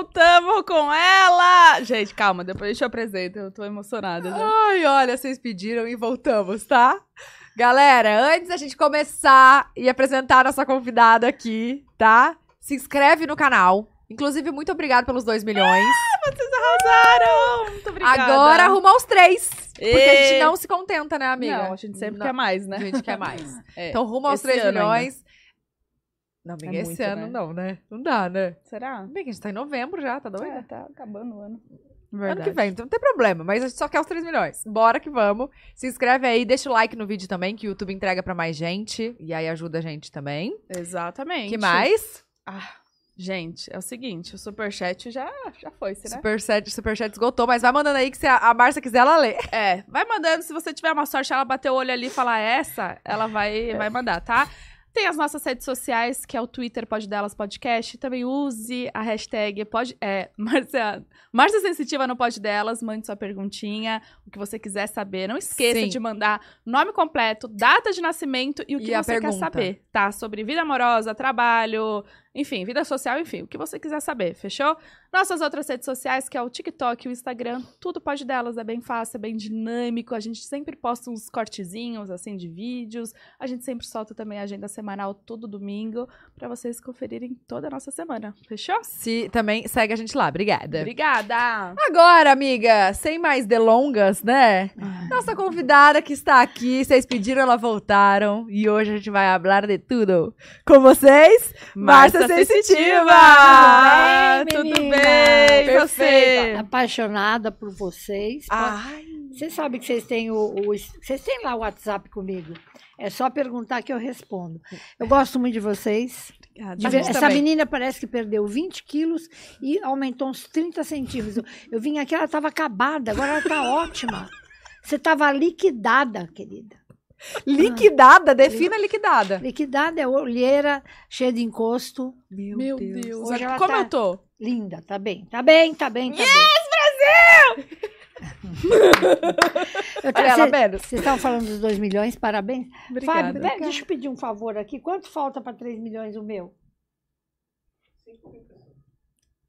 Estou com ela! Gente, calma, depois deixa eu apresentar, eu tô emocionada. né? Já. Ai, olha, vocês pediram e voltamos, tá? Galera, antes da gente começar e apresentar nossa convidada aqui, tá? Se inscreve no canal. Inclusive, muito obrigada pelos 2 milhões. Vocês arrasaram! Muito Ah, obrigada. Agora arrumar os três. Porque a gente Ê. não se contenta, né, amiga? Não, a gente sempre Não, quer mais, né? A gente quer mais. É. Então, rumo aos Esse 3 ano milhões. Não, amiga, É esse muito, ano né? não, né? Não dá, né? será? Amiga, a gente tá em novembro já, tá doida? É, tá acabando o ano. Ano que vem, então não tem problema, mas a gente só quer os 3 milhões. Bora que vamos. Se inscreve aí, deixa o like no vídeo também, que o YouTube entrega pra mais gente. E aí ajuda a gente também. Exatamente. Ah, Que mais? Gente, é o seguinte, o superchat já, já foi, será? Superchat, superchat esgotou, mas vai mandando aí que se a, a Márcia quiser, ela lê. É, vai mandando. Se você tiver uma sorte, ela bater o olho ali e falar essa, ela vai, vai mandar, tá? Tem as nossas redes sociais, que é o Twitter Pode Delas Podcast. Também use a hashtag pode, é, Marcia, Marcia Sensitiva no Pode Delas. Mande sua perguntinha, o que você quiser saber. Não esqueça Sim. de mandar nome completo, data de nascimento e o que E a você quer pergunta. saber, tá? Sobre vida amorosa, trabalho, enfim, vida social, enfim, o que você quiser saber, fechou? Nossas outras redes sociais, que é o TikTok, o Instagram, tudo pode delas, é bem fácil, é bem dinâmico, a gente sempre posta uns cortezinhos, assim, de vídeos, a gente sempre solta também a agenda semanal todo domingo, pra vocês conferirem toda a nossa semana, fechou? Se também segue a gente lá, obrigada. Obrigada! Agora, amiga, sem mais delongas, né? Nossa convidada que está aqui, vocês pediram, ela voltaram. E hoje a gente vai falar de tudo. Com vocês, Márcia Sensitiva! Tudo bem, menina? e você? Perfeita. Apaixonada por vocês. Ah. Ai, Vocês sabem que vocês têm o, o- Vocês têm lá o WhatsApp comigo. É só perguntar que eu respondo. Eu gosto muito de vocês. Obrigada. De A ver- gente Essa também. menina parece que perdeu 20 quilos e aumentou uns 30 centímetros. Eu, eu vim aqui, ela estava acabada, agora ela está ótima. Você estava liquidada, querida. liquidada, defina liquidada. Liquidada é olheira, cheia de encosto. Meu Deus, Hoje ela como tá- eu tô? Linda, tá bem, tá bem, tá bem, tá bem. Eu Olha ela, tra- cê- menos. Vocês estavam falando dos 2 milhões, parabéns. Fábio, Obrigada. pera- deixa eu pedir um favor aqui. Quanto falta para 3 milhões o meu?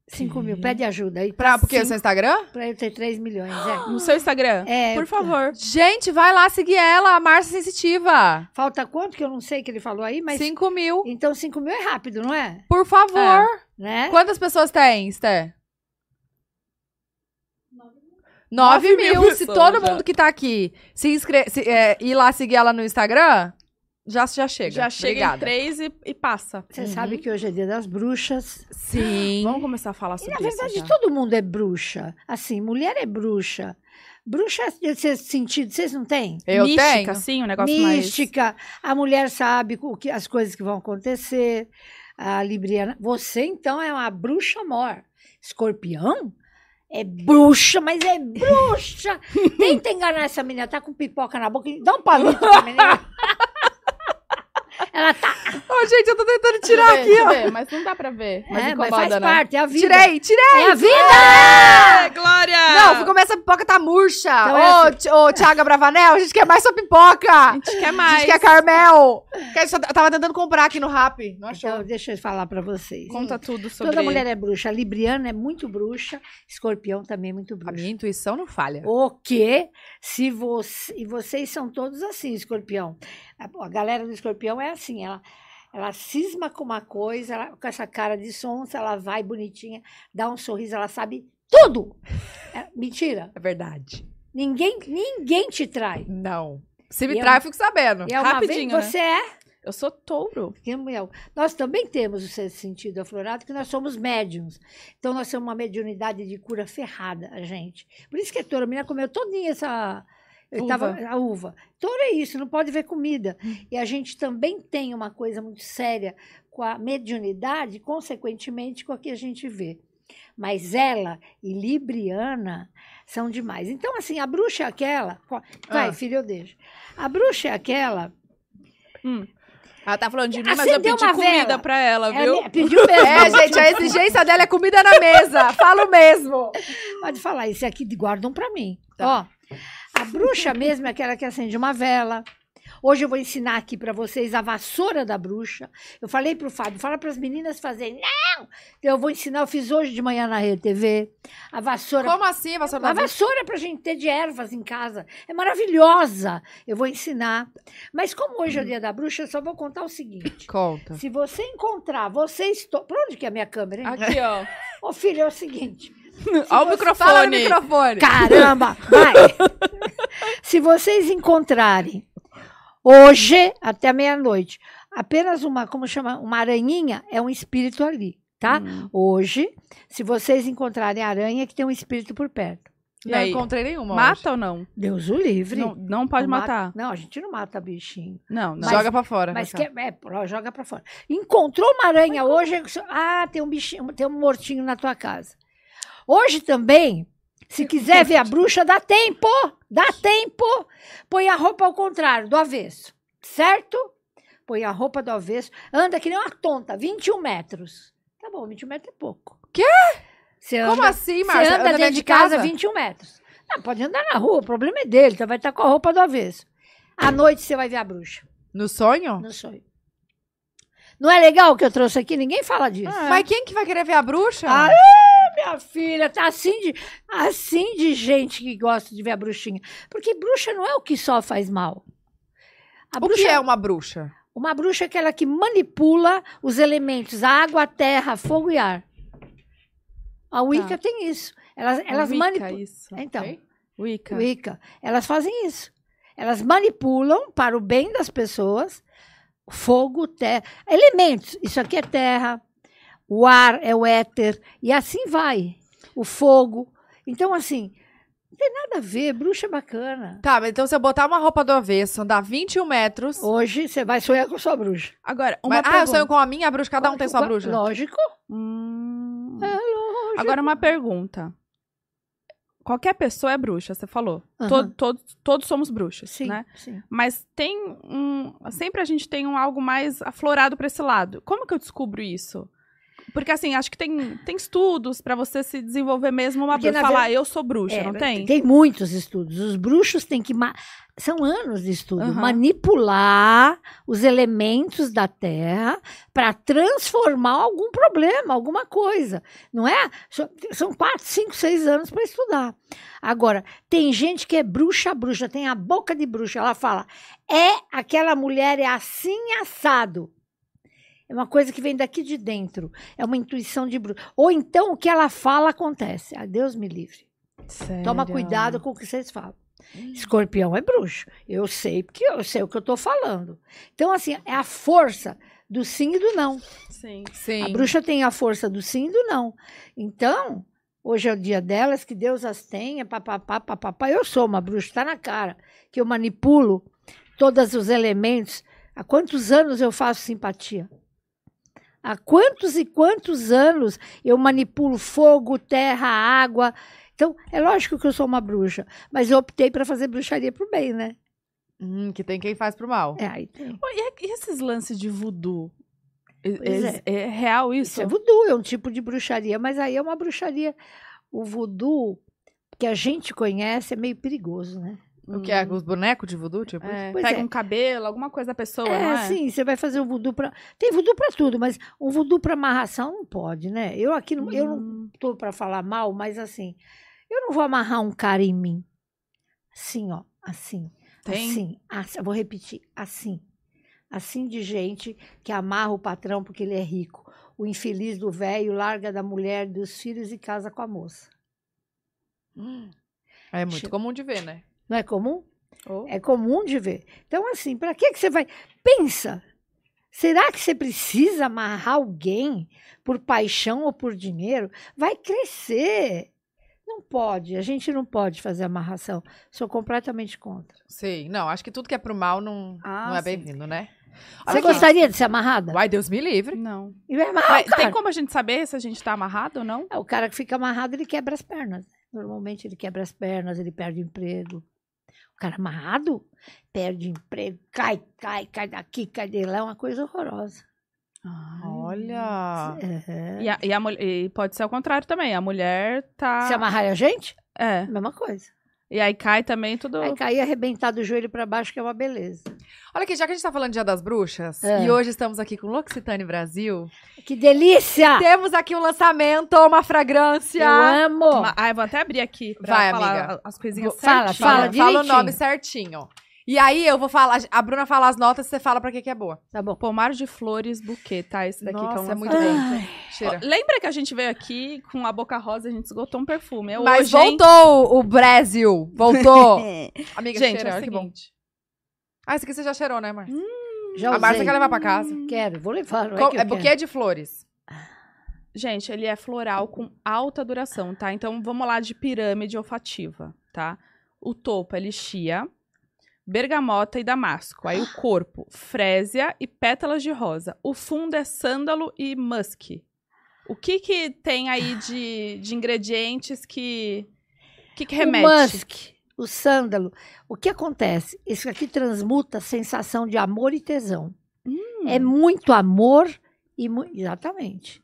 5 mil, pede ajuda aí. Pra, porque o seu Instagram? Para eu ter 3 milhões, é. No seu Instagram, É, por eu- favor. Gente, vai lá seguir ela, a Márcia Sensitiva. Falta quanto que eu não sei que ele falou aí, mas... 5 mil. Então 5 mil é rápido, não é? Por favor. Né? É. Quantas pessoas tem, Sté? 9 mil. mil Se pessoas é. todo já. mundo que tá aqui se inscrever, é, ir lá seguir ela no Instagram, já, já chega. Já chega em Obrigada. três e, e passa. Você Uhum. sabe que hoje é dia das bruxas. Sim. Vamos começar a falar E sobre na isso. tá. verdade já. todo mundo é bruxa. Assim, mulher é bruxa. Bruxa é esse sentido, vocês não têm? Eu Mística, tenho. assim, um negócio mais... Mística. A mulher sabe o que, as coisas que vão acontecer. A Libriana. Você, então, é uma bruxa mor. Escorpião? É bruxa, mas é bruxa! Tenta enganar essa menina, tá com pipoca na boca. Dá um palito pra menina. Ela tá. Ô, gente, eu tô tentando Deixa eu tirar ver, aqui, deixa eu ó. ver, mas não dá pra ver. Mas é, mas incomoda, faz né? parte, é a vida. Tirei, tirei. É a vida! Ah, Glória! Não, começa a pipoca tá murcha. Então é Ô, Ti- ô, Thiago Bravanel, a gente quer mais sua a pipoca. gente quer A mais. gente quer Carmel. Que Eu tava tentando comprar aqui no Rap, não achou. Então, deixa eu falar pra vocês. Conta tudo sobre... Toda mulher é bruxa. A Libriana é muito bruxa, escorpião também é muito A bruxa. Então, minha intuição não falha. O que se você. E vocês são todos assim, escorpião. A, a galera do escorpião é assim, ela. Ela cisma com uma coisa, ela- com essa cara de sonsa, ela vai bonitinha, dá um sorriso, ela sabe tudo. É, mentira. É verdade. Ninguém, ninguém te trai. Não. Se me E é trai, um- eu fico sabendo. E é uma Rapidinho, né? vez, você é. Eu sou touro. que eu- Nós também temos o sexto sentido aflorado, que nós somos médiums. Então nós temos uma mediunidade de cura ferrada, a gente. Por isso que é touro. A menina comeu todinha essa. Eu Uva. tava- a uva. Touro é isso, não pode ver comida. Hum. E a gente também tem uma coisa muito séria com a mediunidade, consequentemente, com a que a gente vê. Mas ela e Libriana são demais. Então, assim, a bruxa é aquela. Vai, Ah. filho, eu deixo. A bruxa é aquela. Ela tá falando de mim, mas eu Acendeu pedi uma comida vela. pra ela, Ela Ah, viu? me- pediu mesmo. É, gente, a exigência dela é comida na mesa. Falo mesmo. Pode falar, esse aqui guardam pra mim. Tá. Ó, a bruxa mesmo é aquela que acende uma vela, Hoje eu vou ensinar aqui para vocês a vassoura da bruxa. Eu falei para o Fábio, fala para as meninas fazerem. Não! Então, Eu vou ensinar, eu fiz hoje de manhã na Rede TV. A vassoura Como assim, vassoura a da bruxa? vassoura pra gente ter de ervas em casa. É maravilhosa. Eu vou ensinar. Mas como hoje é o dia da bruxa, eu só vou contar o seguinte. Conta. Se você encontrar, vocês... To... Pra onde que é a minha câmera, hein? Aqui, ó. Ô, filho, é o seguinte. Ó o Fala no microfone. microfone. Caramba! Vai! Se vocês encontrarem hoje, até meia-noite, apenas uma, como chama? Uma aranhinha, é um espírito ali, tá? Hum. Hoje, se vocês encontrarem a aranha, é que tem um espírito por perto. E não aí? encontrei nenhuma. hoje. Mata ou não? Deus o livre. Não, não pode Não mata- matar. Não, a gente não mata bichinho. Não, não. Mas- Joga pra fora. Mas que, Raquel. é, pro- joga pra fora. Encontrou uma aranha hoje. é que so- Ah, tem um bichinho, tem um mortinho na tua casa. Hoje também, se quiser ver a bruxa, dá tempo! Dá tempo! Põe a roupa ao contrário, do avesso. Certo? Põe a roupa do avesso. Anda que nem uma tonta, 21 metros. Tá bom, 21 metros é pouco. Quê? Você Como anda- assim, você Márcia? anda dentro de casa, 21 metros. Não, pode andar na rua, o problema é dele, então vai estar com a roupa do avesso. À noite você vai ver a bruxa. No sonho? Não sonho. Não é legal o que eu trouxe aqui? Ninguém fala disso. Ah, Mas quem que vai querer ver a bruxa? É. Ah, minha filha, tá assim de, assim de gente que gosta de ver a bruxinha. Porque bruxa não é o que só faz mal. A o bruxa que é uma bruxa? uma bruxa é aquela que manipula os elementos, a água, a terra, fogo e ar. A Wicca tem isso. Elas, elas É Wicca, manipulam. isso. Então, Ok. Wicca. Wicca. Elas fazem isso. Elas manipulam para o bem das pessoas fogo, terra, elementos. Isso aqui é terra, o ar é o éter, e assim vai. O fogo. Então, assim, não tem nada a ver, bruxa é bacana. Tá, mas então se eu botar uma roupa do avesso, andar 21 metros. Hoje você vai sonhar com sua bruxa. Agora, uma Mas- ah, eu pergunta. sonho com a minha bruxa, cada um tem sua bruxa. Lógico. é Hum. Agora, uma pergunta. Qualquer pessoa é bruxa, você falou. Aham. Todo- todo- todos somos bruxas, Sim, né? sim. Mas tem um... Sempre a gente tem um algo mais aflorado pra esse lado. Como que eu descubro isso? Porque, assim, acho que tem, tem estudos pra você se desenvolver mesmo uma Porque, bruxa. na Falar, eu sou bruxa, É, não né, tem? Tem muitos estudos. Os bruxos têm que. ma- São anos de estudo. Aham. Manipular os elementos da terra para transformar algum problema, alguma coisa. Não é? Só- São quatro, cinco, seis anos para estudar. Agora, tem gente que é bruxa, bruxa, tem a boca de bruxa. Ela fala: é aquela mulher, é assim assado. É uma coisa que vem daqui de dentro. É uma intuição de bruxa. Ou então o que ela fala acontece. Ah, Deus me livre. Toma Sério? cuidado com o que vocês falam. Escorpião é bruxo. Eu sei porque eu sei o que eu estou falando. Então, assim, é a força do sim e do não. Sim. Sim. A bruxa tem a força do sim e do não. Então, hoje é o dia delas, que Deus as tenha, papapá, papapá. Eu sou uma bruxa, está na cara, que eu manipulo todos os elementos. Há quantos anos eu faço simpatia? Há quantos e quantos anos eu manipulo fogo, terra, água? Então, é lógico que eu sou uma bruxa, mas eu optei para fazer bruxaria pro bem, né? Hum, que tem quem faz pro mal. É, aí tem. Pô, E, e esses lances de voodoo? E- Pois es- é. real isso? Isso é voodoo, é um tipo de bruxaria, mas aí é uma bruxaria. O voodoo que a gente conhece é meio perigoso, né? O que é? Os bonecos de voodoo, tipo? Hum. É, Pois pega é. um cabelo, alguma coisa da pessoa, é, não é? sim, você vai fazer o voodoo para Tem voodoo para tudo, mas um voodoo para amarração não pode, né? Eu aqui não, eu não Hum. tô para falar mal, mas assim, eu não vou amarrar um cara em mim. Assim, ó, assim. Tem? Assim, assim, eu vou repetir, assim. Assim de gente que amarra o patrão porque ele é rico. O infeliz do velho larga da mulher, dos filhos e casa com a moça. É muito comum de ver, né? Não é comum? Ou- É comum de ver. Então, assim, para que, que você vai. Pensa! Será que você precisa amarrar alguém por paixão ou por dinheiro? Vai crescer. Não pode, a gente não pode fazer amarração. Sou completamente contra. Sim. Não, acho que tudo que é pro mal não, Ah, não é sim. bem-vindo, né? Você Olha aqui. gostaria de ser amarrada? Uai, Deus me livre. Não. E vai amarrar Mas o cara. tem como a gente saber se a gente tá amarrado ou não? É, O cara que fica amarrado, ele quebra as pernas. né? Normalmente ele quebra as pernas, ele perde o emprego. O cara amarrado perde emprego, cai, cai, cai daqui, cai de lá, é uma coisa horrorosa. Ah, Hum, Olha. É. E, a- e a mulher- e pode ser ao contrário também. A mulher tá. Se amarrar a gente, É. mesma coisa. E aí cai também tudo. Aí cair arrebentar do joelho pra baixo, que é uma beleza. Olha aqui, já que a gente tá falando de Dia das Bruxas, É. e hoje estamos aqui com L'Occitane Brasil, Que delícia! temos aqui um lançamento, uma fragrância. Tá. Eu amo! Ma- Ah, eu vou até abrir aqui pra Vai, falar amiga. as coisinhas Vou- certinho. fala, fala o direitinho. nome certinho. E aí eu vou falar, a Bruna fala as notas, você fala pra que que é boa. Tá bom. Pomar de flores, buquê, tá? Esse daqui que é, um Nossa, é muito lançamento. bem. Ó, Cheira. Lembra que a gente veio aqui com a boca rosa, a gente esgotou um perfume. É Mas hoje, hein? voltou o Brasil, voltou. É, Amiga, Gente, é cheira, olha olha que Hum, bom. Ah, esse aqui você já cheirou, né, Marcia? Já a Marcia usei. quer levar pra casa. Hum, Quero, vou levar. Não Com- é que eu é buquê de flores. Gente, ele é floral com alta duração, tá? Então vamos lá de pirâmide olfativa, tá? O topo é lixia, bergamota e damasco. Aí o corpo, frésia e pétalas de rosa. O fundo é sândalo e musk. O que que tem aí de, de ingredientes que que, que remete? O musk, o sândalo. O que acontece? Isso aqui transmuta a sensação de amor e tesão. Hum. É muito amor e mu- exatamente.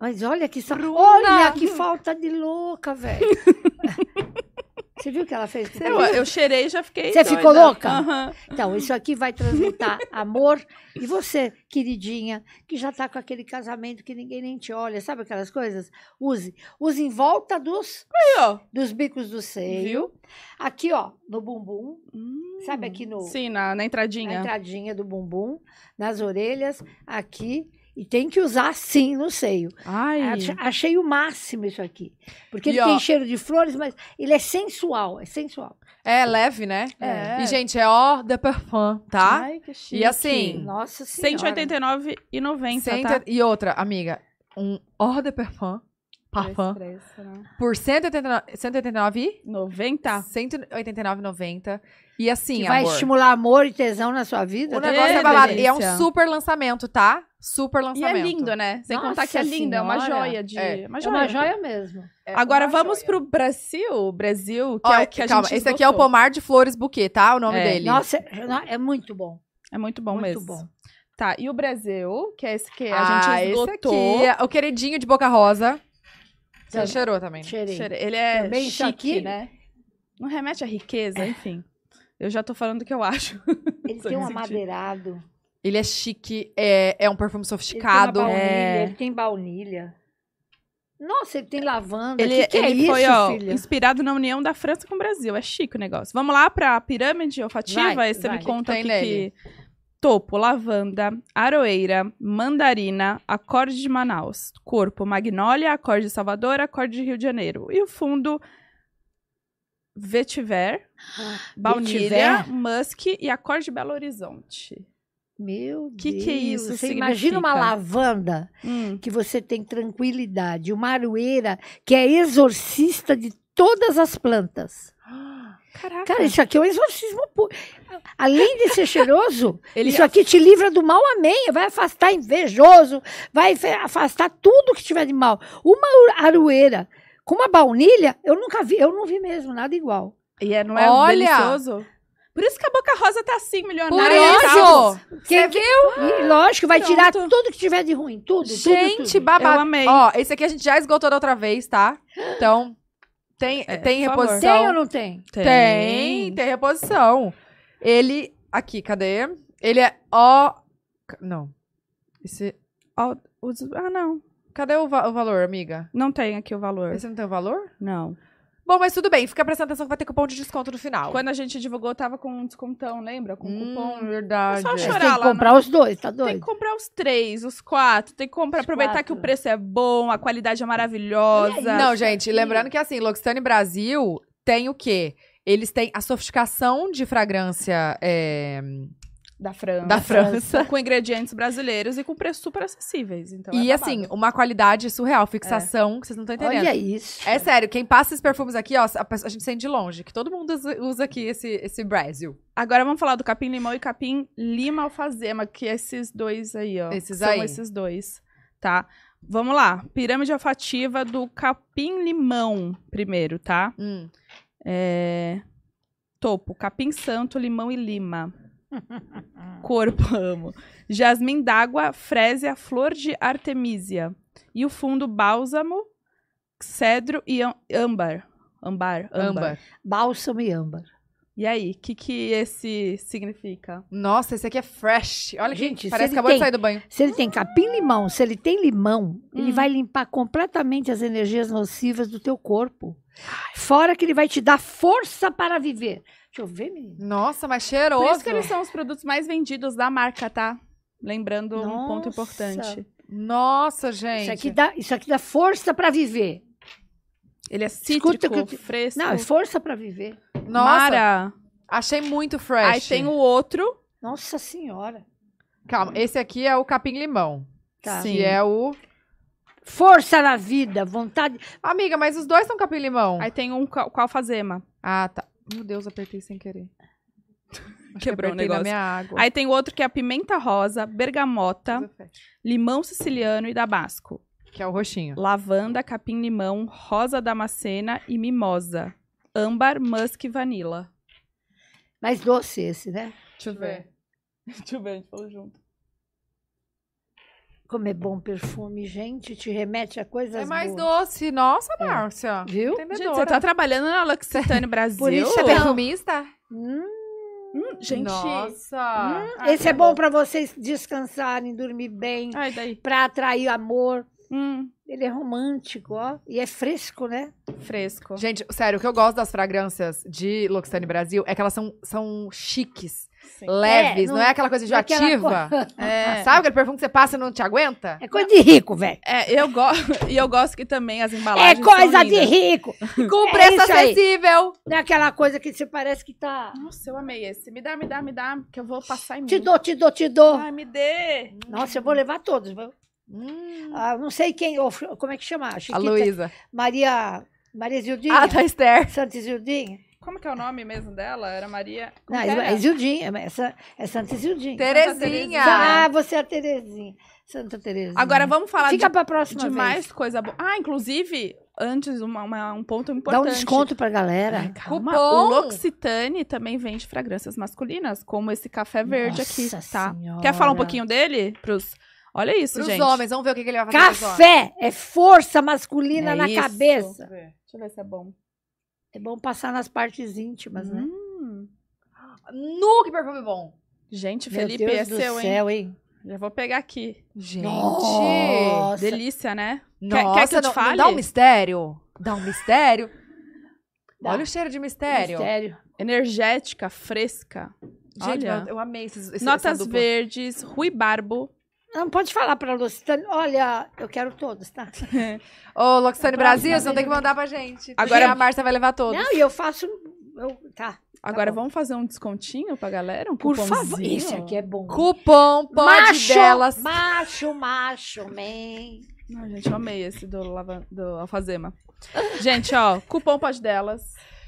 Mas olha que sa... olha que falta de louca, velho. Você viu o que ela fez? com Eu, isso? eu cheirei e já fiquei. Você doida. ficou louca? Aham. Então, isso aqui vai transmutar amor. E você, queridinha, que já tá com aquele casamento que ninguém nem te olha, sabe aquelas coisas? Use. Use em volta dos, Aí, ó. dos bicos do seio. Viu? Aqui, ó, no bumbum, Hum. sabe aqui no, Sim, é. na, na na entradinha. entradinha do bumbum, nas orelhas, aqui. E tem que usar sim no seio. Ai. Ache- Achei o máximo isso aqui. Porque E, ele ó- tem cheiro de flores, mas ele é sensual, é sensual. É leve, né? É. E, gente, é hors de parfum, tá? Ai, que chique. E assim, Nossa senhora. 189,90, Cento- tá? E outra, amiga, um hors de parfum, parfum Preço, né? por 189, 189 e é 90. 189,90. E assim, Que vai amor, estimular amor e tesão na sua vida. o tá negócio Que é babado. E é delícia. um super lançamento, tá? Super E lançamento. é lindo, né? Sem Nossa contar que é lindo, é uma senhora. joia de... É. É uma joia mesmo. É Agora uma vamos joia. pro Brasil, Brasil, que Ó, é o que a calma, gente esse aqui é o esgotou. pomar de flores buquê, tá? O nome É. dele. Nossa, é muito bom. É muito bom muito mesmo. bom. Tá, e o Brasil, que é esse que a Ah, gente esgotou. Esse aqui, é o queridinho de boca rosa. Você Também. cheirou também, né? Cheirei. Cheira- Ele é Também isso chique, aqui? né? Não remete à riqueza, enfim. Eu já tô falando o que eu acho. Ele Só tem um me senti. amadeirado. Ele é chique, é, é um perfume Ele tem, uma sofisticado. baunilha, É. ele tem baunilha. Nossa, ele tem lavanda. Ele, que que é ele isso, foi ó, filha? inspirado na união da França com o Brasil. É chique o negócio. Vamos lá pra pirâmide olfativa. Vai, Aí você vai. me Que conta o que tem que, nele? que... Topo, lavanda, aroeira, mandarina, acorde de Manaus. Corpo, magnólia, acorde de Salvador, acorde de Rio de Janeiro. E o fundo, vetiver, Ah, baunilha, vetiver? musk e acorde de Belo Horizonte. Meu Que Deus. que é isso Você imagina significa? uma lavanda Hum. que você tem tranquilidade. Uma aroeira que é exorcista de todas as plantas. Caraca, Cara, isso aqui é um exorcismo puro. Além de ser cheiroso, ele Isso aqui te livra do mal, amém. Vai afastar invejoso, vai fe- afastar tudo que tiver de mal. Uma ur- aroeira com uma baunilha, eu nunca vi, eu não vi mesmo nada igual. E é, não é Olha! delicioso? Por isso que a Boca Rosa tá assim, é Por milionária. e tal. isso! Quem- E, lógico, vai tirar Pronto. tudo que tiver de ruim, tudo. tudo, Gente, tudo. babado. Eu amei. Ó, esse aqui a gente já esgotou da outra vez, tá? Então, tem, É, tem por favor. reposição. tem ou não tem? Tem, tem reposição. Ele. Aqui, cadê? Ele é ó. Não. Esse. Ó, os- Ah, não. Cadê o, va- o valor, amiga? Não tem aqui o valor. Esse não tem o é. valor? Não. Bom, mas tudo bem, fica prestando atenção que vai ter cupom de desconto no final. Quando a gente divulgou, tava com um descontão, lembra? Com Hum, cupom. verdade. É só Mas chorar tem que lá, comprar os dois, tá Tem que doido? comprar os três, os quatro. Tem que comprar, Os aproveitar quatro. que o preço é bom, a qualidade é maravilhosa. Não, gente, lembrando que assim, L'Occitane Brasil tem o quê? Eles têm a sofisticação de fragrância é, da França. da França. Com ingredientes brasileiros e com preços super acessíveis. Então, é E babado. É. assim, uma qualidade surreal, fixação, que vocês não estão entendendo. Olha isso. É sério, quem passa esses perfumes aqui, ó, a, pessoa- a gente sente de longe, que todo mundo usa- usa aqui esse, esse Brasil. Agora vamos falar do capim limão e capim lima alfazema, que é esses dois aí, ó. Esses São aí. esses dois, tá? Vamos lá. Pirâmide olfativa do capim limão primeiro, tá? Hum. É... Topo, capim santo, limão e lima. Corpo, amo. Jasmim d'água, frésia, flor de artemisia. E o fundo, bálsamo, cedro e â- âmbar. Ambar. Ambar. Amba. Bálsamo e âmbar. E aí, o que, que esse significa? Nossa, esse aqui é fresh. Olha Gente, que se parece ele que acabou de tem- sair do banho. Se ele tem capim-limão, se ele tem limão, ele Hum. vai limpar completamente as energias nocivas do teu corpo. Fora que ele vai te dar força para viver. Deixa eu ver, menina. Nossa, mas Por É cheiroso. isso que eles são os produtos mais vendidos da marca, tá? Lembrando um ponto Nossa. importante. Nossa, gente. Isso aqui dá, isso aqui dá força para viver. Ele é Escuta cítrico, que eu te- fresco. Não, é força para viver. Nossa, tá- Mara. achei muito fresh. Aí tem um- o outro. Nossa senhora. Calma, esse aqui é o capim-limão. Tá. Sim. Que é o... Força na vida, vontade. Amiga, mas os dois são capim-limão. É. Aí tem um qual alfazema. Ah, tá. Meu Deus, apertei sem querer. Acho que é Quebrou o apertei na negócio. minha água. Aí tem o outro que é a pimenta rosa, bergamota, limão siciliano e damasco. Que é o roxinho. Lavanda, capim-limão, rosa damascena e mimosa. Âmbar, musk e vanilla. Mais doce esse, né? Deixa eu É Deixa eu ver, a gente falou junto. Como é bom perfume, gente, te remete a coisas É mais boas. doce. Nossa, Márcia. Viu? É. Gente, você tá trabalhando na L'Occitane Tá Brasil? Por isso Você é Não. perfumista? Hum, Hum, gente... Nossa. Ah, esse é tá bom para vocês descansarem, dormir bem, Ai, daí. para atrair amor. Hum, Ele é romântico, ó, e é fresco, né? fresco. Gente, sério, o que eu gosto das fragrâncias de L'Occitane Brasil é que elas são, são chiques, Sim. leves, É, não, não- é aquela coisa não é aquela enjoativa. Ah, É. Sabe aquele perfume que você passa e não te aguenta? É coisa de rico, velho. É, eu gosto e eu gosto que também as É embalagens coisa são de lindas. rico. Com É preço isso aí. acessível. Não é aquela coisa que você parece que tá. Nossa, eu amei esse. Me dá, me dá, me dá, que eu vou passar em Te mim. dou, te dou, te dou. Ai, me dê. Nossa, eu vou levar todos. viu? Hum. Ah, não sei quem, ou como é que chama? A A Chiquita- Luísa. Maria. Maria Zildinha. Ah, tá Esther. Santa Zildinha. Como que é o nome mesmo dela? Era Maria. Não, Como que era? é Zildinha. É, Sa- é Santa Zildinha. Terezinha. Ah, você é a Terezinha. Santa Terezinha. Agora vamos falar Fica de, pra próxima de vez. mais coisa boa. Ah, inclusive, antes, uma- uma- um ponto Dá importante. um desconto pra Ai, galera. calma. Cupom. O L'Occitane também vende fragrâncias masculinas, como esse café verde aqui, Nossa tá? Senhora. Quer falar um pouquinho dele? Pros... Olha isso, Pros gente. homens, vamos ver o que, que ele vai fazer pros homens. Café é força masculina É na isso. cabeça. Deixa eu ver se é bom. É bom passar nas partes íntimas, Uhum. né? Hum. Nu, que perfume bom. Gente, Meu Felipe, Deus é do seu, hein? céu, hein? Já vou pegar aqui. Gente. Nossa. Delícia, né? Nossa, quer que eu te não- não fale? dá um mistério? Dá um mistério? Dá. Olha o cheiro de mistério. Sério. Energética, fresca. Gente, Olha. eu, eu amei esses, esse- essa Notas dupla. verdes, Rui Barbo. Não pode falar pra Lucitane. Olha, eu quero todos, tá? Ô, Loxane Na Brasil, próxima você não tem que mandar pra gente. porque Agora- a Márcia vai levar todos. Não, e eu faço. eu- tá. Agora bom. vamos fazer um descontinho pra galera? Um Por cupomzinho? favor. Isso aqui é bom. Cupom pode delas. Macho, macho, man. Não, gente, eu amei esse do, lava- do Alfazema. gente, ó, cupom pode delas.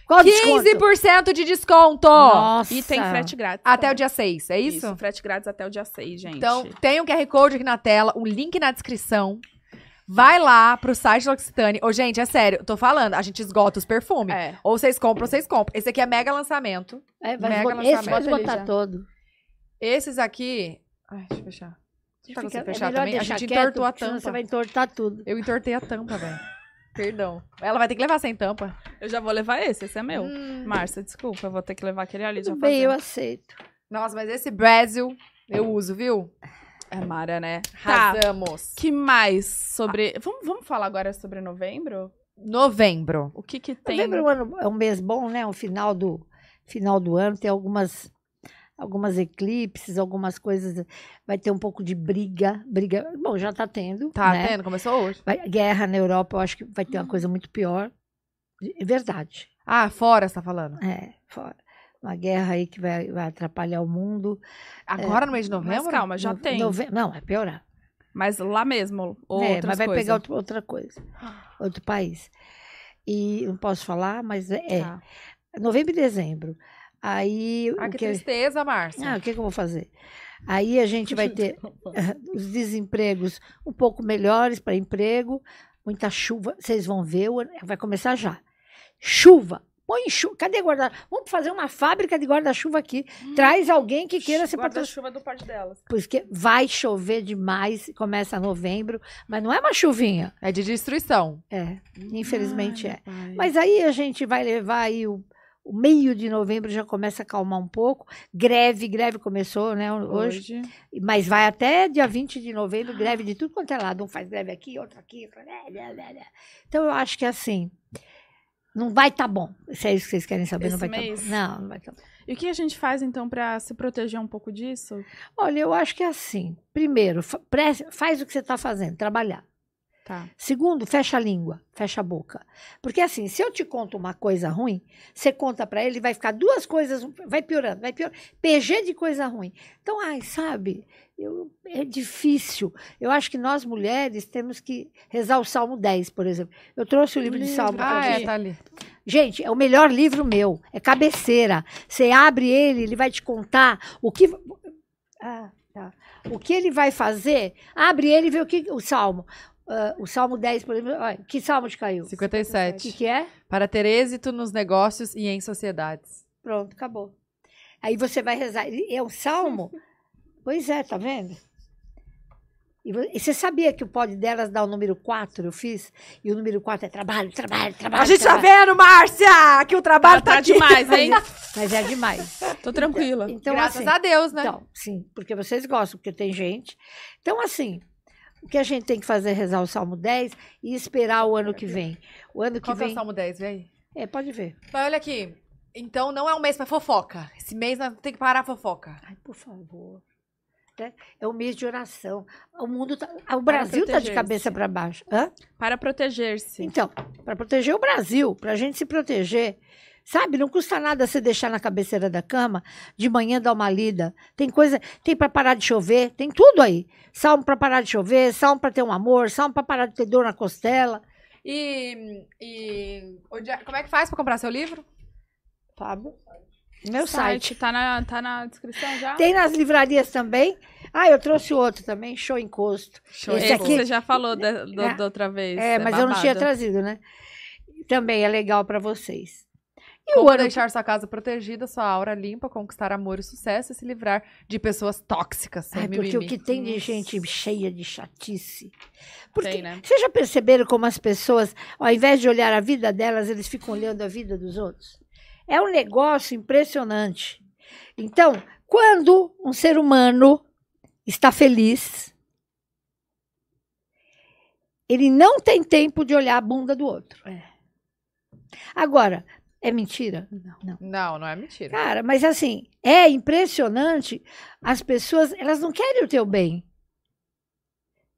Qual 15% de desconto. Nossa. E tem frete grátis. Até o também. dia 6, é isso? frete grátis até o dia 6, gente. Então, tem o um QR Code aqui na tela, o link na descrição. Vai lá pro site da L'Occitane. Ô, gente, é sério, tô falando, a gente esgota os perfumes. é. Ou vocês compram, ou vocês compram. Esse aqui é mega lançamento. É, vai Mega esgotar- lançamento. esse vai Bota ele já. esgotar todo. Esses aqui... Ai, deixa eu fechar. Você tá Fica- conseguindo é fechar melhor também? A deixar gente quieto, entortou a porque senão tampa. Você vai entortar tudo. Eu entortei a tampa, velho. Perdão. Ela vai ter que levar sem tampa. Eu já vou levar esse, esse é meu. Hum. Márcia, desculpa, eu vou ter que levar aquele ali. Já Tudo bem, eu fazendo. aceito. Nossa, mas esse Brasil eu uso, viu? É Mara, né? Tá. Arrasamos. que mais sobre... Vamos, vamos falar agora sobre novembro? Novembro. O que que tem... Novembro é um ano- é um mês bom, né? O final do, final do ano tem algumas, algumas eclipses, algumas coisas. Vai ter um pouco de briga. briga bom, já tá tendo. Tá né? tendo? Começou hoje. Vai- guerra na Europa, eu acho que vai ter Uhum. uma coisa muito pior. É verdade. Ah, fora você tá falando. É, fora. Uma guerra aí que vai, vai atrapalhar o mundo. Agora no mês de novembro? Mas calma, já No- tem. nove- Não, vai piorar. Mas lá mesmo, ou É, outras mas vai coisas. Ah. pegar outro- outra coisa. Outro país. E não posso falar, mas é. é. Tá. Novembro e dezembro. Aí. Ah, o que que... tristeza, Márcia. Ah, o que, que eu vou fazer? Aí a gente vai ter ah, os desempregos um pouco melhores para emprego, muita chuva. Vocês vão ver, o ano- vai começar já. Chuva, Põe enxu- Cadê guarda-chuva? Vamos fazer uma fábrica de guarda-chuva aqui. Traz alguém que queira ser patrocinador. chuva do pódio delas. Porque vai chover demais, começa novembro, mas não é uma chuvinha. É de destruição. É, infelizmente é. Mas aí a gente vai levar aí o, o meio de novembro já começa a acalmar um pouco. Greve, greve começou, né, hoje. hoje. Mas vai até dia 20 de novembro, greve de tudo quanto é lado. Um faz greve aqui, outro aqui. outro- né, né, né, né. Então eu acho que assim, não vai tá bom. Se é isso que vocês querem saber, não Esse vai mês? tá bom. Não, não vai tá bom. E o que a gente faz então pra se proteger um pouco disso? Olha, eu acho que é assim. Primeiro, fa- preste- faz o que você está fazendo, trabalhar. Tá. Segundo, fecha a língua, fecha a boca. Porque assim, se eu te conto uma coisa ruim, você conta pra ele, vai ficar duas coisas, um, vai piorando, vai piorando. PG de coisa ruim. Então, ai, sabe, eu- é difícil. Eu acho que nós mulheres temos que rezar o Salmo 10, por exemplo. Eu trouxe o livro de Livro. Salmo pra Ah, Ah, gente. é, é, tá ali. Gente, é o melhor livro meu. É cabeceira. Você abre ele, ele vai te contar o que. Ah, tá. O que ele vai fazer? Abre ele e vê o que. O salmo. Ah, o salmo 10, por exemplo. Olha, que salmo te caiu? O que, 57. que é? Para ter êxito nos negócios e em sociedades. Pronto, acabou. Aí você vai rezar. E É um salmo? pois é, tá vendo? E vo- e você sabia que o pódio delas dá o número 4, eu fiz? E o número 4 é trabalho, trabalho, trabalho. A gente tá trabalho. vendo, Márcia, que o trabalho tá, tá aqui. demais, hein? Mas é demais. Tô tranquila. Então, Graças assim, a Deus, né? Então, sim, porque vocês gostam, porque tem gente. Então, assim, o que a gente tem que fazer é rezar o Salmo 10 e esperar o ano que vem. O ano que Qual que é o vem. Salmo 10, vem aí. É, pode ver. Mas olha aqui. Então não é um mês pra fofoca. Esse mês nós tem que parar a fofoca. Ai, por favor. Né? É um mês de oração. O mundo tá, o Brasil está de proteger-se. cabeça para baixo. Hã? Para proteger-se. Então, para proteger o Brasil, para a gente se proteger. Sabe, não custa nada você deixar na cabeceira da cama, de manhã dar uma lida. Tem coisa, tem para parar de chover, tem tudo aí. Salmo para parar de chover, salmo para ter um amor, salmo para parar de ter dor na costela. E, e onde- como é que faz pra comprar seu livro? Fábio. Meu Tá site. Tá na, tá na descrição já? Tem nas livrarias também. Ah, eu trouxe outro também, show encosto. Show. Esse Esse aqui- você já falou da, do- É. da outra vez. é, mas eu não tinha babado. trazido, né? Também é legal para vocês. E Como o ano deixar sua casa protegida, sua aura limpa, conquistar amor e sucesso e se livrar de pessoas tóxicas. sem Ai, porque o mimimi. que tem de Nossa. gente cheia de chatice. Porque Tem, né? vocês já perceberam como as pessoas, ao invés de olhar a vida delas, eles ficam olhando a vida dos outros? É um negócio impressionante. Então, quando um ser humano está feliz, ele não tem tempo de olhar a bunda do outro. Agora, é mentira? Não. não. Não, não é mentira. Cara, mas assim, é impressionante. As pessoas, elas não querem o teu bem.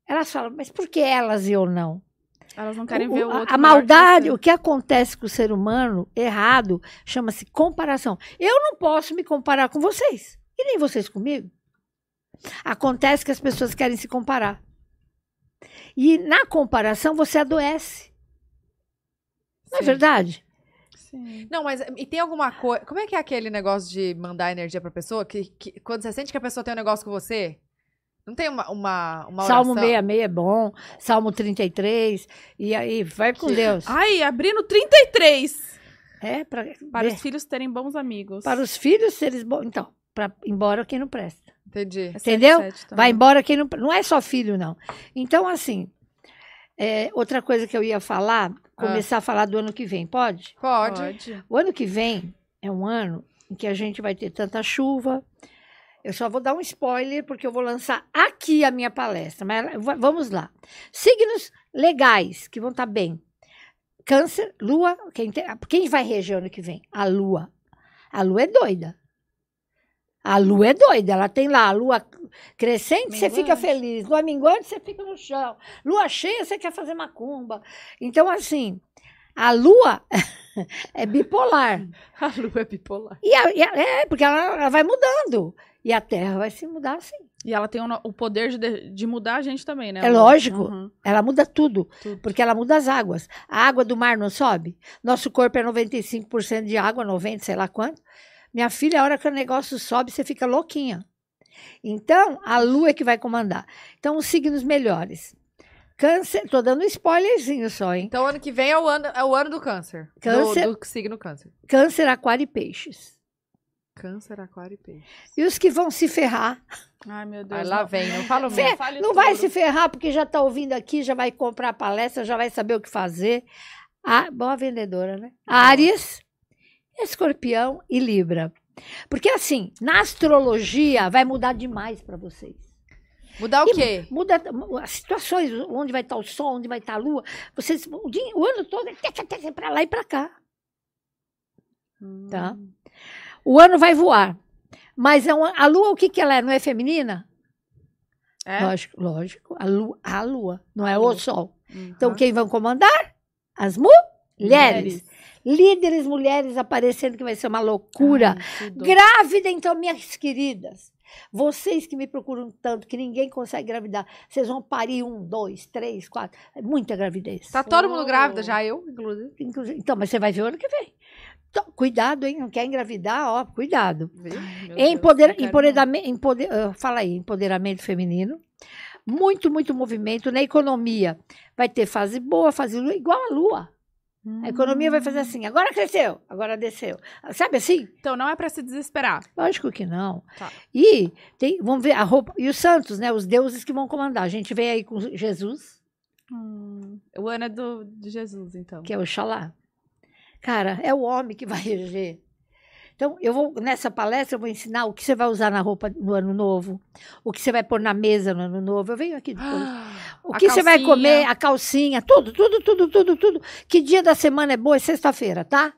Elas falam, mas por que elas e eu não? Elas não querem O- ver o a- outro. a maior que maldade, você. o que acontece com o ser humano errado, chama-se comparação. Eu não posso me comparar com vocês. E nem vocês comigo. Acontece que as pessoas querem se comparar. E na comparação você adoece. Não é Sim. verdade? Sim. Não, mas e tem alguma coisa. Como é que é aquele negócio de mandar energia pra pessoa? Que, que- quando você sente que a pessoa tem um negócio com você? Não tem uma, uma, uma Salmo oração? 66 é bom, Salmo 33, e aí vai com Deus. Ai, abrindo 33! É, pra, Para ver- os filhos terem bons amigos. para os filhos seres bons. Então, para embora quem não presta. Entendi. É 7, entendeu? 7 também. Vai embora quem não. pre- Não é só filho, não. Então, assim, é, outra coisa que eu ia falar, começar a falar do ano que vem, pode? Pode. Pode. O ano que vem é um ano em que a gente vai ter tanta chuva. Eu só vou dar um spoiler, porque eu vou lançar aqui a minha palestra. Mas ela- va- vamos lá. Signos legais, que vão estar bem. Câncer, lua. Quem, tem- quem vai reger ano que vem? A lua. A lua é doida. A lua é doida. Ela tem lá a lua crescente, você fica Minguante. feliz. Lua minguante, você fica no chão. Lua cheia, você quer fazer macumba. Então, assim, a lua é bipolar. A lua é bipolar. E a- e a- é, porque ela, ela vai mudando. E a Terra vai se mudar assim. E ela tem o, no- o poder de, de- de mudar a gente também, né? É Lu? lógico. Uhum. Ela muda tudo, Tudo. porque ela muda as águas. A água do mar não sobe? Nosso corpo é 95% de água, 90%, sei lá quanto. Minha filha, a hora que o negócio sobe, você fica louquinha. Então, a lua é que vai comandar. Então, os signos melhores. Câncer, tô dando spoilerzinho só, hein? Então, ano que vem é o ano, é o ano do câncer. Do- Câncer. Do, signo câncer. Câncer, aquário e peixes. Câncer, aquário e peixe. E os que vão se ferrar. Ai, meu Deus. Aí lá vem, não falo Fê, mesmo. fale Não vai tudo. se ferrar porque já tá ouvindo aqui, já vai comprar a palestra, já vai saber o que fazer. Ah, boa vendedora, né? Áries, Escorpião e Libra. Porque assim, na astrologia vai mudar demais para vocês. Mudar o E- quê? Muda mu- as situações, onde vai estar o sol, onde vai estar a lua. Vocês o, dia- o ano todo é para lá e para cá. Hum. Tá. O ano vai voar. Mas é uma- a lua, o que que ela é? Não é feminina? É? Lógico, lógico. A lua, a lua, não é o sol. Uhum. Então, quem vão comandar? As mu- mulheres. Líderes mulheres aparecendo, que vai ser uma loucura. Ai, tudo. Grávida, então, minhas queridas. Vocês que me procuram tanto, que ninguém consegue engravidar, vocês vão parir um, dois, três, quatro. É muita gravidez. Tá todo mundo grávida já, eu, inclusive. Inclusive- Então, mas você vai ver o ano que vem. Então, cuidado, hein? Não quer engravidar, ó, cuidado. Viu? Ai, meu Deus, Empoder, não quero empoderame- empoder- ah, fala aí, empoderamento feminino. Muito, muito movimento na economia. Vai ter fase boa, fase lua, igual a lua. não. A economia vai fazer assim, agora cresceu, agora desceu. Sabe assim? Então não é pra se desesperar. Lógico que não. Tá. E tem, vamos ver a roupa. E os santos, né? Os deuses que vão comandar. A gente vem aí com Jesus, Hum. O ano é do, de Jesus, então. que é Oxalá. Cara, é o homem que vai reger. Então, eu vou, nessa palestra, eu vou ensinar o que você vai usar na roupa no ano novo, o que você vai pôr na mesa no ano novo. Eu venho aqui depois. Ah, O A que você vai calcinha. comer, a calcinha, tudo, tudo, tudo, tudo, tudo. Que dia da semana é boa? É sexta-feira, tá?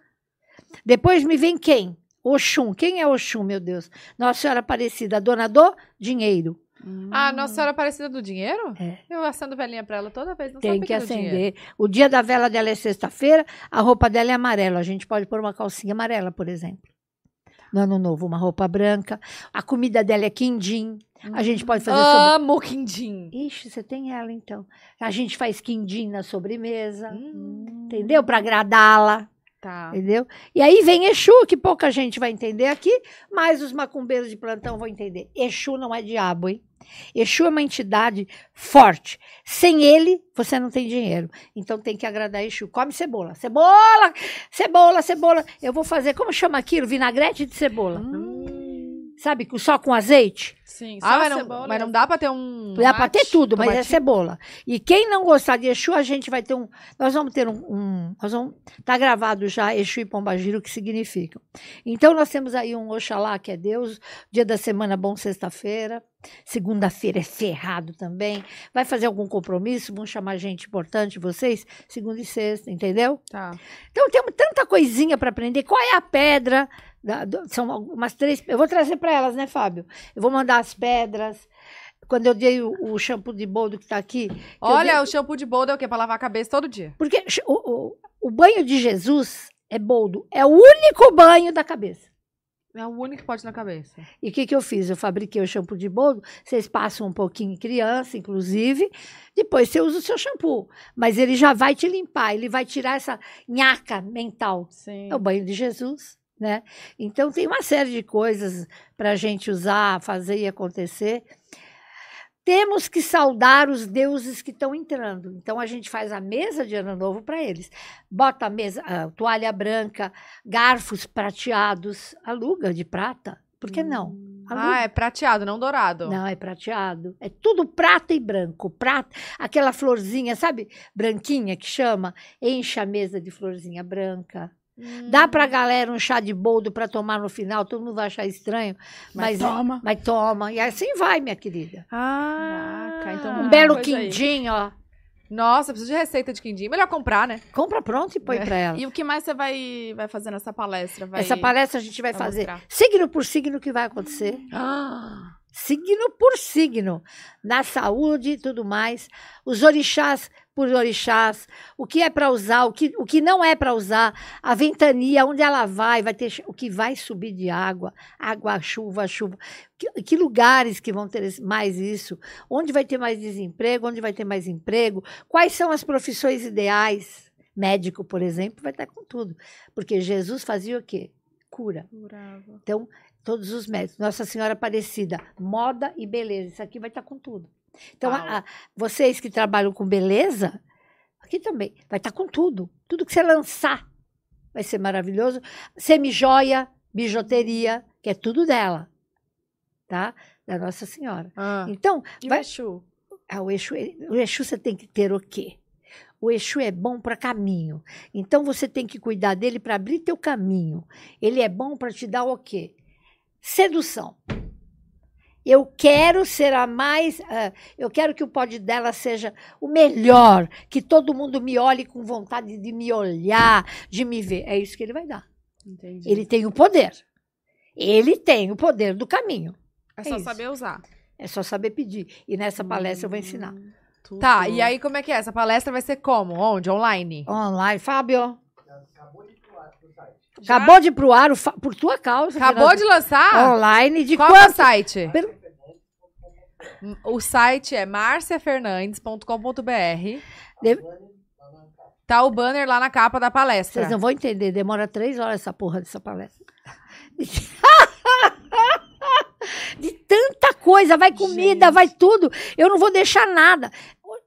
Depois me vem quem? Oxum. Quem é Oxum, meu Deus? Nossa Senhora Aparecida, a dona do dinheiro. Hum. Ah, Nossa Senhora Aparecida do Dinheiro? É. Eu acendo velhinha pra ela toda vez, não Tem sabia que era do é dinheiro. acender. O dia da vela dela é sexta-feira, a roupa dela é amarela. A gente pode pôr uma calcinha amarela, por exemplo. No ano novo, uma roupa branca. A comida dela é quindim. A gente pode Hum. fazer sobre... Amo o quindim. Ixi, você tem ela então. A gente faz quindim na sobremesa, Hum, entendeu? Para agradá-la. Tá. Entendeu? E aí vem Exu, que pouca gente vai entender aqui, mas os macumbeiros de plantão vão entender. Exu não é diabo, hein? Exu é uma entidade forte. Sem ele, você não tem dinheiro. Então tem que agradar Exu. Come cebola. Cebola! Cebola, cebola. Eu vou fazer, como chama aquilo? Vinagrete de cebola. Hum. Sabe, com- só com azeite? Sim, só Ah, mas não, cebola. mas não dá pra ter um. Dá pra ter tomate? tudo, mas é Tomatinho? cebola. E quem não gostar de Exu, a gente vai ter um. Nós vamos ter um. um- nós vamos. Tá gravado já Exu e Pombagira, o que significam. Então, nós temos aí um Oxalá, que é Deus. Dia da semana bom, sexta-feira. Segunda-feira é ferrado também. Vai fazer algum compromisso? Vão chamar gente importante, vocês? Segunda e sexta, entendeu? Tá. Então temos tanta coisinha para aprender. Qual é a pedra? da- do- são algumas três. Eu vou trazer para elas, né, Fábio? Eu vou mandar as pedras. Quando eu dei o, o shampoo de boldo que está aqui. que eu Olha, dei- o shampoo de boldo é o quê? Pra lavar a cabeça todo dia. porque sh- o, o- o banho de Jesus é boldo. É o único banho da cabeça. É o único que pode na cabeça. E o que, que eu fiz? Eu fabriquei o shampoo de boldo. Vocês passam um pouquinho em criança, inclusive. Depois você usa o seu shampoo. Mas ele já vai te limpar. Ele vai tirar essa nhaca mental. Sim. É o banho de Jesus, né? Então tem uma série de coisas para a gente usar, fazer e acontecer. Temos que saudar os deuses que estão entrando. Então a gente faz a mesa de ano novo para eles. Bota a mesa, a toalha branca, garfos prateados, aluga de prata. Por que não? Aluga. Ah, é prateado, não dourado. Não, é prateado. É tudo prata e branco. Prata, aquela florzinha, sabe? Branquinha que chama. Enche a mesa de florzinha branca. Hum. Dá pra galera um chá de boldo pra tomar no final, todo mundo vai achar estranho, mas, mas toma. toma. E assim vai, minha querida. Ah, Caraca, então Um Ah, belo coisa aí. quindim, ó. Nossa, preciso de receita de quindim. Melhor comprar, né? Compra pronto e põe É. pra ela. E o que mais você vai, vai fazer nessa palestra? Vai... Essa palestra a gente vai vai fazer mostrar. signo por signo que vai acontecer. Signo por signo. Na saúde e tudo mais. Os orixás por orixás. O que é pra usar, o que, o que não é pra usar. A ventania, onde ela vai, vai ter ch- o que vai subir de água. Água, chuva, chuva. Que, que lugares que vão ter esse- mais isso? Onde vai ter mais desemprego? Onde vai ter mais emprego? Quais são as profissões ideais? Médico, por exemplo, vai estar com tudo. Porque Jesus fazia o quê? Cura Curava. todos os métodos. Nossa Senhora Aparecida, moda e beleza. Isso aqui vai estar com tudo. Então, Paulo. a- a- vocês que trabalham com beleza, aqui também, vai estar com tudo. Tudo que você lançar vai ser maravilhoso. Semijoia, bijuteria, que é tudo dela, tá? Da Nossa Senhora. Ah. Então, E o vai, Exu? ah, o, Exu, ele- o Exu você tem que ter o quê? O Exu é bom para caminho. Então você tem que cuidar dele para abrir teu caminho. Ele é bom para te dar o quê? Sedução. Eu quero ser a mais. ah, eu quero que o pódio dela seja o melhor, que todo mundo me olhe com vontade de me olhar, de me ver. É isso que ele vai dar. Entendi. Ele tem o poder. Ele tem o poder do caminho. É só isso. saber usar. É só saber pedir. E nessa palestra eu vou ensinar. Hum, tudo. Tá, e aí como é que é? Essa palestra vai ser como? Onde? Online? Online, Fábio. Já? Acabou de ir pro ar o fa- por tua causa. Acabou de lançar? Online de Qual é o quanto? site? Per- O site é marciafernandes.com.br. Deve- Tá o banner lá na capa da palestra. Vocês não vão entender, demora três horas essa porra dessa palestra. De tanta coisa, vai comida, vai tudo. Eu não vou deixar nada.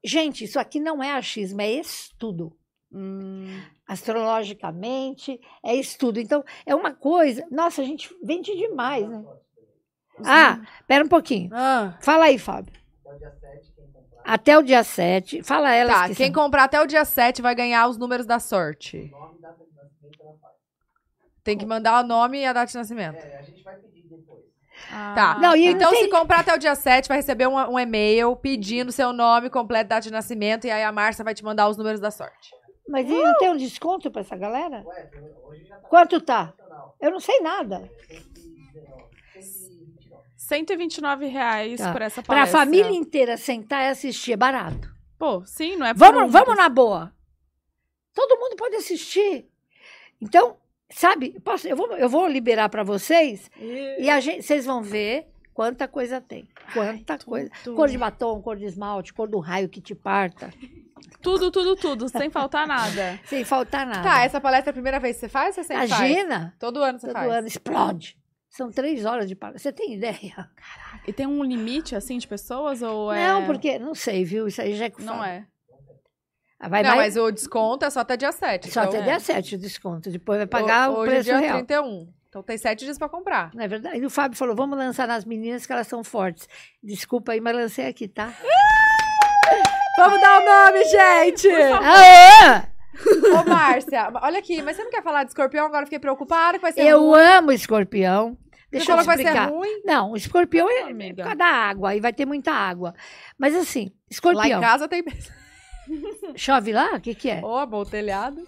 Gente, isso aqui não é achismo, é estudo. Hum, astrologicamente, é estudo. Então, é uma coisa. Nossa, a gente vende demais, né? Sim. Ah, pera um pouquinho. Ah, Fala aí, Fábio. Até o dia 7. Fala ela. tá, esqueci. quem comprar até o dia 7 vai ganhar os números da sorte. Tem que mandar o nome e a data de nascimento. É. Ah, Tá. Não, e então, não tem- se comprar até o dia 7, vai receber um, um e-mail pedindo seu nome, completo, data de nascimento, e aí a Márcia vai te mandar os números da sorte. Mas e não tem um desconto pra essa galera? Quanto tá? Eu não sei nada. 129 reais Tá. por essa Pra palestra. família inteira sentar e assistir, é barato. Pô, sim, não é pra Vamos, muitos. vamos na boa. Todo mundo pode assistir. Então, sabe, posso- eu, vou, eu vou liberar pra vocês E- E a gente, vocês vão ver quanta coisa tem. Quanta coisa. tudo. Cor de batom, cor de esmalte, cor do raio que te parta. Tudo, tudo, tudo, sem faltar nada. Sem faltar nada. Tá, essa palestra é a primeira vez que você faz ou você sempre faz? Ah. Imagina, Todo ano você todo faz. ano explode. São três horas de palestra. Você tem ideia? E tem um limite, assim, de pessoas? Tipo, Ou é... Não, porque não sei, viu? Isso aí já é que Não fala. é. Ah, Vai, não, vai, mas o desconto é só até dia 7. só até é. dia 7 o desconto. Depois vai pagar hoje o é preço dia real. 31. Então tem 7 dias pra comprar. Não é verdade? E o Fábio falou: vamos lançar nas meninas que elas são fortes. Desculpa aí, mas lancei aqui, tá? Vamos dar o nome, gente! Ah, Aê! Ô, Márcia, olha aqui, mas você não quer falar de escorpião? Agora eu fiquei preocupada que vai ser Eu é ruim. amo escorpião. Você Deixa eu falou que vai explicar. ser ruim. Não, o escorpião é, Não, é amiga. por causa da água, aí vai ter muita água. Mas assim, Lá em escorpião, casa tem... chove lá? O que, que é? Ô, amor, o telhado.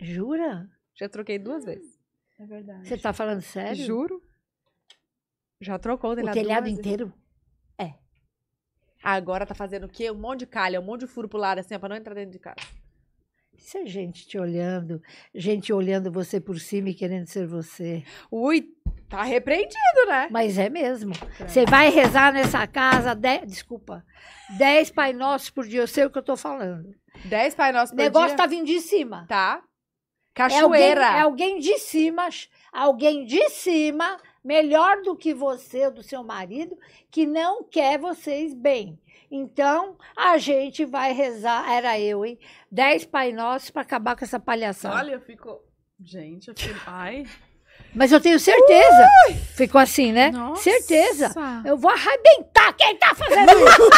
Jura? Já troquei duas vezes. É verdade. Você tá falando sério? Juro. Já trocou o O telhado telhado duas vezes. inteiro? Agora tá fazendo o quê? Um monte de calha, um monte de furo pro lado, assim, ó, pra não entrar dentro de casa. Isso é gente te olhando, gente olhando você por cima e querendo ser você. Ui, tá repreendido, né? Mas é mesmo. Você vai rezar nessa casa, dez, desculpa, dez Pai Nossos por dia, eu sei o que eu tô falando. 10 Pai Nosso O por negócio dia. tá vindo de cima. Tá. É alguém, Cachoeira. é alguém de cima, alguém de cima, melhor do que você ou do seu marido, que não quer vocês bem. Então, a gente vai rezar, era eu, hein? Dez Pai Nossos para acabar com essa palhaçada. Olha, eu fico... Gente, eu fico... Ai. Mas eu tenho certeza. Ficou assim, né? Nossa. Certeza. Eu vou arrebentar quem tá fazendo isso.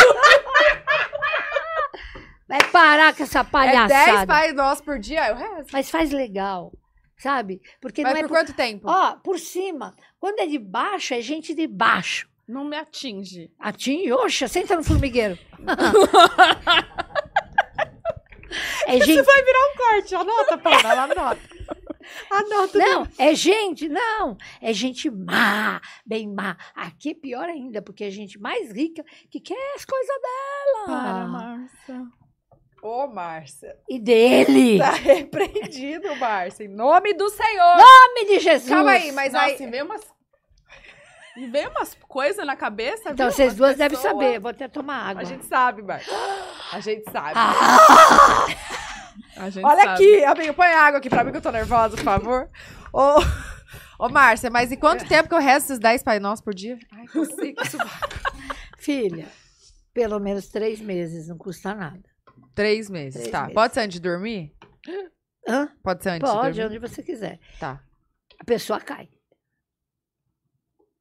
vai parar com essa É palhaçada. 10 Pai Nosso por dia, eu rezo. Mas faz legal, sabe? Porque Mas não é por quanto tempo? Ó, por cima. Quando é de baixo, é gente de baixo. Não me atinge. A Tim, oxa, senta no formigueiro. é gente. Corte, anota, Paula, ela anota. Anota. Não, é gente, não. É gente má, bem má. Aqui é pior ainda, porque é gente mais rica que quer as coisas dela. Para, Márcia. Ô, Márcia, E dele. tá repreendido, Márcia, em nome do Senhor. Nome de Jesus. Calma aí, mas Nossa, aí... e vem umas... E vem umas coisas na cabeça, Então, viu? vocês Umas duas devem pessoas. saber. Vou até tomar água. A gente sabe, Márcia. A gente sabe. Ah, A gente Olha sabe. aqui, amigo, põe água aqui pra mim que eu tô nervosa, por favor. Ô, ô Márcia, mas e quanto tempo que eu rezo esses 10 Pai Nosso por dia? Ai, consigo. filha. Pelo menos três meses, não custa nada. Três meses, Três tá. meses. Pode ser antes de dormir? Hã? Pode ser antes de Pode, dormir? onde você quiser. Tá. A pessoa cai.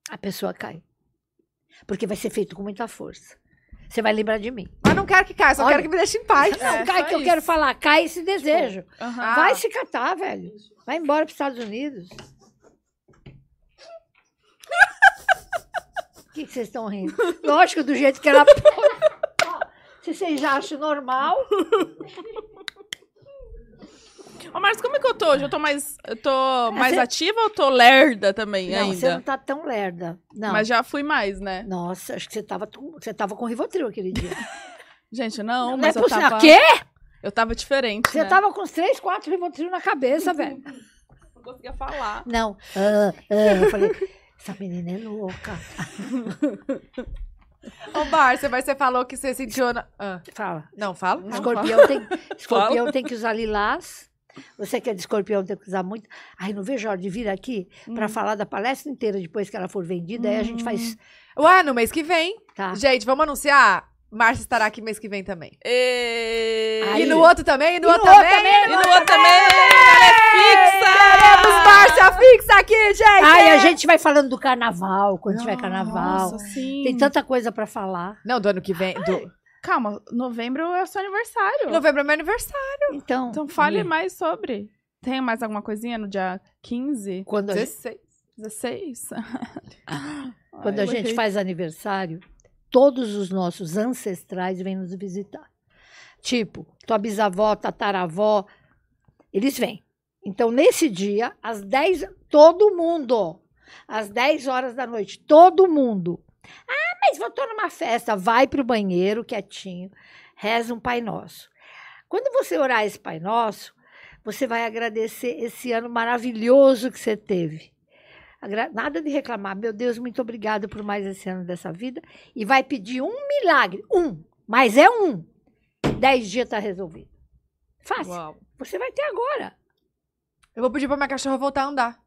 A pessoa cai. Porque vai ser feito com muita força. Você vai lembrar de mim. Mas não quero que caia, só Olha. quero que me deixe em paz. Não, É, cai só que eu quero isso. falar. Cai esse Tipo, desejo. Aham. Ah. Vai se catar, velho. Vai embora para os Estados Unidos. O que que vocês estão rindo? Lógico, do jeito que ela Ó, Se vocês já acham normal, Ô, Marcos, como é que eu tô hoje? Eu tô mais, eu tô mais Ah, você- ativa ou tô lerda também não, você ainda? não tá tão lerda. Não. Mas já fui mais, né? Nossa, acho que você tava, tu- você tava com Rivotril aquele dia. Gente, não, Não, mas é eu possível. tava... Né? Quê? Eu tava diferente, Você né? tava com uns três, quatro Rivotril na cabeça, velho. Não conseguia falar. Não. ah, ah, eu falei, essa menina é louca. Ô, Bar, você vai- você falou que você sentiu... na- Ah, Fala. Não, fala. Não. Escorpião tem, escorpião tem que usar lilás. Você que é de escorpião tem que usar muito. Ai, não vejo a hora de vir aqui Hum. pra falar da palestra inteira depois que ela for vendida. Aí a gente faz. Ué, no mês que vem. Tá. Gente, vamos anunciar. Márcia estará aqui mês que vem também. E... Aí. E no outro também, e no, E outro, no outro também. E no outro também! Ela é fixa! Queremos Márcia fixa aqui, gente! Ai, a gente vai falando do carnaval, quando tiver carnaval. é. Nossa, sim. Tem tanta coisa pra falar. Não, do ano que vem. Do... Calma, novembro é o seu aniversário. Novembro é meu aniversário. Então, Então fale mais sobre. Tem mais alguma coisinha no dia 15, quando a, 16. 16? quando a Ai, Ah, eu gente errei. faz aniversário, todos os nossos ancestrais vêm nos visitar. Tipo, tua bisavó, tataravó, eles vêm. Então, nesse dia, às 10, todo mundo, às 10 horas da noite, todo mundo. Ah, mas vou tô numa festa, vai pro banheiro quietinho, reza um Pai Nosso. Quando você orar esse Pai Nosso, você vai agradecer esse ano maravilhoso que você teve. Agra- Nada de reclamar. Meu Deus, muito obrigada por mais esse ano dessa vida. E vai pedir um milagre. Um. Mas é um. Dez dias tá resolvido. Fácil. Uau. Você vai ter agora. Eu vou pedir pra minha cachorra voltar a andar.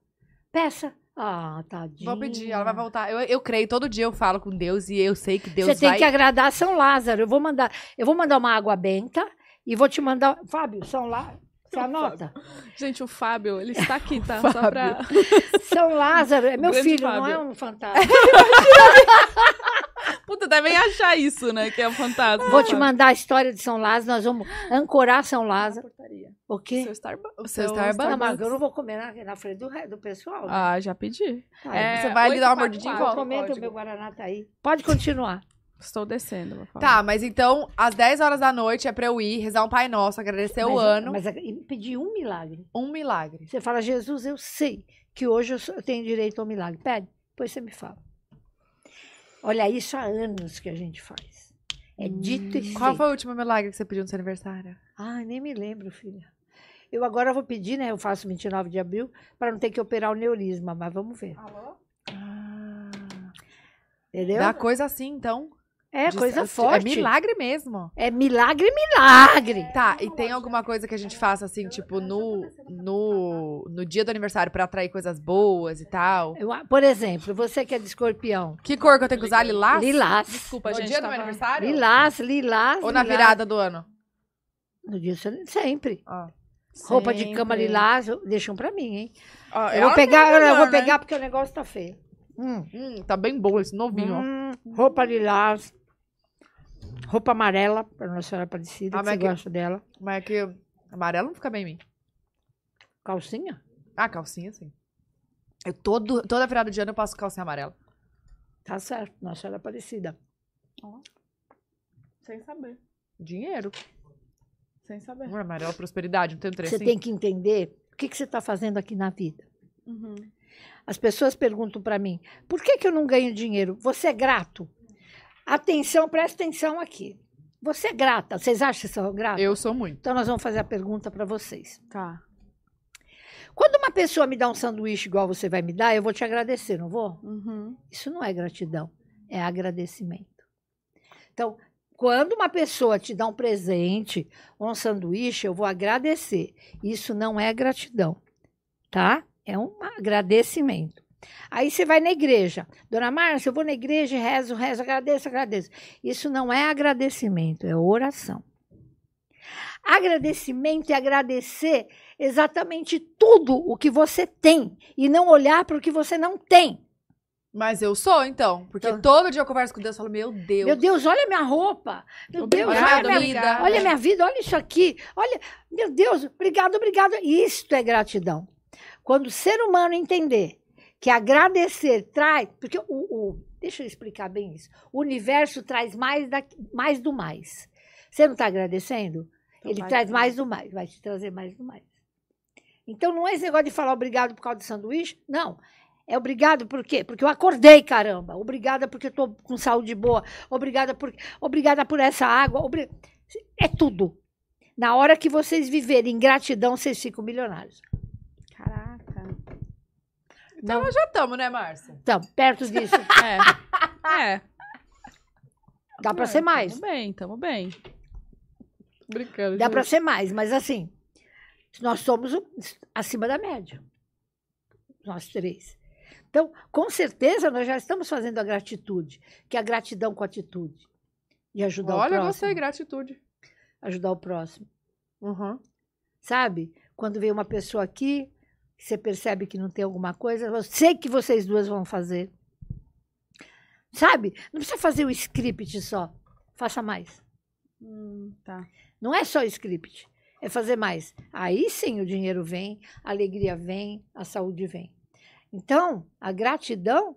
Peça. Ah, tadinha. Vou pedir, ela vai voltar. Eu, eu creio, todo dia eu falo com Deus e eu sei que Deus Você tem vai... que agradar São Lázaro. Eu vou mandar, eu vou mandar uma água benta e vou te mandar. Fábio, São Lázaro. Você anota? Gente, o Fábio, ele está aqui, tá? O Só pra... São Lázaro é meu Grande filho, não Fábio. é um fantasma. Puta, devem achar isso, né? Que é um fantasma. Vou te mandar a história de São Lázaro, nós vamos ancorar São Na Lázaro. portaria. O O quê? seu Starbucks. O seu Starbucks. Então, Não, mas eu não vou comer na, na frente do, re- do pessoal. né? Ah, já pedi. Tá, é, Você vai ali dar uma 844, mordidinha e Vou volta. qual comer, código? meu Guaraná tá aí. Pode continuar. Estou descendo. vou falar. Tá, mas então, às 10 horas da noite é pra eu ir rezar um Pai Nosso, agradecer o Mas- ano. Mas e pedir um milagre. Um milagre. Você fala, Jesus, eu sei que hoje eu sou- eu tenho direito ao milagre. Pede, depois você me fala. Olha, isso há anos que a gente faz. É dito e feito. Qual foi o último milagre que você pediu no seu aniversário? Ai, nem me lembro, filha. Eu agora vou pedir, né? Eu faço 29 de abril, para não ter que operar o neurisma, mas vamos ver. Ah, Alô? Entendeu? Dá coisa assim, então. É De- coisa forte. É milagre mesmo. É milagre, milagre. Tá, e tem alguma coisa que a gente faça assim, tipo, no, no, no dia do aniversário pra atrair coisas boas e tal? Eu a- por exemplo, você que é de escorpião. Que cor que eu tenho que usar? Lilás? Lilás. Desculpa, No gente. dia do tava- meu aniversário? Lilás, lilás. Ou na lilás. virada do ano? No dia do seu- sempre. Ó. Roupa de cama Sempre. lilás, eu- deixam pra mim, hein? Ó, É Eu ela vou pegar, tá olha, eu vou melhor, né? pegar porque o negócio tá feio. Hum, Hum, tá bem bom esse novinho, ó. hum, roupa lilás. Roupa amarela, pra Nossa Senhora Aparecida, Ah, que mas você que- gosta dela. Mas é que amarelo não fica bem em mim. Calcinha? Ah, calcinha, sim. Eu todo, toda virada de ano eu passo calcinha amarela. Tá certo, Nossa Senhora Aparecida. Sem saber. Dinheiro. Sem saber. Hum, Amarelo, prosperidade, não tem três. É. Você tem que entender o que, que você tá fazendo aqui na vida. Uhum. As pessoas perguntam pra mim, por que, que eu não ganho dinheiro? Você é grato? Atenção, presta atenção aqui. Você é grata. Vocês acham que são gratos? Eu sou muito. Então nós vamos fazer a pergunta pra vocês. Tá. Quando uma pessoa me dá um sanduíche igual você vai me dar, eu vou te agradecer, não vou? Uhum. Isso não é gratidão, é agradecimento. Então, quando uma pessoa te dá um presente ou um sanduíche, eu vou agradecer. Isso não é gratidão, tá? É um agradecimento. Aí você vai na igreja. Dona Márcia, eu vou na igreja, e rezo, rezo, agradeço, agradeço. Isso não é agradecimento, é oração. Agradecimento é agradecer exatamente tudo o que você tem e não olhar para o que você não tem. Mas eu sou, então. Porque Então- todo dia eu converso com Deus e falo, meu Deus. Meu Deus, olha minha roupa. Meu Deus, olha Obrigada, minha, vida. olha minha vida, olha isso aqui. Olha, meu Deus, obrigado, obrigado. Isto é gratidão. Quando o ser humano entender que agradecer traz. Porque o. o- deixa eu explicar bem isso. O universo traz mais, da- mais do mais. Você não está agradecendo? Então Ele vai traz ter. mais do mais, vai te trazer mais do mais. Então não é esse negócio de falar obrigado por causa do sanduíche, não. É obrigado por quê? Porque eu acordei, caramba. Obrigada porque eu tô com saúde boa. Obrigada por, obrigada por essa água. Obri- É tudo. Na hora que vocês viverem em gratidão, vocês ficam milionários. Caraca. Então nós já estamos, né, Márcia? Então, perto disso, É. É. dá para É, ser mais. Tamo bem, tamo bem. Brincando. Dá para ser mais, mas assim, nós somos o- acima da média. Nós três. Então, com certeza, nós já estamos fazendo a gratitude, que é a gratidão com atitude. De ajudar Olha, Então, o eu próximo. gostei, gratitude. Ajudar o próximo. Uhum. Sabe? Quando vem uma pessoa aqui, você percebe que não tem alguma coisa, eu sei que vocês duas vão fazer. Sabe? Não precisa fazer o script só. Faça mais. Hum, tá. Não é só script. É fazer mais. Aí sim o dinheiro vem, a alegria vem, a saúde vem. Então, a gratidão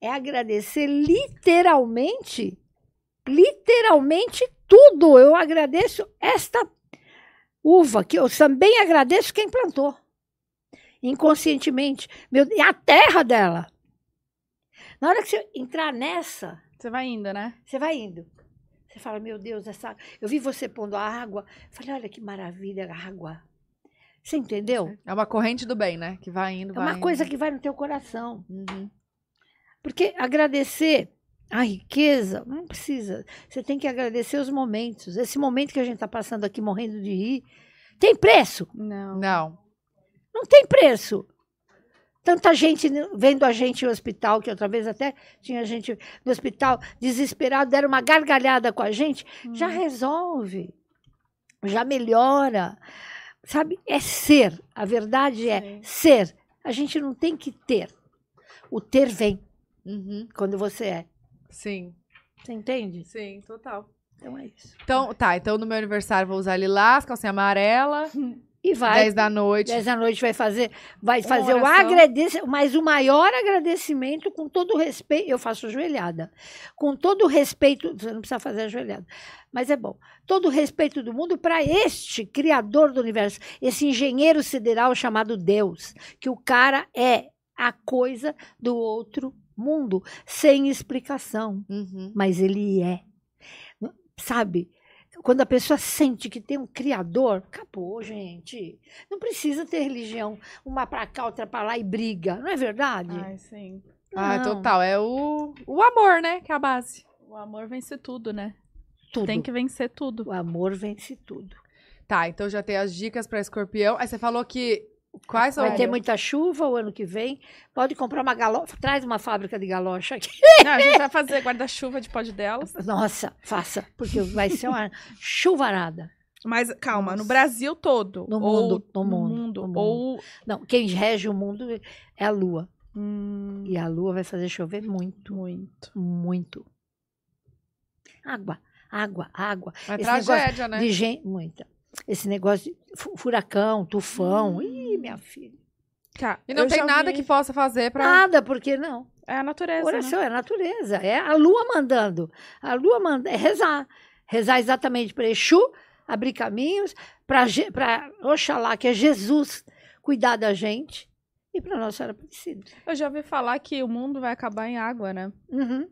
é agradecer literalmente, literalmente tudo. Eu agradeço esta uva, que eu também agradeço quem plantou. Inconscientemente. Meu, e a terra dela. Na hora que você entrar nessa, Você vai ainda, né? você vai indo. Você fala, meu Deus, essa. Eu vi você pondo a água. Eu Falei, olha que maravilha, a água. Você entendeu? É uma corrente do bem, né? Que vai indo, É vai uma indo. coisa que vai no teu coração. Uhum. Porque agradecer a riqueza, não precisa. Você tem que agradecer os momentos. Esse momento que a gente está passando aqui morrendo de rir, tem preço? Não. Não. Não tem preço. Tanta gente n- vendo a gente no hospital, que outra vez até tinha gente no hospital desesperado, deram uma gargalhada com a gente. já Hum. resolve, já melhora. Sabe? É ser. A verdade é Sim. ser. A gente não tem que ter. O ter vem Uhum. quando você é. Sim. Você entende? Sim, total. Então é isso. Então, tá. Então, no meu aniversário, eu vou usar lilás, calcinha amarela. E vai. 10 da noite. 10 da noite vai fazer, vai Uma fazer o oração. agradecimento, mas o maior agradecimento com todo o respeito, eu faço ajoelhada. Com todo o respeito, você não precisa fazer ajoelhada, mas é bom. Todo o respeito do mundo para este criador do universo, esse engenheiro sideral chamado Deus, que o cara é a coisa do outro mundo, sem explicação Uhum. mas ele é. Sabe? Quando a pessoa sente que tem um criador, acabou, gente. Não precisa ter religião, uma pra cá, outra pra lá e briga. Não é verdade? Ai, sim. Ah, Não. total. É o, o amor, né? Que é a base. O amor vence tudo, né? Tudo. Tem que vencer tudo. O amor vence tudo. Tá, então já tem as dicas pra escorpião. Aí você falou que. Quais são Vai ter muita chuva o ano que vem. Pode comprar uma galocha. Traz uma fábrica de galocha aqui. Não, a gente vai fazer guarda-chuva de pó de delas. Nossa, faça, porque vai ser uma chuvarada. Mas calma, no Nossa. Brasil todo. No ou mundo, no mundo, no mundo. Ou. Não, quem rege o mundo é a lua. Hum, E a lua vai fazer chover muito. muito. Muito. Água, água, água. É esse tragédia, né? De gente, muita. Esse negócio de fu- furacão, Hum. tufão. Ih, minha filha. Tá, E não eu tem já nada vi- que possa fazer pra. Nada, porque não? É a natureza. né? Oração é a natureza. É a lua mandando. A lua manda. É rezar. Rezar exatamente para Exu, abrir caminhos, para Oxalá, que é Jesus, cuidar da gente. E para Nossa Senhora Aparecida. Eu já ouvi falar que o mundo vai acabar em água, né? Uhum.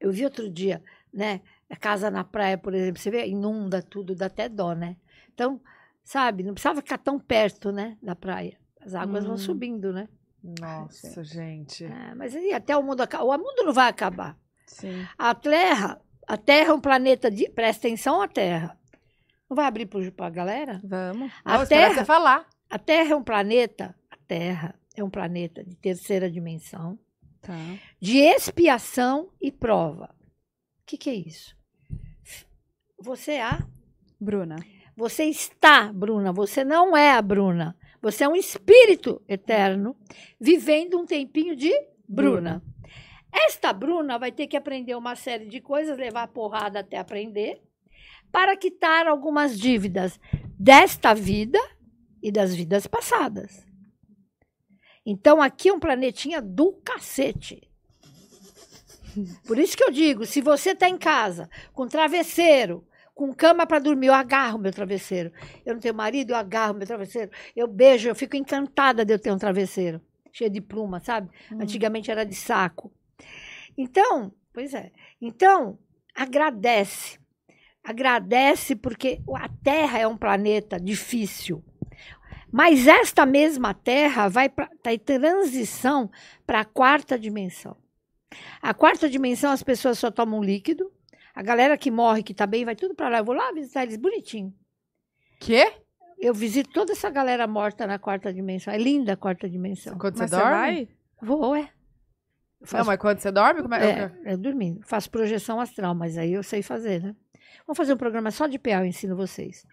Eu vi outro dia, né? A casa na praia, por exemplo, você vê, inunda tudo, dá até dó, né? Então, sabe, não precisava ficar tão perto, né, da praia. As águas Hum. vão subindo, né? Nossa, é. gente. Ah, mas aí até o mundo acaba. O mundo não vai acabar. Sim. A Terra, a Terra é um planeta de. Presta atenção à Terra. Não vai abrir para a galera? Vamos. A Não, espera Terra, você falar. a Terra é um planeta. A Terra é um planeta de terceira dimensão, Tá. de expiação e prova. O que, que é isso? Você é há Bruna. você está, Bruna, você não é a Bruna. Você é um espírito eterno vivendo um tempinho de Bruna. Esta Bruna vai ter que aprender uma série de coisas, levar porrada até aprender, para quitar algumas dívidas desta vida e das vidas passadas. Então aqui é um planetinha do cacete. Por isso que eu digo, se você está em casa com travesseiro, com cama para dormir, eu agarro meu travesseiro. Eu não tenho marido, eu agarro meu travesseiro. Eu beijo, eu fico encantada de eu ter um travesseiro cheio de pluma, sabe? Uhum. Hum. Antigamente era de saco. Então, pois é. Então, agradece. Agradece porque a Terra é um planeta difícil. Mas esta mesma Terra vai pra, tá em transição para a quarta dimensão. A quarta dimensão as pessoas só tomam líquido. A galera que morre, que tá bem, vai tudo para lá. Eu vou lá visitar eles bonitinho. Quê? Eu visito toda essa galera morta na quarta dimensão. É linda a quarta dimensão. Quando Mas você você dorme? vai? Vou, é. Eu Não, mas quando você dorme, como é? é, eu dormindo. Faço projeção astral, mas aí eu sei fazer, né? Vamos fazer um programa só de PA, eu ensino vocês.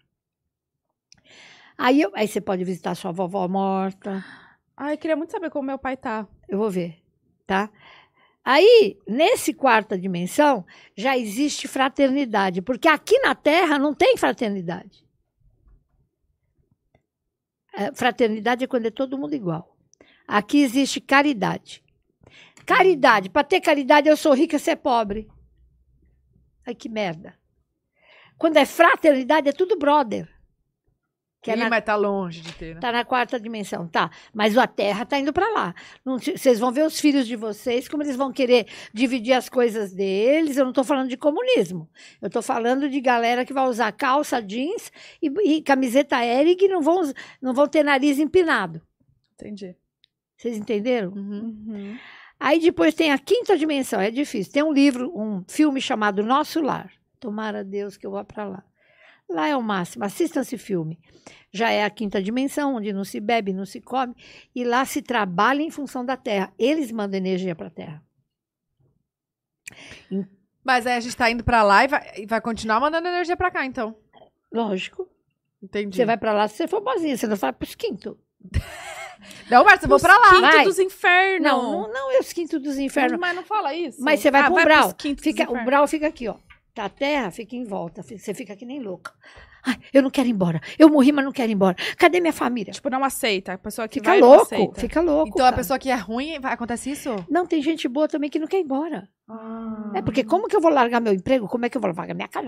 Aí, eu- aí você pode visitar sua vovó morta. Ai, queria muito saber como meu pai tá. Eu vou ver, tá? Aí, nesse quarta dimensão, já existe fraternidade, porque aqui na Terra não tem fraternidade. É, fraternidade é quando é todo mundo igual. Aqui existe caridade. Caridade, para ter caridade eu sou rica, você é pobre. Ai que merda. Quando é fraternidade é tudo brother. Que é Ih, na mas tá longe de ter, né? Tá na quarta dimensão, tá. Mas a Terra tá indo para lá. Não se- Vocês vão ver os filhos de vocês, como eles vão querer dividir as coisas deles. Eu não tô falando de comunismo. Eu tô falando de galera que vai usar calça jeans e, e camiseta Eric e não vão, us- não vão ter nariz empinado. Entendi. Vocês entenderam? Uhum. Aí depois tem a quinta dimensão, é difícil. Tem um livro, um filme chamado Nosso Lar. Tomara a Deus que eu vá para lá. Lá é o máximo. Assista esse filme. Já é a quinta dimensão, onde não se bebe, não se come. E lá se trabalha em função da Terra. Eles mandam energia para a Terra. Mas aí a gente tá indo pra lá e vai, e vai continuar mandando energia pra cá, então. Lógico. Entendi. Você vai para lá se você for boazinha. Você não vai para os quinto. Não, Marta, eu vou pra lá. Quinto Vai. dos infernos. Não, não, não é os quinto dos infernos. Mas não fala isso. Ah, Mas você vai pro pros Brau. quintos dos Fica, o infernos. brau fica aqui, ó. Tá a terra, fica em volta. Fi- Você fica que nem louca. Ai, eu não quero ir embora. Eu morri, mas não quero ir embora. Cadê minha família? Tipo, não aceita. A pessoa que é Fica vai não louco, aceita. fica louco. Então a cara. pessoa que é ruim, vai, acontece isso? Não, tem gente boa também que não quer ir embora. Ah. É porque como que eu vou largar meu emprego? Como é que eu vou largar minha casa?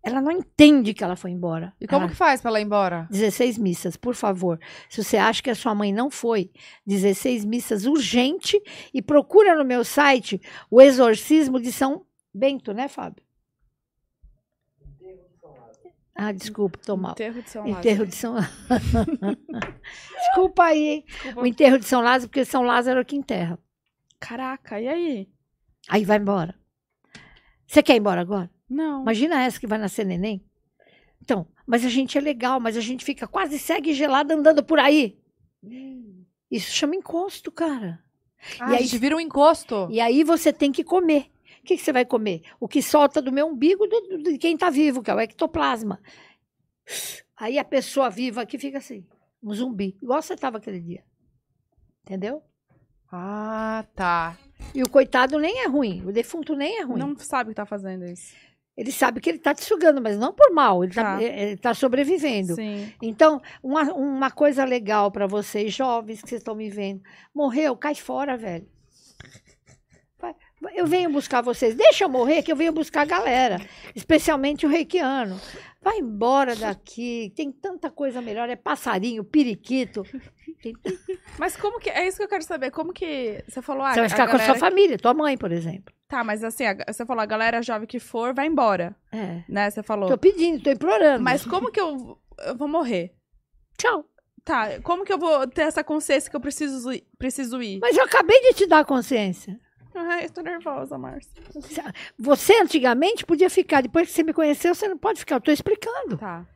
Ela não entende que ela foi embora. E como Ela- que faz pra ela ir embora? 16 missas, por favor. Se você acha que a sua mãe não foi, 16 missas urgente e procura no meu site o exorcismo de São Bento, né, Fábio? Ah, desculpa, tô mal. Enterro de São Enterro de São Desculpa aí, hein? Desculpa. O enterro de São Lázaro, porque São Lázaro é que enterra. Caraca, e aí? Aí vai embora. Você quer ir embora agora? Não. Imagina essa que vai nascer neném. Então, mas a gente é legal, mas a gente fica quase cega e gelada andando por aí. Hum. Isso chama encosto, cara. Ah, E e aí- aí, a gente vira um encosto. E aí você tem que comer. O que, que você vai comer? O que solta do meu umbigo do- do- de quem está vivo, que é o ectoplasma. Aí a pessoa viva aqui fica assim, um zumbi, igual você estava aquele dia. Entendeu? Ah, tá. E o coitado nem é ruim, o defunto nem é ruim. Não sabe que tá fazendo isso. Ele sabe que ele está te sugando, mas não por mal, ele está Tá. sobrevivendo. Sim. Então, uma, uma coisa legal para vocês, jovens que vocês estão me vendo. Morreu, cai fora, velho. Vai- vai- Eu venho buscar vocês. Deixa eu morrer, que eu venho buscar a galera. Especialmente o reikiano. Vai embora daqui. Tem tanta coisa melhor. É passarinho, periquito. Tem- Mas como que. É isso que eu quero saber. Como que. Você falou. Ah, Você vai a ficar com a sua galera- família, tua mãe, por exemplo. Tá, mas assim, a- você falou, a galera jovem que for, vai embora. É. Né? Você falou. Tô pedindo, tô implorando. Mas como que eu, eu vou morrer? tchau. Tá, como que eu vou ter essa consciência que eu preciso, ir- preciso ir? Mas eu acabei de te dar a consciência. Ai, eu tô nervosa, Márcia. Você antigamente podia ficar, depois que você me conheceu, você não pode ficar. Eu estou explicando. Tá.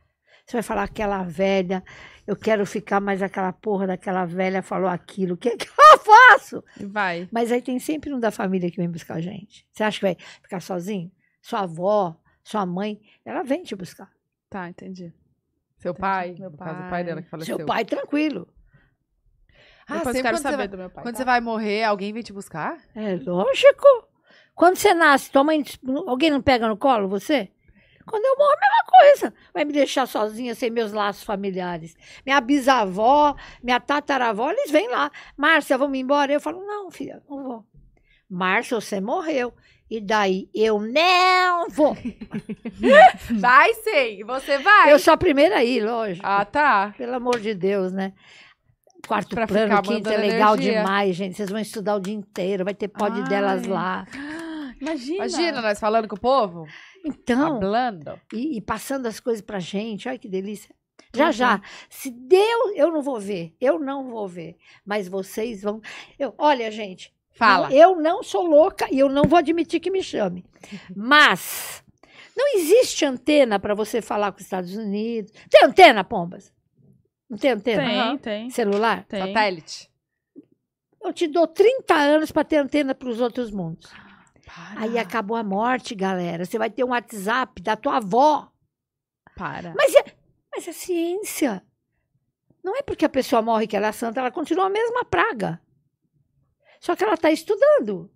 Você vai falar aquela velha, eu quero ficar mais aquela porra daquela velha, falou aquilo, o que, que eu faço? E vai. Mas aí tem sempre um da família que vem buscar a gente. Você acha que vai ficar sozinho? Sua avó, sua mãe, ela vem te buscar. Tá, entendi. Seu pai, Meu no caso, o pai. pai dela que faleceu. Seu pai, tranquilo. Ah, Depois sempre eu quero quando você saber vai- do meu pai. Quando tá? você vai morrer, alguém vem te buscar? É lógico. Quando você nasce, tua mãe, alguém não pega no colo você? Quando eu morro, a mesma coisa. Vai me deixar sozinha sem meus laços familiares. Minha bisavó, minha tataravó, eles vêm lá. Márcia, vamos embora? Eu falo, não, filha, não vou. Márcia, você morreu. E daí? Eu não vou. Vai sim, você vai. Eu sou a primeira aí, lógico. Ah, tá. Pelo amor de Deus, né? Quarto Pra plano, ficar quinto, é mandando legal energia. demais, gente. Vocês vão estudar o dia inteiro, vai ter pod Ai. delas lá. Imagina. Imagina né? nós falando com o povo, Tá Então, hablando. e, e passando as coisas pra gente, olha que delícia. Já, já. Se deu, eu não vou ver. Eu não vou ver. Mas vocês vão. Eu, olha, gente, Fala. eu não sou louca e eu não vou admitir que me chame. Mas não existe antena para você falar com os Estados Unidos. Tem antena, Pombas? Não tem antena? Tem, Aham. tem. Celular? Tem. tá Satélite. Eu te dou 30 anos para ter antena para os outros mundos. Para. Ah. Aí acabou a morte, galera. Você vai ter um WhatsApp da tua avó. Para. Mas é, mas é ciência. Não é porque a pessoa morre que ela é santa, ela continua a mesma praga. Só que ela está estudando.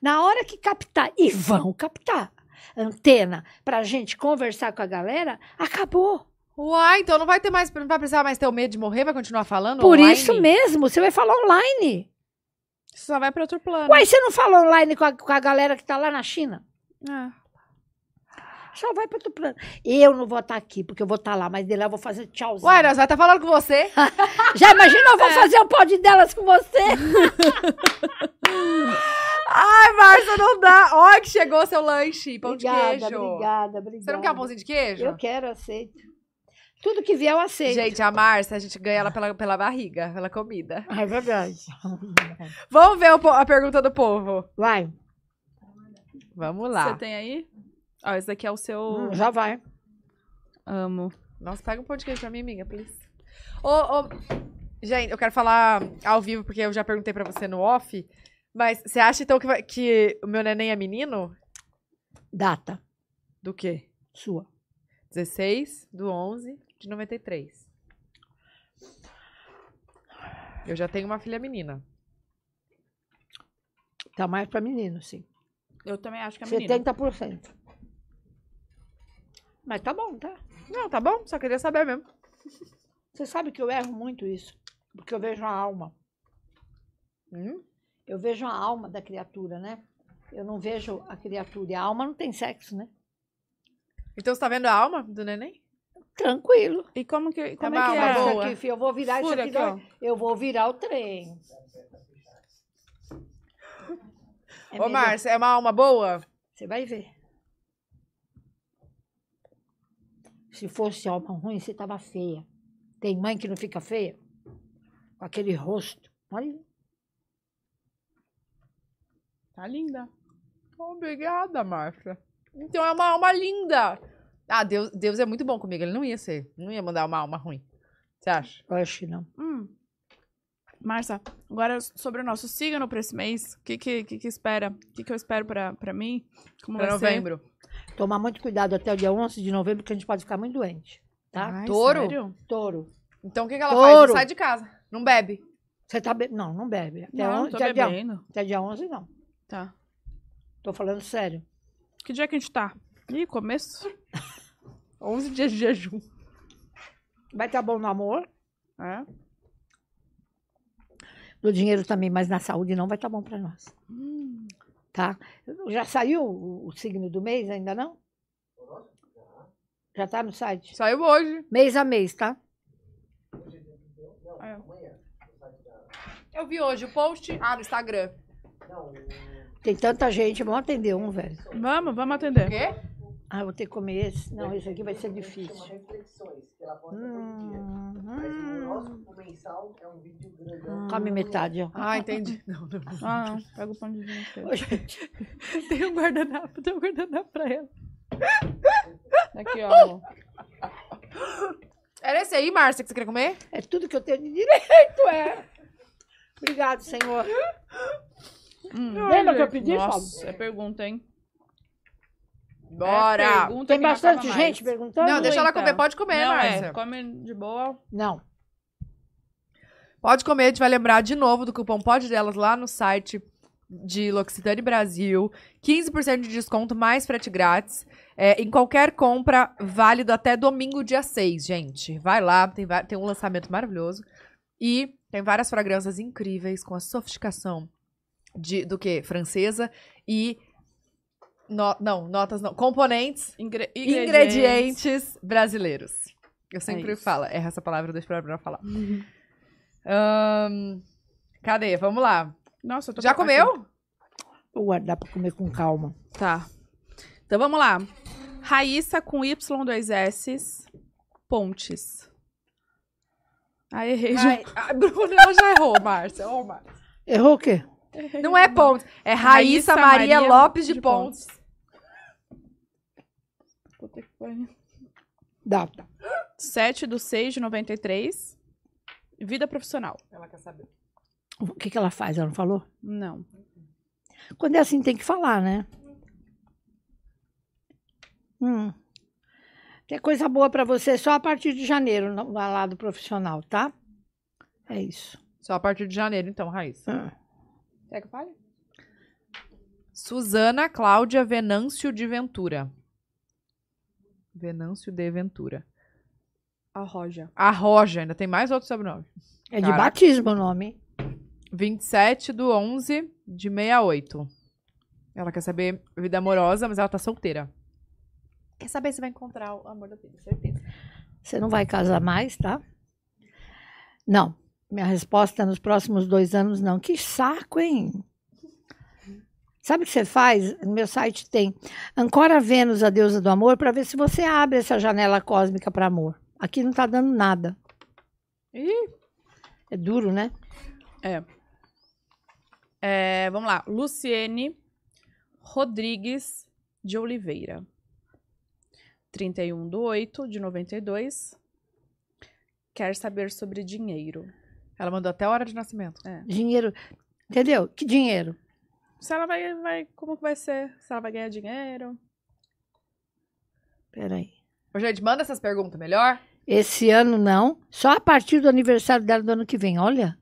Na hora que captar, e vão captar, antena para a gente conversar com a galera, acabou. Uai, então não vai ter mais, não vai precisar mais ter o medo de morrer, vai continuar falando Por online? isso mesmo, você vai falar online. Você só vai pra outro plano. Uai, você não fala online com a, com a galera que está lá na China? Ah. Só vai para outro plano. Eu não vou estar aqui, porque eu vou estar lá, mas de lá eu vou fazer tchauzinho. Uai, nós vai estar falando com você. Já imagina eu vou fazer um pod delas com você? Ai, Marcia, não dá. Olha que chegou seu lanche, pão de queijo. obrigada, obrigada. Você não quer um pãozinho de queijo? Eu quero, eu aceito. Tudo que vier, eu aceito. Gente, a Márcia, a gente ganha ela pela, pela barriga, pela comida. Ah, É verdade. Vamos ver o po- a pergunta do povo. Vai, Vamos Você lá. tem aí? Ó, esse daqui é o seu. hum, já vai. Amo. Nossa, pega um pão de queijo pra mim, amiga, please. Ô, ô, gente, eu quero falar ao vivo, porque eu já perguntei pra você no off. Mas você acha, então, que, vai- que o meu neném é menino? Data Do quê? sua. 16 do 11 de 93. Eu já tenho uma filha menina. Tá mais pra menino, sim. Eu também acho que é menino. 70%. Mas tá bom, tá? Não, tá bom? Só queria saber mesmo. Você sabe que eu erro muito isso. Porque eu vejo a alma. Hum? Eu vejo a alma da criatura, né? Eu não vejo a criatura. E a alma não tem sexo, né? Então você tá vendo a alma do neném? Tranquilo. E como que, como bom, é que tá é? bom. Isso boa. aqui, filho, eu vou virar Fura isso aqui. aqui, ó. Eu vou virar o trem. É Ô, melhor. Márcia, é uma alma boa? Você vai ver. Se fosse alma ruim, você tava feia. Tem mãe que não fica feia? Com aquele rosto. Olha. aí. Tá linda. Obrigada, Márcia. Então é uma alma linda. Ah, Deus, Deus é muito bom comigo. Ele não ia ser. Não ia mandar uma alma ruim. Você acha? Eu acho que não. Hum. Marcia, agora sobre o nosso signo pra esse mês. O que que, que que espera? O que que eu espero pra, pra mim? Como Pra vai ser? novembro. Tomar muito cuidado até o dia 11 de novembro, porque a gente pode ficar muito doente. Tá? Ai, Touro? sério? Touro. Então o que, que ela faz? Touro. Não sai de casa. Não bebe. Você tá bebendo? Não, não bebe. Até, Não, on- tô até dia, on- bebendo. até dia 11, não. Tá. Tô falando sério. Que dia que a gente tá? Ih, começo. 11 dias de jejum. Vai estar tá bom no amor, É? no dinheiro também, mas na saúde não vai estar bom pra nós. Hum. Tá? Já saiu o, o signo do mês? Ainda não? Já tá no site? Saiu hoje. Mês a mês, tá? Aí, ó. Eu vi hoje o post. Ah, no Instagram. Tem tanta gente, vamos atender um, velho. Vamos, vamos O atender. quê? Ah, eu vou ter que comer esse. Não, esse aqui vai ser difícil. Hum, hum. é um Come metade, ó. Ah, entendi. Não, não. não. Ah, não. Pega o pão de vinho. inteiro. Ô, gente, Tem um guardanapo, tem um guardanapo pra ela. Aqui, ó. amor. Era esse aí, Márcia, que você queria comer? É tudo que eu tenho de direito, é. Obrigado, senhor. Hum. Lembra é que eu pedi, Fábio? Nossa, é pergunta, hein? Bora! É pergunta Tem que não bastante acaba gente mais. perguntando? não, deixa ela então. comer. Pode comer, Não, Márcia. é, come de boa. Não. Pode comer, a gente vai lembrar de novo do cupom Pode Delas lá no site de L'Occitane Brasil. 15% de desconto mais frete grátis. É, em qualquer compra, válido até domingo, dia 6, gente. Vai lá, tem, va- tem um lançamento maravilhoso. E tem várias fragrâncias incríveis com a sofisticação de, do que? Francesa e. no- não, notas não. Componentes Ingre- ingredientes brasileiros. Eu sempre É isso. Uhum. falo, erra essa palavra, deixa pra pra falar. Ahn, cadê? Vamos lá. Nossa, eu tô Já com- comeu? Vou guardar pra comer com calma. Tá. Então vamos lá. Raíssa com Y2S Pontes. Ah, errei. já. Ai, a Bruna ela já errou, Márcia. Ô, Márcia. Errou o quê? Não é Pontes, é Raíssa, Raíssa Maria, Maria Lopes de, de Pontes. Puta que pariu. Data. 7 do 6 de 93. Vida profissional. Ela quer saber. O que, que ela faz? Ela não falou? Não. Quando é assim, tem que falar, né? Hum. Tem coisa boa pra você só a partir de janeiro, no- lá lá do profissional, tá? É isso. Só a partir de janeiro, então, Raíssa. Hum. Quer que eu fale? Suzana Cláudia Venâncio de Ventura. Venâncio de Ventura. A Roja. A Roja, ainda tem mais outro sobrenome. É de Caraca. batismo o nome. hein? 27 do 11 de 68. Ela quer saber vida amorosa, mas ela tá solteira. Quer saber se vai encontrar o amor da vida, certeza. Você não vai casar mais, tá? Não. Minha resposta é nos próximos dois anos, não. Que saco, hein? Sabe o que você faz? No meu site tem Ancora Vênus, a deusa do amor, para ver se você abre essa janela cósmica para amor. Aqui não tá dando nada. Ih. É duro, né? É, vamos lá. Luciene Rodrigues de Oliveira. 31 do 8 de 92. Quer saber sobre dinheiro. Ela mandou até a hora de nascimento. É. Dinheiro. Entendeu? Que dinheiro? Se ela vai, vai. Como que vai ser? Se ela vai ganhar dinheiro. Peraí. Ô, gente, manda essas perguntas melhor. Esse ano não. Só a partir do aniversário dela do ano que vem. Olha.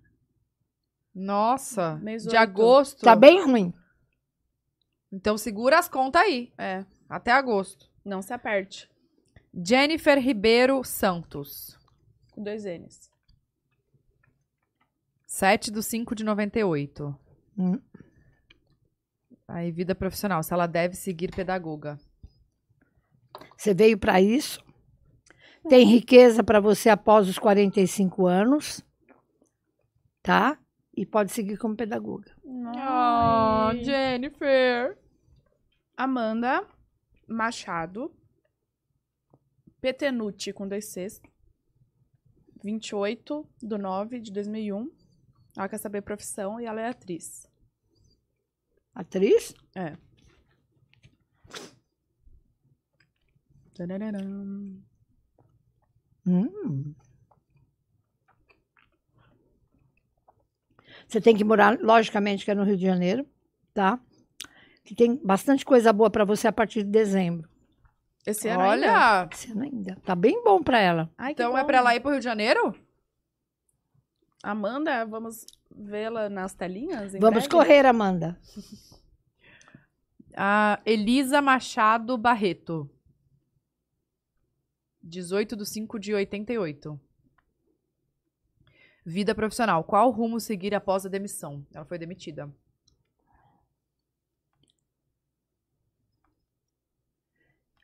Nossa, Mês de oito. agosto. Tá bem ruim. Então segura as contas aí, É. até agosto. Não se aperte. Jennifer Ribeiro Santos. Com dois N's. 7 do 5 de 98. Hum. Aí, vida profissional, se ela deve seguir pedagoga. Você veio para isso. Tem riqueza para você após os 45 anos. Tá? E pode seguir como pedagoga. Ai. Ah, Jennifer. Amanda Machado. Petenucci com dois Cs. 28 do 9 de 2001. Ela quer saber profissão e ela é atriz. Atriz? Tarararam. Hum. Você tem que morar, logicamente, que é no Rio de Janeiro, tá? Que tem bastante coisa boa para você a partir de dezembro. Esse ano ainda? Olha, Esse ano ainda. Tá bem bom para ela. Ai, que então é bom. pra ela ir pro Rio de Janeiro? Amanda, vamos vê-la nas telinhas? em Vamos breve? correr, Amanda. A Elisa Machado Barreto. 18 de 5 de 88. Vida profissional. Qual rumo seguir após a demissão? Ela foi demitida.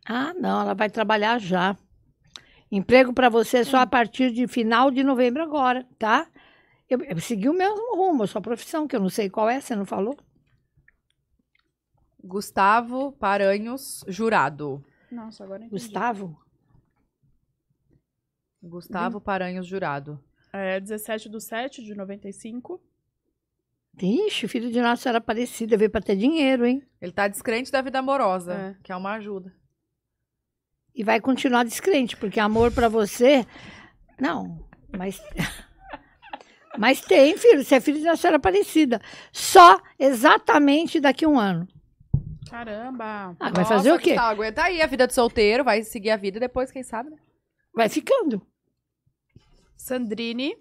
Ah, não, ela vai trabalhar já. Emprego para você só a partir de final de novembro agora, tá? Eu, eu segui o mesmo rumo, a sua profissão, que eu não sei qual é, você não falou? Gustavo Paranhos Jurado. Nossa, agora eu entendi. Gustavo? Gustavo Paranhos Jurado. É 17 do 7 de 95. Ixi, filho de nossa era parecida, veio para ter dinheiro, hein? Ele tá descrente da vida amorosa, É. que é uma ajuda. E vai continuar descrente, porque amor para você Não, mas. mas tem filho. Você é filho de Nossa Senhora Aparecida. Só exatamente daqui a um ano. Caramba. Ah, vai fazer o que quê? tal, tá, aguenta aí a vida de solteiro, vai seguir a vida depois, quem sabe, né? Vai ficando. Sandrine.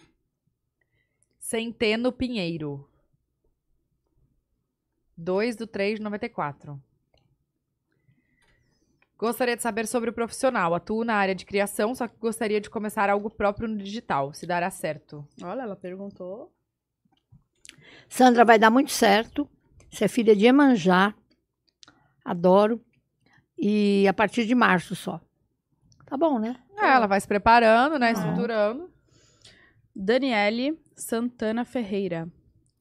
Centeno Pinheiro. 2 do 3 de 94. Gostaria de saber sobre o profissional. Atuo na área de criação, só que gostaria de começar algo próprio no digital, se dará certo. Olha, ela perguntou. Sandra vai dar muito certo. Você é filha de Emanjá. Adoro. E a partir de março só. Tá bom, né? É, ela vai se preparando, né? Ah. Estruturando. Daniele Santana Ferreira.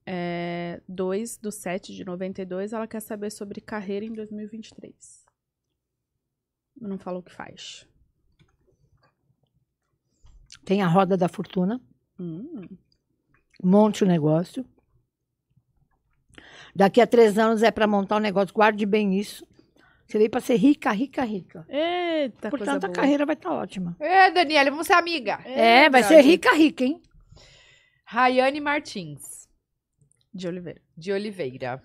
É, 2 do 7 de 92. Ela quer saber sobre carreira em 2023. Não falou o que faz. Tem a roda da fortuna. Hum, monte o negócio. Daqui a três anos é para montar um negócio, guarde bem isso. Você veio para ser rica, rica, rica. Eita, coisa Portanto, a boa. carreira vai estar ótima. É, Daniela, vamos ser amiga. É, vai ser verdade. rica, rica, hein? Rayane Martins, De Oliveira. de Oliveira.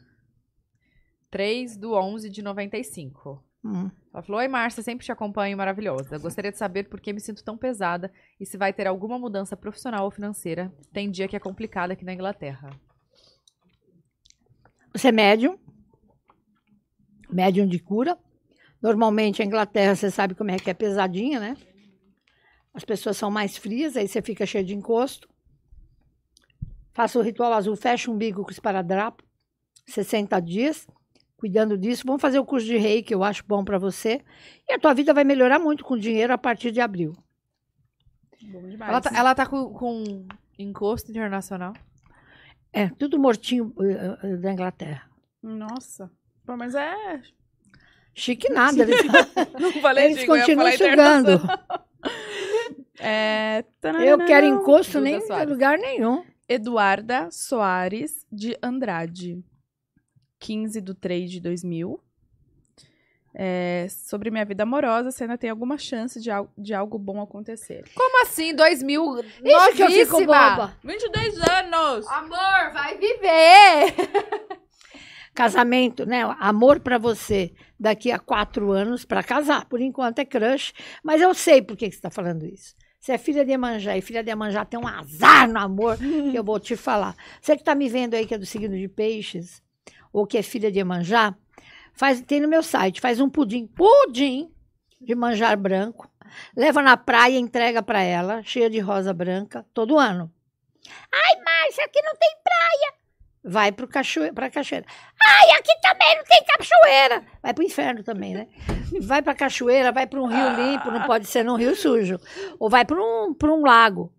3 do 11 de 95. Hum. Ela falou: Oi, Márcia, sempre te acompanho, maravilhosa. Gostaria de saber por que me sinto tão pesada e se vai ter alguma mudança profissional ou financeira. Tem dia que é complicado aqui na Inglaterra. Você é médium, médium de cura. Normalmente a Inglaterra, você sabe como é que é pesadinha, né? As pessoas são mais frias, aí você fica cheio de encosto. Faça o ritual azul, fecha o umbigo com esparadrapo, 60 dias, cuidando disso. Vamos fazer o curso de rei, que eu acho bom para você. E a tua vida vai melhorar muito com dinheiro a partir de abril. Bom demais. Ela tá, ela tá com, com encosto internacional. É, tudo mortinho eh, eh, da Inglaterra. Nossa. Pô, mas é. Chique nada, eles, Não falei eles continuam sugando. É... Eu quero encosto Duda nem em Soares. lugar nenhum. Eduarda Soares de Andrade, 15 de 3 de 2000. É, sobre minha vida amorosa, se ainda tem alguma chance de, al- de algo bom acontecer. Como assim? 2000? Isso que eu fico Novíssima! boba. 22 anos! Amor, vai viver! Casamento, né? Amor pra você daqui a quatro anos pra casar. Por enquanto é crush, mas eu sei por que que você está falando isso. Você é filha de Emanjá e filha de Emanjá tem um azar no amor que eu vou te falar. Você que está me vendo aí que é do signo de peixes ou que é filha de Emanjá, faz, tem no meu site, faz um pudim, pudim de manjar branco, leva na praia e entrega pra ela, cheia de rosa branca, todo ano. Ai, Márcia, aqui não tem praia. Vai pro cachoeira, pra cachoeira. Ai, aqui também não tem cachoeira. Vai pro inferno também, né? Vai pra cachoeira, vai pra um rio limpo, não pode ser num rio sujo. Ou vai pra um, pra um lago.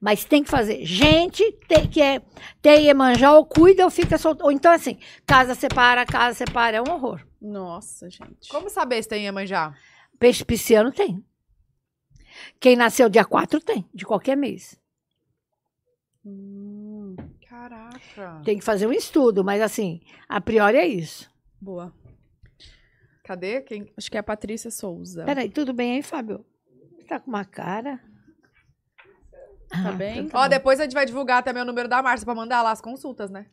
Mas tem que fazer. Gente, tem que é, tem Iemanjá, ou cuida ou fica solto. Ou então assim, casa separa, casa separa, é um horror. Nossa, gente. Como saber se tem Iemanjá? Peixe pisciano tem. Quem nasceu dia 4 tem, de qualquer mês. Hum, caraca. Tem que fazer um estudo, mas assim, a priori é isso. Boa. Cadê? Quem? Acho que é a Patrícia Souza. Peraí, tudo bem aí, Fábio? Você tá com uma cara. Tá Ah, bem? Ó, depois a gente vai divulgar também o número da Márcia pra mandar lá as consultas, né?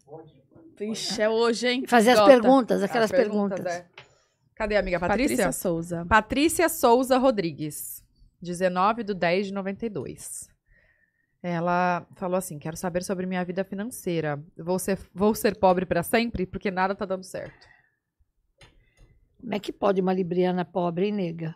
Vixe, é hoje, hein? E fazer as Gota. perguntas, aquelas As perguntas. é. Cadê, amiga? Patrícia, Patrícia? Souza. Patrícia Souza Rodrigues, 19 de 10 de 92. Ela falou assim: quero saber sobre minha vida financeira. Vou ser, vou ser pobre pra sempre porque nada tá dando certo. Como é que pode uma libriana pobre e nega?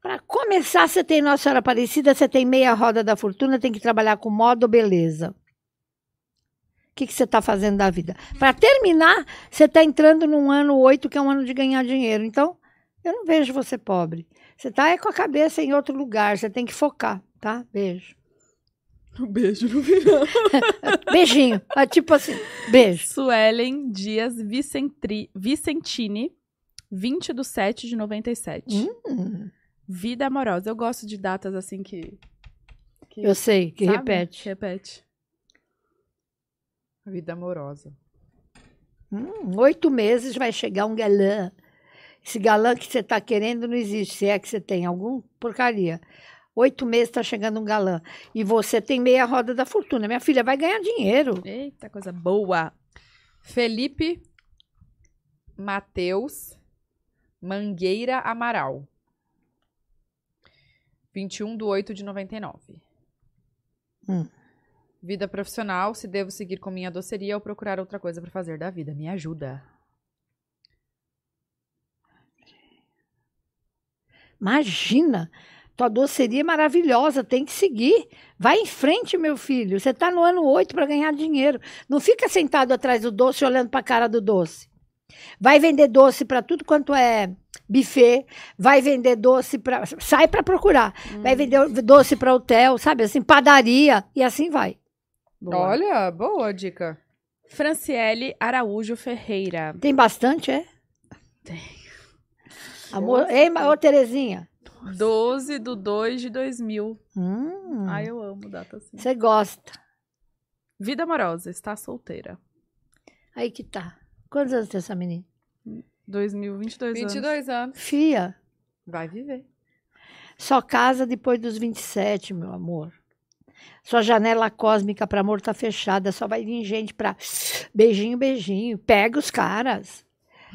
Para começar, você tem Nossa Senhora Aparecida, você tem meia roda da fortuna, tem que trabalhar com moda ou beleza. O que, que você está fazendo da vida? Para terminar, você está entrando num ano oito, que é um ano de ganhar dinheiro. Então, eu não vejo você pobre. Você está com a cabeça em outro lugar, você tem que focar, tá? Beijo. Um beijo no final. Beijinho. É tipo assim, beijo. Suelen Dias Vicentri, Vicentini, 20 do 7 de 97. Hum, Vida amorosa. Eu gosto de datas assim que. que eu sei, que sabe? repete. Repete. Vida amorosa. Hum, oito meses vai chegar um tá galã. Esse galã que você está querendo não existe, se é que você tem algum porcaria. oito meses está chegando um galã, e você tem meia roda da fortuna, minha filha vai ganhar dinheiro. Eita, coisa boa. Felipe Mateus Mangueira Amaral. 21 de 8 de 99. Hum. Vida profissional, se devo seguir com minha doceria ou procurar outra coisa pra fazer da vida. Me ajuda. Imagina! Tua doceria é maravilhosa, tem que seguir. Vai em frente, meu filho. Você está no ano 8 para ganhar dinheiro. Não fica sentado atrás do doce olhando para a cara do doce. Vai vender doce para tudo quanto é buffet, vai vender doce para sai para procurar. Vai vender doce para hotel, sabe assim, padaria e assim vai. Boa. Olha, boa dica. Franciele Araújo Ferreira. Tem bastante, é? Tem. Amor, ei, ma- ô Terezinha. 12 de 2 de 2000. Hum, Ai, eu amo data assim. Você gosta. Vida amorosa, está solteira. Aí que tá. Quantos anos tem essa menina? 2022 anos. 22 anos. Fia, Vai viver. só casa depois dos 27, meu amor. Sua janela cósmica para amor tá fechada, só vai vir gente para beijinho, beijinho. Pega os caras,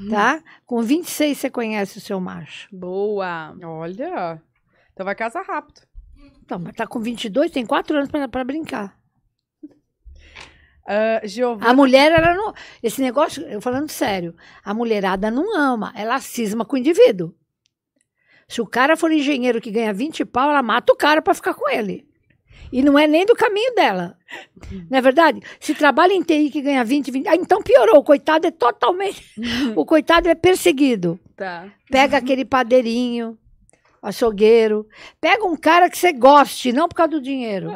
tá? Com 26 você conhece o seu macho. Boa. Olha. Então vai casar rápido. Então, mas tá com 22, tem 4 anos para brincar. Ah, Giovana. A mulher, ela não. Esse negócio, eu falando sério, a mulherada não ama, ela cisma com o indivíduo. Se o cara for engenheiro que ganha 20 pau, ela mata o cara pra ficar com ele. E não é nem do caminho dela. Não é verdade? Se trabalha em TI que ganha 20, 20. Ah, então piorou. O coitado é totalmente. Uhum. O coitado é perseguido. Tá. Pega aquele padeirinho, açougueiro. Pega um cara que você goste, não por causa do dinheiro.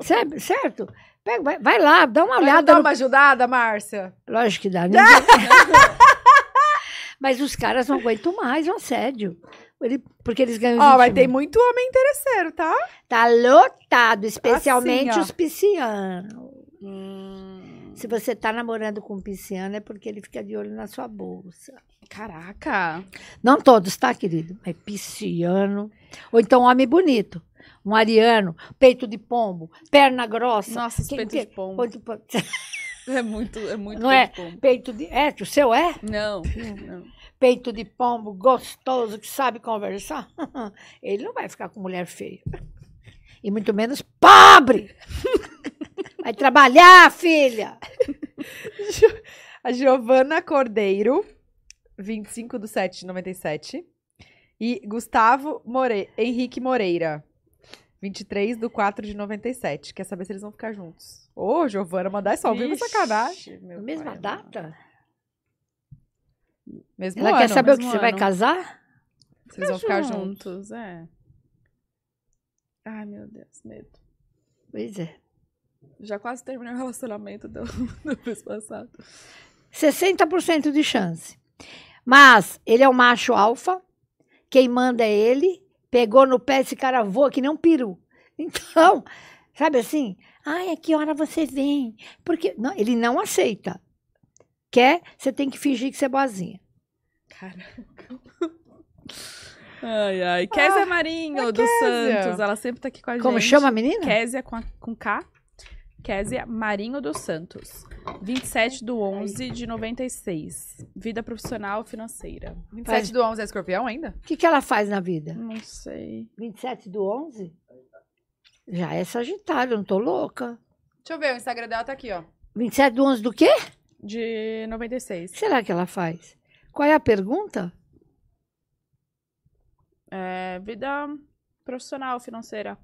Sabe? Certo? Pega, vai, vai lá, dá uma Vai olhada dar no uma ajudada, Márcia? Lógico que dá. Ninguém... Mas os caras não aguentam mais o assédio. Ele- porque eles ganham. Ó, 20 vai ter mil. muito homem interesseiro, tá? Tá lotado, especialmente Assim, ó. os piscianos. Se você tá namorando com um pisciano, é porque ele fica de olho na sua bolsa. Caraca. Não todos, tá, querido? Mas pisciano. Ou então homem bonito. Um ariano, peito de pombo, perna grossa. Nossa, esse Quem- peito quem- de pombo. Peito de pombo. É muito, é muito Não peito de pombo. Peito de. É, o seu é? Não, não. peito de pombo gostoso que sabe conversar, ele não vai ficar com mulher feia. E muito menos pobre. Vai trabalhar, filha. A Giovana Cordeiro, 25 do 7 de 97. E Gustavo More... Henrique Moreira, 23 do 4 de 97. Quer saber se eles vão ficar juntos. Ô, Giovana, mandar isso ao vivo é Ixi, sacanagem. meu Mesma pai amado. data? Mesmo Ela é, ano, quer saber o que mesmo você vai ano. casar? se eles vão ficar juntos. juntos, é. Ai, meu Deus, medo. Pois é. Já quase terminei o relacionamento do, do mês passado. 60% de chance. Mas ele é o macho alfa, quem manda é ele, pegou no pé, esse cara voa que nem um peru. Então, sabe assim? Ai, a que hora você vem? Porque não, ele não aceita. Quer, você tem que fingir que você é boazinha. Caraca. Ai, ai. Kézia Marinho, a dos Kézia. Santos. Ela sempre tá aqui com a gente. Ah, é Como chama a menina? Kézia com, a- com K. Kézia Marinho dos Santos. 27 do 11 de 96. Vida profissional financeira. 27 do 11 é escorpião ainda? O que, que ela faz na vida? Não sei. 27 do 11? Já é sagitário, não tô louca. Deixa eu ver, o Instagram dela tá aqui, ó. 27 do 11 do quê? De O 96. que será que ela faz? Qual é a pergunta? É, vida profissional financeira.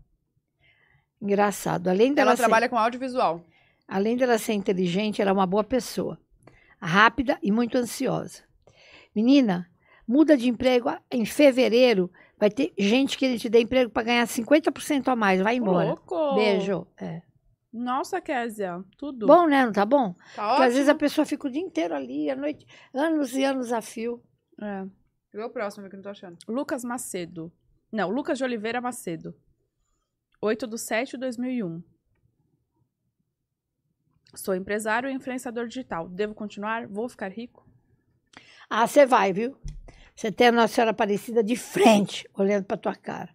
Engraçado. Além Então, dela Ela assim, ser- trabalha com audiovisual. Além dela ser inteligente, ela é uma boa pessoa, rápida e muito ansiosa. Menina, muda de emprego a- em fevereiro, vai ter gente querendo te dar emprego para ganhar 50% a mais, vai embora. Louco! Beijo. É. Nossa, Kézia. Tudo. Bom, né? Não tá bom? Tá Porque ótimo. às vezes a pessoa fica o dia inteiro ali, a noite, anos e anos a fio. É. Vê o próximo, que eu não tô achando. Lucas Macedo. Não, Lucas de Oliveira Macedo. 8 de 7 de 2001. Sou empresário e influenciador digital. Devo continuar? Vou ficar rico? Ah, você vai, viu? Você tem a Nossa Senhora Aparecida de frente, olhando para tua cara.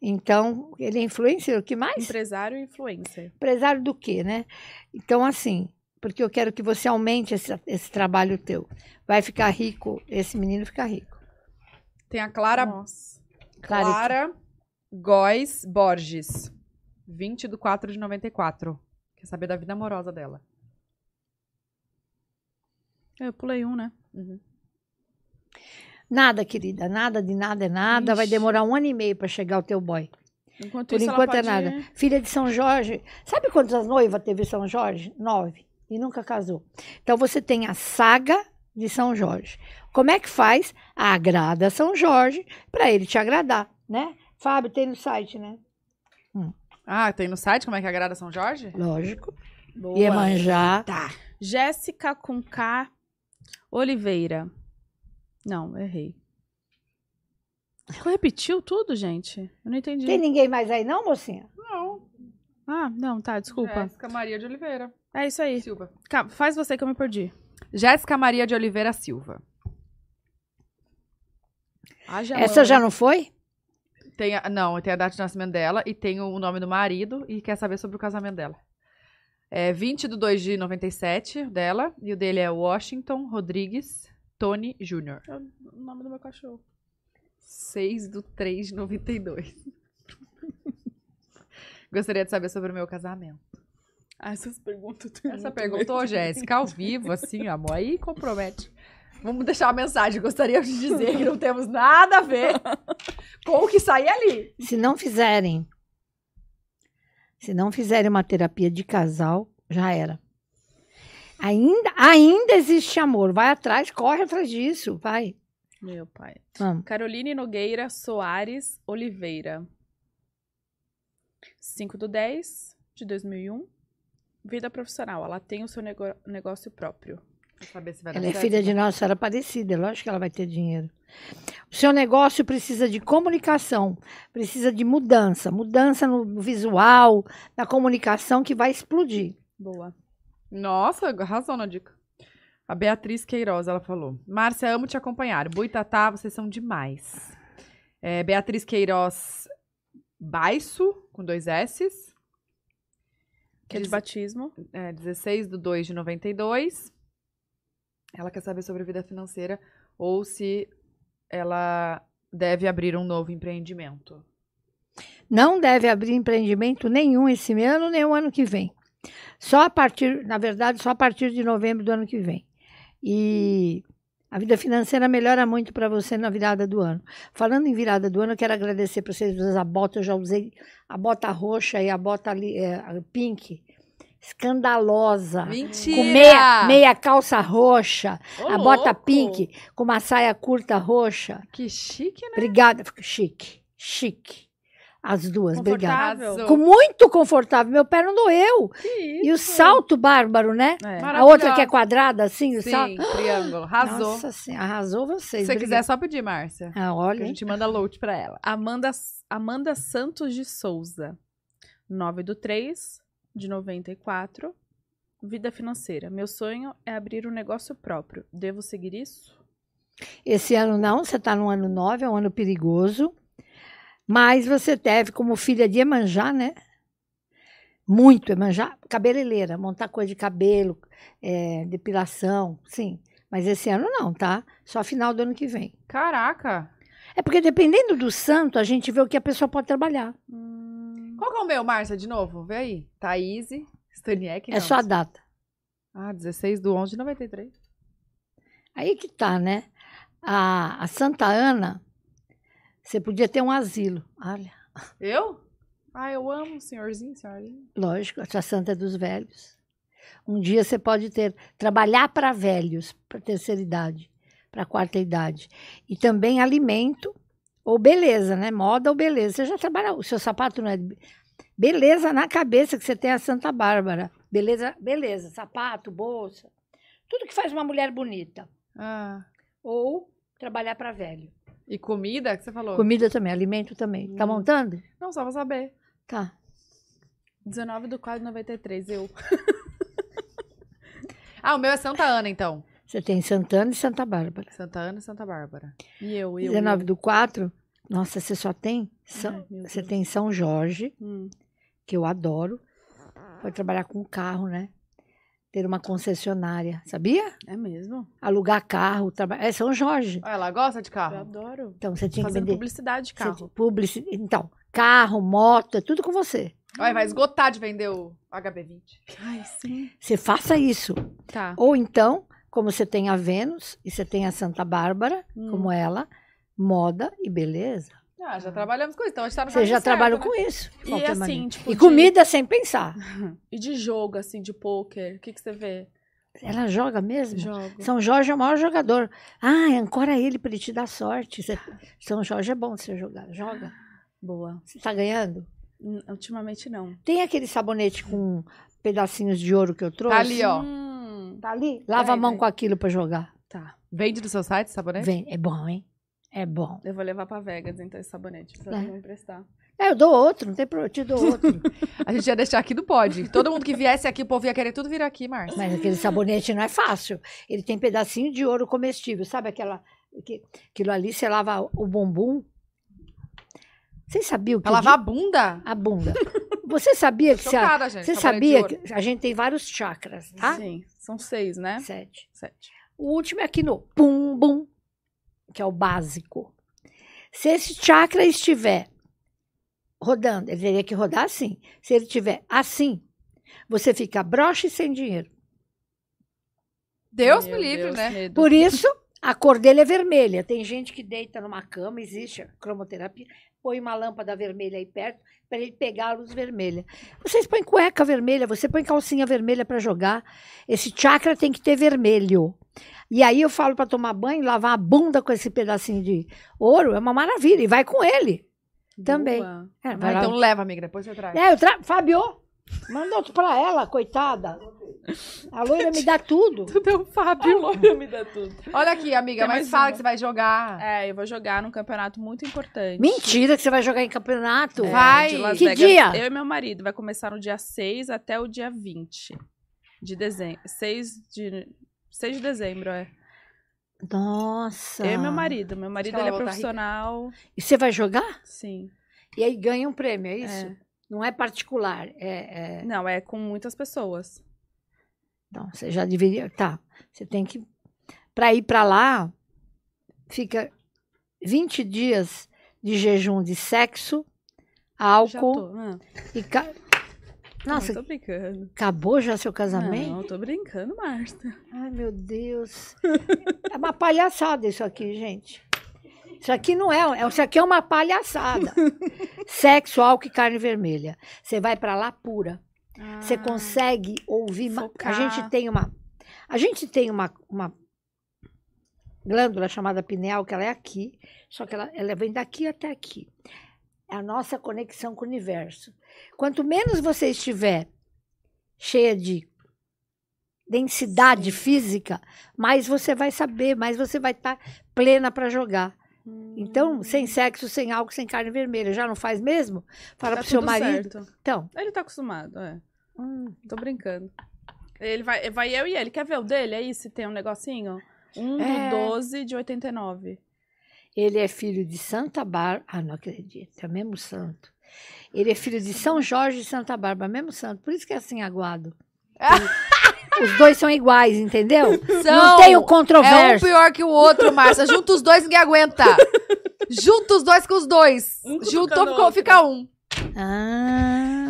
Então, ele é influencer, o que mais? Empresário e influencer. Empresário do quê, né? Então, assim, porque eu quero que você aumente esse, esse trabalho teu. Vai ficar rico, esse menino fica rico. Tem a Clara, Nossa. Claro. Clara Góes Borges. 20 de 4 de 94. Quer saber da vida amorosa dela. Eu pulei um, né? Nada, querida, nada de nada é nada. Vai Ixi. demorar um ano e meio para chegar o teu boy. Enquanto Por isso, enquanto ela é pode... nada. Filha de São Jorge. Sabe quantas noivas teve São Jorge? Nove. E nunca casou. Então você tem a saga de São Jorge. Como é que faz? Agrada São Jorge para ele te agradar, né? Fábio, tem no site, né? Ah, tem no site como é que agrada São Jorge? Lógico. Boa. é Iemanjá. Tá. Jéssica com K. Oliveira. Não, errei. Repetiu tudo, gente? Eu não entendi. Tem ninguém mais aí, não, mocinha? Não. Ah, não, tá, desculpa. Jéssica Maria de Oliveira É isso aí. Silva. Ca- Faz você que eu me perdi. Jéssica Maria de Oliveira Silva. Essa já não né? foi? Tem a- não, tem a data de nascimento dela e tem o nome do marido e quer saber sobre o casamento dela. É 20 de 2 de 97 dela e o dele é Washington Rodrigues Tony Jr. É o nome do meu cachorro. 6 do 3 de 92. Gostaria de saber sobre o meu casamento. Ah, essas perguntas. Essa perguntou, Jéssica, ao vivo, assim, amor, aí compromete. Vamos deixar uma mensagem. Gostaria de dizer que não temos nada a ver com o que sair ali. Se não fizerem, se não fizerem uma terapia de casal, já era. Ainda, ainda existe amor. Vai atrás, corre atrás disso. Vai. Meu pai. Vamos. Caroline Nogueira Soares Oliveira. 5 do 10 de 2001. Vida profissional. Ela tem o seu nego- negócio próprio. Saber se vai dar Ela é certo. filha de Nossa Senhora Aparecida, lógico que ela vai ter dinheiro. O seu negócio precisa de comunicação, precisa de mudança, mudança no visual, na comunicação que vai explodir. Boa. Nossa, arrasou na dica. A Beatriz Queiroz, ela falou. Márcia, amo te acompanhar. Buitatá, vocês são demais. É, Beatriz Queiroz Baixo, com dois S's. Que é de Eles- batismo. É, 16 de 2 de 92. Ela quer saber sobre a vida financeira ou se ela deve abrir um novo empreendimento. Não deve abrir empreendimento nenhum esse ano, nem o ano que vem. Só a partir, na verdade, só a partir de novembro do ano que vem. E a vida financeira melhora muito para você na virada do ano. Falando em virada do ano, eu quero agradecer para vocês duas a bota. Eu já usei a bota roxa e a bota ali, é, a pink. Escandalosa. Mentira! Ah, Com meia, meia calça roxa, a bota pink, com uma saia curta roxa. Que chique, né? Obrigada. Fica Chique, chique. As duas, obrigada. Confortável. Ficou muito confortável. Meu pé não doeu. Que E o isso? salto bárbaro, né? É. Maravilhoso. A outra que é quadrada, assim, o salto. Sim, triângulo. Arrasou. Nossa senhora, arrasou Se vocês. você quiser, obrigada. só pedir, Márcia. Ah, Que olha. a hein? gente manda load pra ela. Amanda, Amanda Santos de Souza. 9 do 3 de 94. Vida financeira. Meu sonho é abrir um negócio próprio. Devo seguir isso? Esse ano não, você está no ano 9, é um ano perigoso. Mas você deve, como filha de Emanjá, né? Muito Emanjá, cabeleireira, montar coisa de cabelo, eh, depilação, sim. Mas esse ano não, tá? Só final do ano que vem. Caraca! É porque dependendo do santo, a gente vê o que a pessoa pode trabalhar. É Hum. Qual que é o meu, Márcia, de novo? Vê aí. Thaís Staniek. é não. só a data. Ah, 16 do 11 de 93. Aí que tá, né? A, a Santa Ana, você podia ter um asilo. Olha, Eu? Ah, eu amo, senhorzinho, senhorinha. lógico, essa santa é dos velhos. Um dia você pode ter trabalhar para velhos, para terceira idade, para quarta idade. E também alimento ou beleza, né? Moda ou beleza. Você já trabalha, o seu sapato não é de- beleza na cabeça que você tem a Santa Bárbara. Beleza, beleza, sapato, bolsa. Tudo que faz uma mulher bonita Ah. ou trabalhar para velho. E comida, que você falou? Comida também, alimento também. Tá Hum. montando? Não, só pra saber. Tá. 19 do 4 de 93. Eu. Ah, o meu é Santa Ana, então. Você tem Santana e Santa Bárbara. Santa Ana e Santa Bárbara. E eu, eu. 19 do 4, Nossa, você só tem. São, Ai, meu você Deus. tem São Jorge, Hum. que eu adoro. Pode trabalhar com carro, né? Ter uma concessionária, sabia? É mesmo? Alugar carro, trabalhar. É São Jorge. Ah, Ela gosta de Eu carro? adoro. Então você tinha que Fazendo vender. publicidade de você- carro. publici- Então, carro, moto, é tudo com você. Vai, vai esgotar de vender o HB20. Ai, sim. Você faça isso. Tá. Ou então, como você tem a Vênus e você tem a Santa Bárbara, Hum. como é? ela, moda e beleza. Ah, já trabalhamos com isso, então a gente tá no Você já trabalhou trabalhou com isso. de E qualquer assim, maneira. tipo. E de- comida sem pensar. E de jogo, assim, de pôquer. O que, que você vê? Ela joga mesmo? Jogo. São Jorge é o maior jogador. Ah, ancora ele para ele te dar sorte. Você- São Jorge é bom você jogar. Joga. Boa. Você tá ganhando? Hum, Ultimamente não. Tem aquele sabonete com pedacinhos de ouro que eu trouxe? Tá ali, ó. Hum, Tá ali? Lava Vai, a mão vai. com aquilo para jogar. tá. Vende no seu site né? sabonete? Vem, é bom, hein? É bom. Eu vou levar pra Vegas, então, esse sabonete. Pra É. não emprestar. É, eu dou outro, não tem problema, eu te dou outro. A gente ia deixar aqui, não pode. Todo mundo que viesse aqui, o povo ia querer tudo vir aqui, Márcia. Mas aquele sabonete não é fácil. Ele tem pedacinho de ouro comestível, sabe aquela. que- Aquilo ali você lava o bumbum. Vocês sabiam que. Pra o lavar a bunda? di- a bunda. Você sabia que. Se a- Chocada, gente. Você sabonete de sabia ouro. que a gente tem vários chakras, tá? Sim. São seis, né? Sete. Sete. O último é aqui no pum bum, que é o básico. Se esse chakra estiver rodando, ele teria que rodar assim. Se ele estiver assim, você fica broxa e sem dinheiro. Deus Meu me livre, Deus, né? medo. Por isso, a cor dele é vermelha. Tem gente que deita numa cama, existe a cromoterapia, põe uma lâmpada vermelha aí perto para ele pegar a luz vermelha. Vocês põem cueca vermelha, você põe calcinha vermelha para jogar. Esse chakra tem que ter vermelho. E aí eu falo para tomar banho, lavar a bunda com esse pedacinho de ouro, é uma maravilha. E vai com ele. Também. Boa. É, Ah, vai lá. então leva, amiga, depois você traz. É, eu tra... Fabio, manda outro para ela, coitada. A loira me dá tudo. Tudo é o Fábio. Loira me dá tudo. Olha aqui, amiga, Tem mas mais fala uma. que você vai jogar. É, eu vou jogar num campeonato muito importante. Mentira que você vai jogar em campeonato. É, Vai! de Las Que Vegas. dia? Eu e meu marido. Vai começar no dia 6 até o dia 20 de dezembro. 6 de, 6 de dezembro, é. Nossa. Eu e meu marido. Meu marido que ele ela é vai voltar rica. profissional. E você vai jogar? Sim. E aí ganha um prêmio, é isso? Não é particular. É, é- Não, é com muitas pessoas. Então, você já deveria. Tá. Você tem que. Para ir para lá, fica 20 dias de jejum de sexo, Já álcool tô. Ah, e. Ca... Nossa, não, tô brincando. acabou já seu casamento? Não, tô brincando, Marta. Ai, meu Deus. É uma palhaçada isso aqui, gente. Isso aqui não é, é- isso aqui é uma palhaçada. Sexo, álcool e carne vermelha. Você vai pra lá pura. Você Ah, consegue ouvir, ma- a focar. gente tem uma a gente tem uma, uma glândula chamada pineal que ela é aqui, só que ela, ela vem daqui até aqui. É a nossa conexão com o universo. Quanto menos você estiver cheia de densidade física, mais você vai saber, mais você vai estar plena para jogar. hum, Então, sem sexo, sem álcool, sem carne vermelha, já não faz mesmo? Fala tá pro seu tudo marido. certo. Então, Ele tá acostumado, é. hum, Tô brincando. Ele vai, vai eu e ele. Quer ver o dele aí, se tem um negocinho? Um É. do 12 de 89. Ele é filho de Santa Bárbara. Ah, não acredito, é mesmo santo. Ele é filho de São Jorge e Santa Bárbara, mesmo santo. Por isso que é assim aguado. Os dois são iguais, entendeu? não São- tem É o um controverso. pior que o outro, Márcia. Junta os dois, ninguém aguenta. Junta os dois com os dois. Um cutucando Juntou, o ficou, outro. fica um. Ah.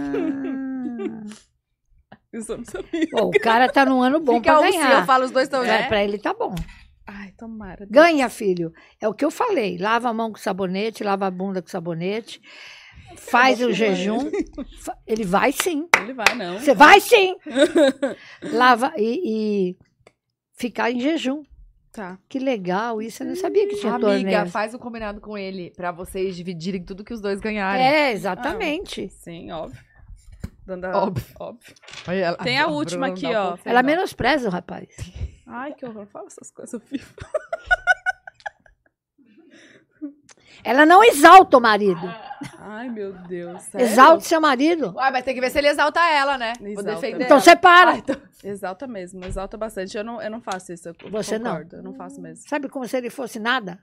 Isso eu não sabia. Bom, o cara tá num ano bom fica pra um se eu ganhar. falo, os dois estão É, juntos. pra ele tá bom. Ai, tomara. Deus. Ganha, filho. É o que eu falei. Lava a mão com sabonete, lava a bunda com sabonete. Faz Eu o vou fumar. jejum. Fa- Ele vai sim. Ele vai, não. Você vai sim! Lava e, e ficar em jejum. Tá. Que legal isso. Eu não sabia que tinha Amiga, torneio. faz um combinado com ele pra vocês dividirem tudo que os dois ganharem. É, exatamente. Sim, óbvio. Danda... Óbvio. Óbvio. Olha, ela- Tem a Bruna última dá aqui, um ó. conselho, Ela menospreza o rapaz. Ai, que horror. Fala essas coisas ao vivo. Ela não exalta o marido. Ai, meu Deus. Ah, sério? Exalta o seu marido. Ué, mas tem que ver se ele exalta ela, né? Vou Exalta. defender. ela. Então Ah, separa. Exalta mesmo, exalta bastante. Eu não, eu não faço isso. Eu Você não. concordo, Eu não faço mesmo. Sabe como se ele fosse nada?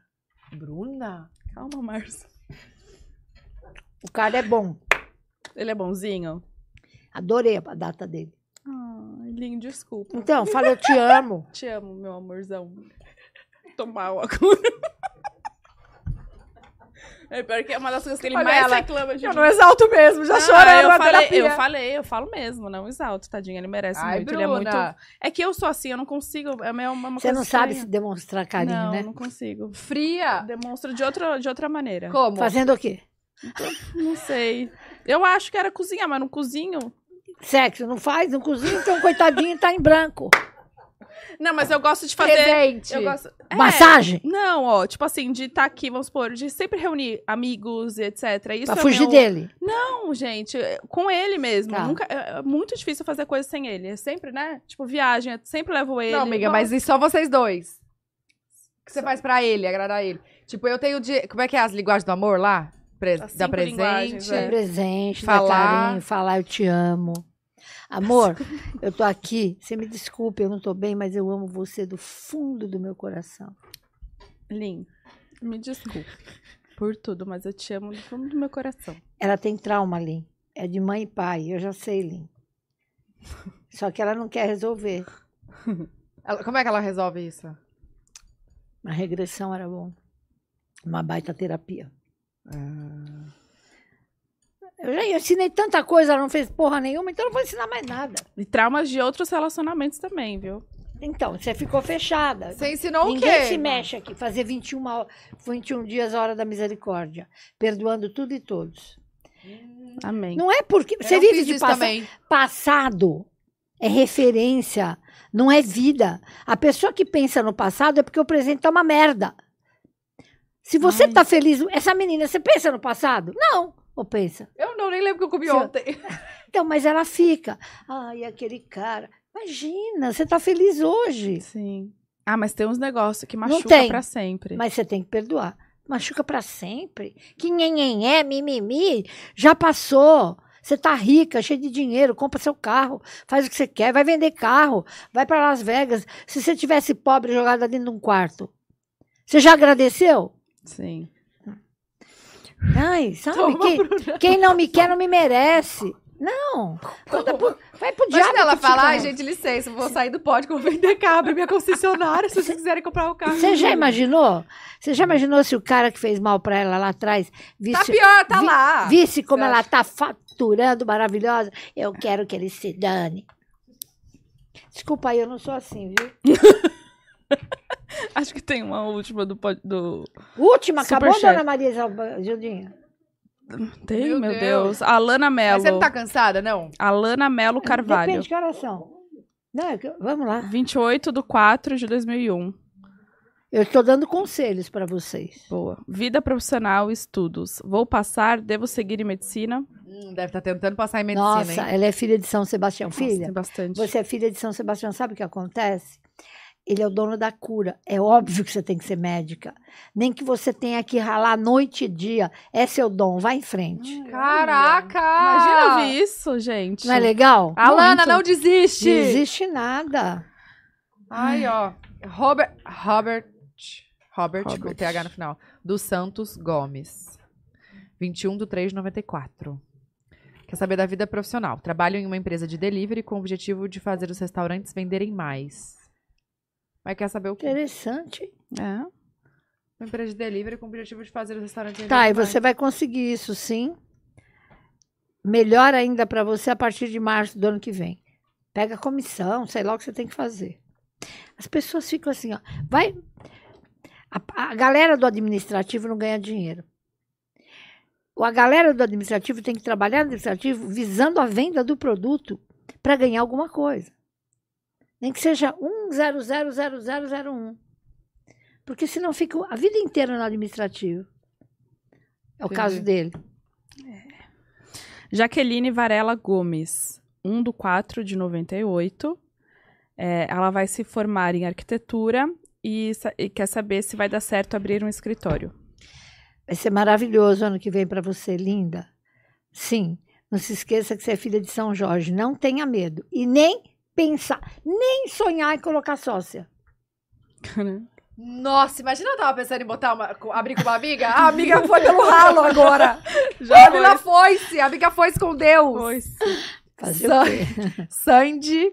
Bruna? Calma, Márcia. O cara é bom. Ele é bonzinho. Adorei a data dele. Ah, Ai, lindo, desculpa. Então, fala, eu te amo. Te amo, meu amorzão. Tô mal agora. É pior que é uma das coisas que ele Olha mais ela, reclama de Eu mim. não exalto mesmo, já Ah, chorando eu na falei, terapia. eu falei, eu falo mesmo, não exalto, tadinho, ele merece Ai, muito, ele é muito... Bruna. É que eu sou assim, eu não consigo, é uma, uma Você coisa não sabe se estranha. demonstrar carinho, Não, né? não consigo. Fria. Demonstro de, outra, de outra maneira. Como? Fazendo o quê? Não sei. Eu acho que era cozinhar, mas não cozinho. Sexo não faz, não cozinha, então coitadinho tá em branco. Não, mas eu gosto de fazer... Presente. Eu gosto... É, Massagem? Não, ó, tipo assim, de estar aqui, vamos supor, de sempre reunir amigos e etc. Isso pra é fugir meu... dele. Não, gente, é com ele mesmo. Tá. Nunca, é é muito difícil fazer coisa sem ele. É sempre, né? Tipo, viagem, eu sempre levo ele. Não, amiga, mas e só vocês dois? O que você faz pra ele, agradar ele? Tipo, eu tenho de. Como é que é as linguagens do amor lá? Pre... As Da cinco linguagens, presente. é. presente, falar. Falar. carinho, falar eu te amo. Amor, eu tô aqui. Você me desculpe, eu não tô bem, mas eu amo você do fundo do meu coração. Lin, me desculpe por tudo, mas eu te amo do fundo do meu coração. Ela tem trauma, Lin. É de mãe e pai, eu já sei, Lin. Só que ela não quer resolver. Ela- Como é que ela resolve isso? A regressão era bom. Uma baita terapia. Eu já ensinei tanta coisa, ela não fez porra nenhuma, então eu não vou ensinar mais nada. E traumas de outros relacionamentos também, viu? Então, você ficou fechada. Você ensinou o Ninguém quê? se mexe aqui. Fazer 21, ho- 21 dias a hora da misericórdia. Perdoando tudo e todos. Amém. Não é porque. Eu Você não vive fiz de isso passa- também. passado. É referência. Não é vida. A pessoa que pensa no passado é porque o presente tá uma merda. Se você Ai. tá feliz. Essa menina, você pensa no passado? Não. Ou pensa. Eu não nem lembro o que eu comi Seu- ontem. Então, mas ela fica. Ai, aquele cara. Imagina, você tá feliz hoje. Sim. Ah, mas tem uns negócios que machuca tem. pra sempre. Mas você tem que perdoar. Machuca pra sempre. Que nhenhenhé, mimimi, já passou. Você tá rica, cheia de dinheiro, compra seu carro, faz o que você quer, vai vender carro, vai pra Las Vegas. Se você tivesse pobre jogada dentro de um quarto, você já agradeceu? Sim. Ai, sabe? Toma, Quem, quem não me quer não me merece. Não. Manda pro- vai pro Mas diabo. quando ela que te fala, ai, conhece." gente, licença, eu vou sair do pódio que eu vou vender carro, abrir minha concessionária, se vocês quiserem comprar o carro. Você já imaginou? Você já imaginou se o cara que fez mal pra ela lá atrás visse Tá pior, tá vi- Ah, lá. Visse como Você ela tá faturando maravilhosa. Eu quero que ele se dane. Desculpa aí, eu não sou assim, viu? Acho que tem uma última do. pod- do... Última, Super acabou, chefe. dona Maria Isabel- Gildinha? Tem, Meu meu, Deus. Deus. Alana Mas Mello. você não tá É, cansada, não? Alana Mello Carvalho. Depende, que horas são? Não, é que- vamos lá. 28 de 4 de 2001. Eu estou dando conselhos para vocês. Boa. Vida profissional, estudos. Vou passar, devo seguir em medicina. Hum, deve estar tentando passar em medicina, Nossa, hein? ela é filha de São Sebastião. Nossa, Filha, tem bastante. você é filha de São Sebastião, sabe o que acontece? Ele é o dono da cura. É óbvio que você tem que ser médica. Nem que você tenha que ralar noite e dia. É seu dom, vai em frente. Caraca! Imagina ouvir isso, gente. Ah! Não é legal? Alana, Muito. não desiste! Não existe nada. Ai, ó. Robert. Robert. Robert, com Robert. TH no final. Do Santos Gomes. 21 de 3 de 94. Quer saber da vida profissional? Trabalho em uma empresa de delivery com o objetivo de fazer os restaurantes venderem mais. Mas quer saber o quê? Interessante. É. Uma empresa de delivery com o objetivo de fazer os restaurantes venderem Tá, e mais. você vai conseguir isso, sim. Melhor ainda para você a partir de março do ano que vem. Pega a comissão, sei lá o que você tem que fazer. As pessoas ficam assim, ó. Vai. A, a galera do administrativo não ganha dinheiro. A galera do administrativo tem que trabalhar no administrativo visando a venda do produto para ganhar alguma coisa. Nem que seja 1000001. Porque senão fica a vida inteira no administrativo. É o Entendi. caso dele. Jaqueline Varela Gomes. 1 do 4 de 98. É, ela vai se formar em arquitetura e, sa- e quer saber se vai dar certo abrir um escritório. Vai ser maravilhoso ano que vem para você, linda. Sim, não se esqueça que você é filha de São Jorge. Não tenha medo. E nem pensar, nem sonhar em colocar sócia. Nossa, imagina eu tava pensando em botar uma, co- abrir com uma amiga. A amiga foi pelo ralo agora. Já a amiga foi. se A amiga foi com Deus. foi. Fazer Só- o quê? Sandy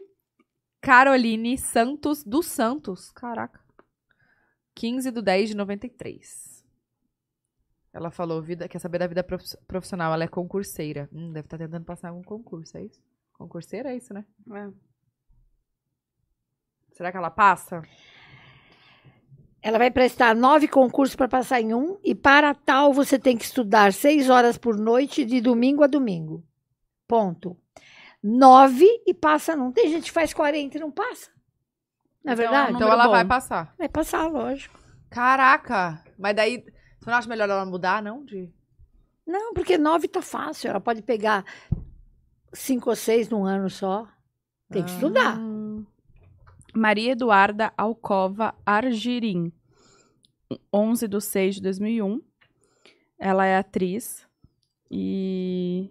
Caroline Santos dos Santos. Caraca. 15 de 10 de 93. Ela falou, vida, quer saber da vida prof- profissional, ela é concurseira. Hum, deve estar tentando passar algum concurso, é isso? Concurseira é isso, né? Será que ela É passa? um Ela vai prestar nove concursos para passar em um, e para tal você tem que estudar seis horas por noite, de domingo a domingo. Ponto. Nove e passa num. Tem gente que faz 40 e não passa. Não é Então, verdade? Um então número ela bom. vai passar. Vai passar, lógico. Caraca! Mas daí, você não acha melhor ela mudar, não? De... Não, porque nove tá fácil. Ela pode pegar cinco ou seis num ano só. Tem que Ah. estudar. Maria Eduarda Alcova Argirim, 11 de 6 de 2001. Ela é atriz e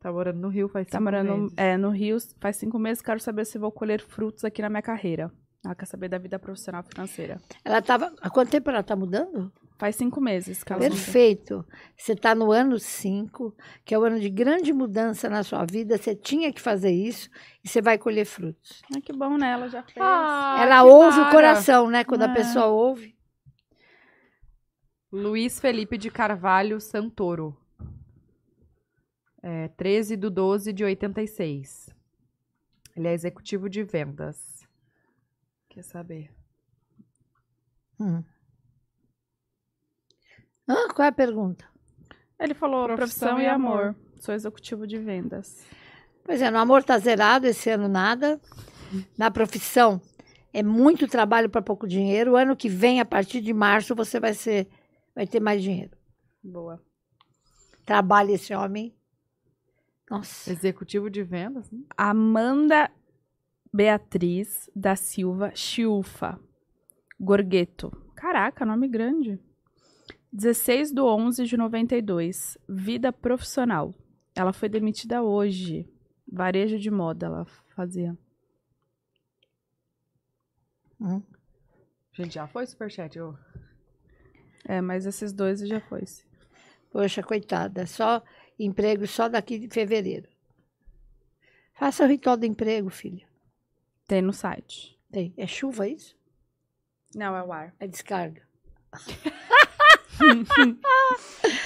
Tá morando no Rio faz tá cinco morando meses. é, no Rio faz cinco meses. Quero saber se vou colher frutos aqui na minha carreira. Ela quer saber da vida profissional financeira. Ela tava. Há quanto tempo ela tá mudando? Faz cinco meses que ela mudou. Perfeito. Você está no ano 5, que é o ano de grande mudança na sua vida. Você tinha que fazer isso e você vai colher frutos. Ah, que bom, né? Ela já fez. Ah, Ela que ouve o mara. coração, né? Quando É. a pessoa ouve. Luiz Felipe de Carvalho Santoro. É, 13 do 12 de 86. Ele é executivo de vendas. Quer saber? Hum. Hã? qual é a pergunta? Ele falou profissão, Profissão e e amor. Sou executivo de vendas. Pois é, no amor tá zerado, esse ano nada. Na profissão, é muito trabalho para pouco dinheiro. O ano que vem, a partir de março, você vai ser, vai ter mais dinheiro. Boa. Trabalhe esse homem. Nossa. Executivo de vendas? Hum. Amanda Beatriz da Silva Chiufa. Gorgueto. Caraca, nome grande. 16 do 11 de 92. Vida profissional. Ela foi demitida hoje. Varejo de moda ela fazia. Hum. Gente, já foi superchat? Eu... É, mas esses dois já foi. Poxa, coitada, só emprego só daqui de fevereiro. Faça o ritual do emprego, filha. Tem no site. Tem. É chuva isso? Não, é o ar. É descarga.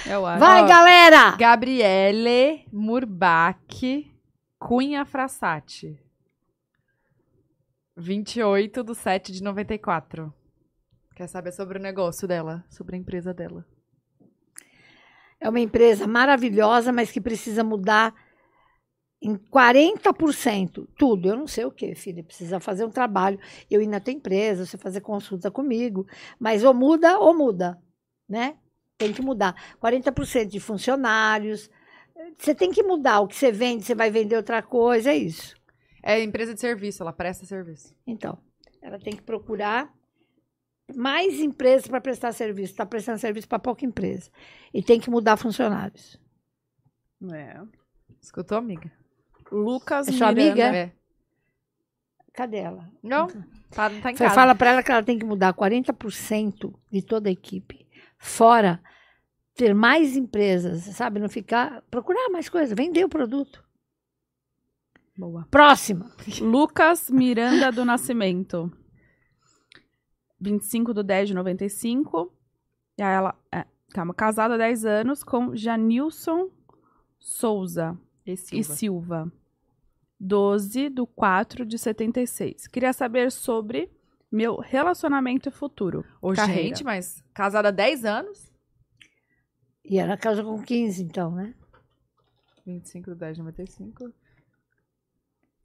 É o ar. Vai, Ó, galera! Gabriele Murbach Cunha Frassati. 28 do 7 de 94. Quer saber sobre o negócio dela, sobre a empresa dela. É uma empresa maravilhosa, mas que precisa mudar em 40% tudo. Eu não sei o que, filha. Precisa fazer um trabalho. Eu ir na tua empresa, você fazer consulta comigo. Mas ou muda ou muda, né? Tem que mudar. 40% de funcionários. Você tem que mudar o que você vende, você vai vender outra coisa, é isso. É empresa de serviço, ela presta serviço. Então, ela tem que procurar mais empresas para prestar serviço. Está prestando serviço para pouca empresa. E tem que mudar funcionários. É. Escutou, amiga? Lucas É sua Miranda. amiga? É. Cadê ela? Não, tá, tá em Você casa. fala para ela que ela tem que mudar 40% de toda a equipe. Fora ter mais empresas, sabe? Não ficar. Procurar mais coisas, vender o produto. Boa. Próxima. Lucas Miranda do Nascimento. 25 de 10 de 95. E aí ela. É, calma, casada há 10 anos com Janilson Souza Esse e Silva. 12 de 4 de 76. Queria saber sobre meu relacionamento futuro. Ô, Carreira. gente, mas casada há 10 anos. E ela casa com 15, então, né? 25 de 10 de 95.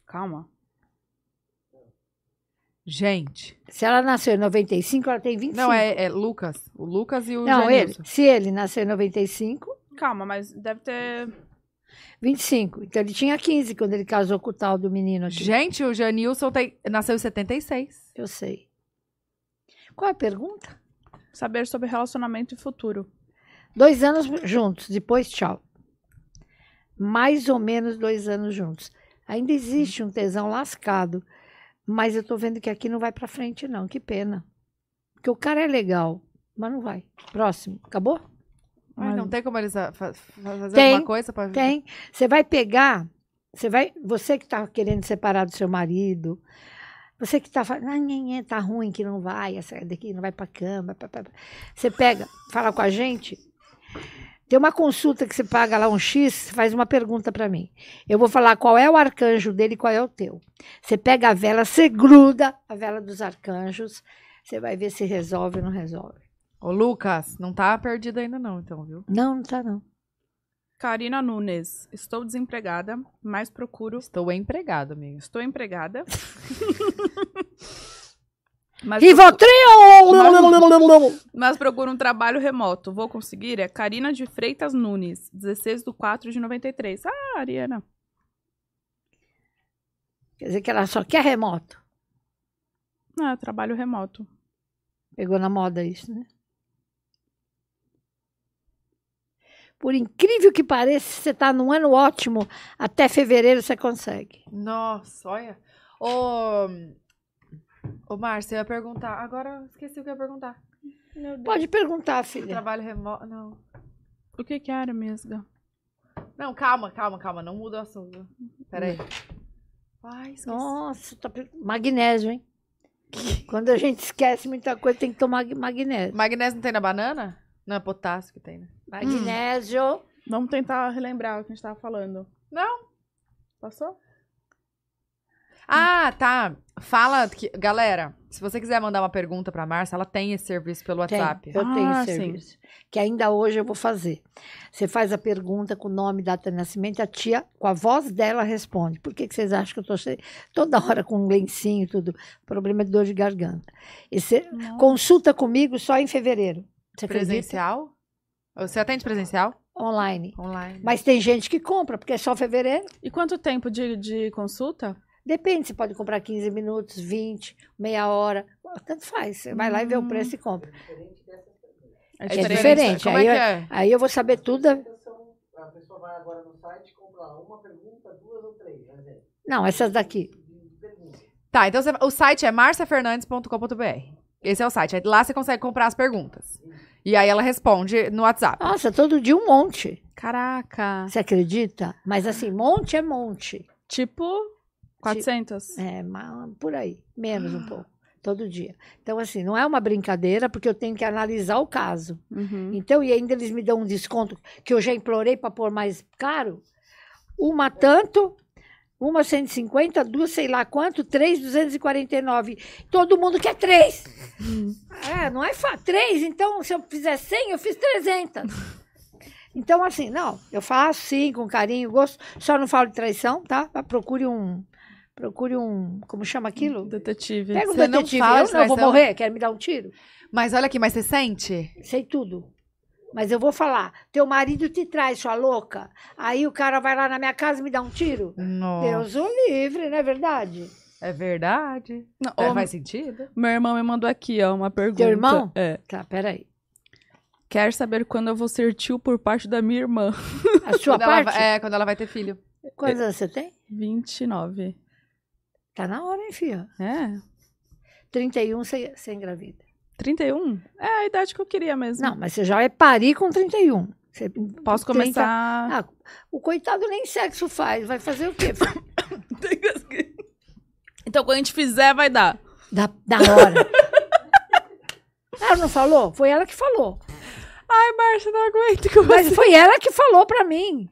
Calma. Gente. Se ela nasceu em 95, ela tem 25. Não, é, é Lucas. O Lucas e o Não, ele. Janilson. Se ele nasceu em 95, Calma, mas deve ter. 25. Então ele tinha 15 quando ele casou com o tal do menino aqui. Gente, o Janilson tem- nasceu em 76. Eu sei. Qual é a pergunta? Saber sobre relacionamento e futuro. Dois anos juntos, depois tchau. Mais ou menos dois anos juntos. Ainda existe um tesão lascado, mas eu tô vendo que aqui não vai pra frente, não. Que pena. Porque o cara é legal, mas não vai. Próximo. Acabou? Mas não Olha. tem como eles ah, fa- fa- fazer Tem, alguma coisa pra Tem. Você vai pegar, você vai, você que está querendo separar do seu marido, você que está falando, ah, nhenhê, tá ruim que não vai, essa daqui não vai para cama, pá, pá, pá." você pega, fala com a gente. Tem uma consulta que você paga lá um X, faz uma pergunta para mim. Eu vou falar qual é o arcanjo dele e qual é o teu. Você pega a vela, você gruda a vela dos arcanjos, você vai ver se resolve ou não resolve. Ô, Lucas, não tá perdido ainda não, então, viu? Não, não tá não. Karina Nunes. Estou desempregada, mas procuro. Estou empregado, amiga. Estou empregada. mas, Rivotril! mas procuro um trabalho remoto. Vou conseguir? É Karina de Freitas Nunes, 16 do 4 de 93. Ah, Ariana. Quer dizer que ela só quer remoto. Ah, trabalho remoto. Pegou na moda isso, né? Por incrível que pareça, se você está num ano ótimo, até fevereiro você consegue. Nossa, olha. Ô, ô Márcia, eu ia perguntar. Agora eu esqueci o que eu ia perguntar. Meu Deus. Pode perguntar, O filha. Trabalho remoto. Não. O que é, que era, mesga? Não, calma, calma, calma. Não muda o assunto. Peraí. Ai, esqueci. Hum. Nossa, tá... per- magnésio, hein? Quando a gente esquece muita coisa, tem que tomar magnésio. Magnésio não tem na banana? Não, é potássio que tem, né? Magnésio. Vamos tentar relembrar o que a gente estava falando. Não. Passou? Ah, tá. Fala que. Galera, se você quiser mandar uma pergunta pra Márcia, ela tem esse serviço pelo Tem, WhatsApp. eu tenho Ah, esse sim. serviço. Que ainda hoje eu vou fazer. Você faz a pergunta com o nome, data de nascimento, a tia, com a voz dela, responde. Por que, que vocês acham que eu estou toda hora com um lencinho e tudo? Problema de dor de garganta. E você consulta comigo só em fevereiro. Você acredita? Presencial? Você atende presencial? Online. Online. Mas tem gente que compra, porque é só fevereiro. E quanto tempo de, de consulta? Depende, você pode comprar 15 minutos, 20, meia hora. Tanto faz. Você vai lá e vê o Hum. preço e compra. É diferente, Como aí é eu- que é? Aí eu vou saber tudo. da- São- Então, A pessoa vai agora no site comprar uma pergunta, duas ou três, né, Zé? Não, essas daqui. Pergunta. Tá, então você- o site é marciafernandes.com.br. Esse é o site. Aí Lá você consegue comprar as perguntas. E aí ela responde no WhatsApp. Nossa, todo dia um monte. Caraca. Você acredita? Mas assim, monte é monte. Tipo 400? É, ma- por aí, menos um pouco, todo dia. Então, assim, não é uma brincadeira, porque eu tenho que analisar o caso. Uhum. Então, e ainda eles me dão um desconto que eu já implorei para pôr mais caro. Uma tanto, uma 150, duas sei lá quanto, três 249. Todo mundo quer três. Uhum. É, não é fácil. Três, então, se eu fizer 100, eu fiz 300. Então, assim, não, eu faço sim, com carinho, gosto. Só não falo de traição, tá? Mas Procure um, procure um, como chama aquilo? Então, Detetive. Pega um Hum, Você não detetive. fala eu de não vou traição? morrer, quero me dar um tiro Mas olha aqui, mas você sente? sei tudo. Mas eu vou falar, teu marido te traz, sua louca. Aí o cara vai lá na minha casa e me dá um tiro. Não. Deus o livre, não é verdade? É verdade. Não, É, ô, faz sentido? Meu irmão me mandou aqui, ó, uma pergunta. irmão? É. Tá, peraí. Quer saber quando eu vou ser tio por parte da minha irmã? A sua Quando ela parte? vai- é, quando ela vai ter filho. Quantos anos você tem? 29. Tá na hora, hein, filha? É? 31 você, você engravida. 31? É a idade que eu queria mesmo. Não, mas você já é parir com 31. Você, Posso 30 começar. Ah, o coitado nem sexo faz, vai fazer o quê? Então, quando a gente fizer, vai dar. da, da hora. Ela não falou? Foi ela que falou. Ai, Márcia, não aguento com você. Mas foi ela que falou pra mim.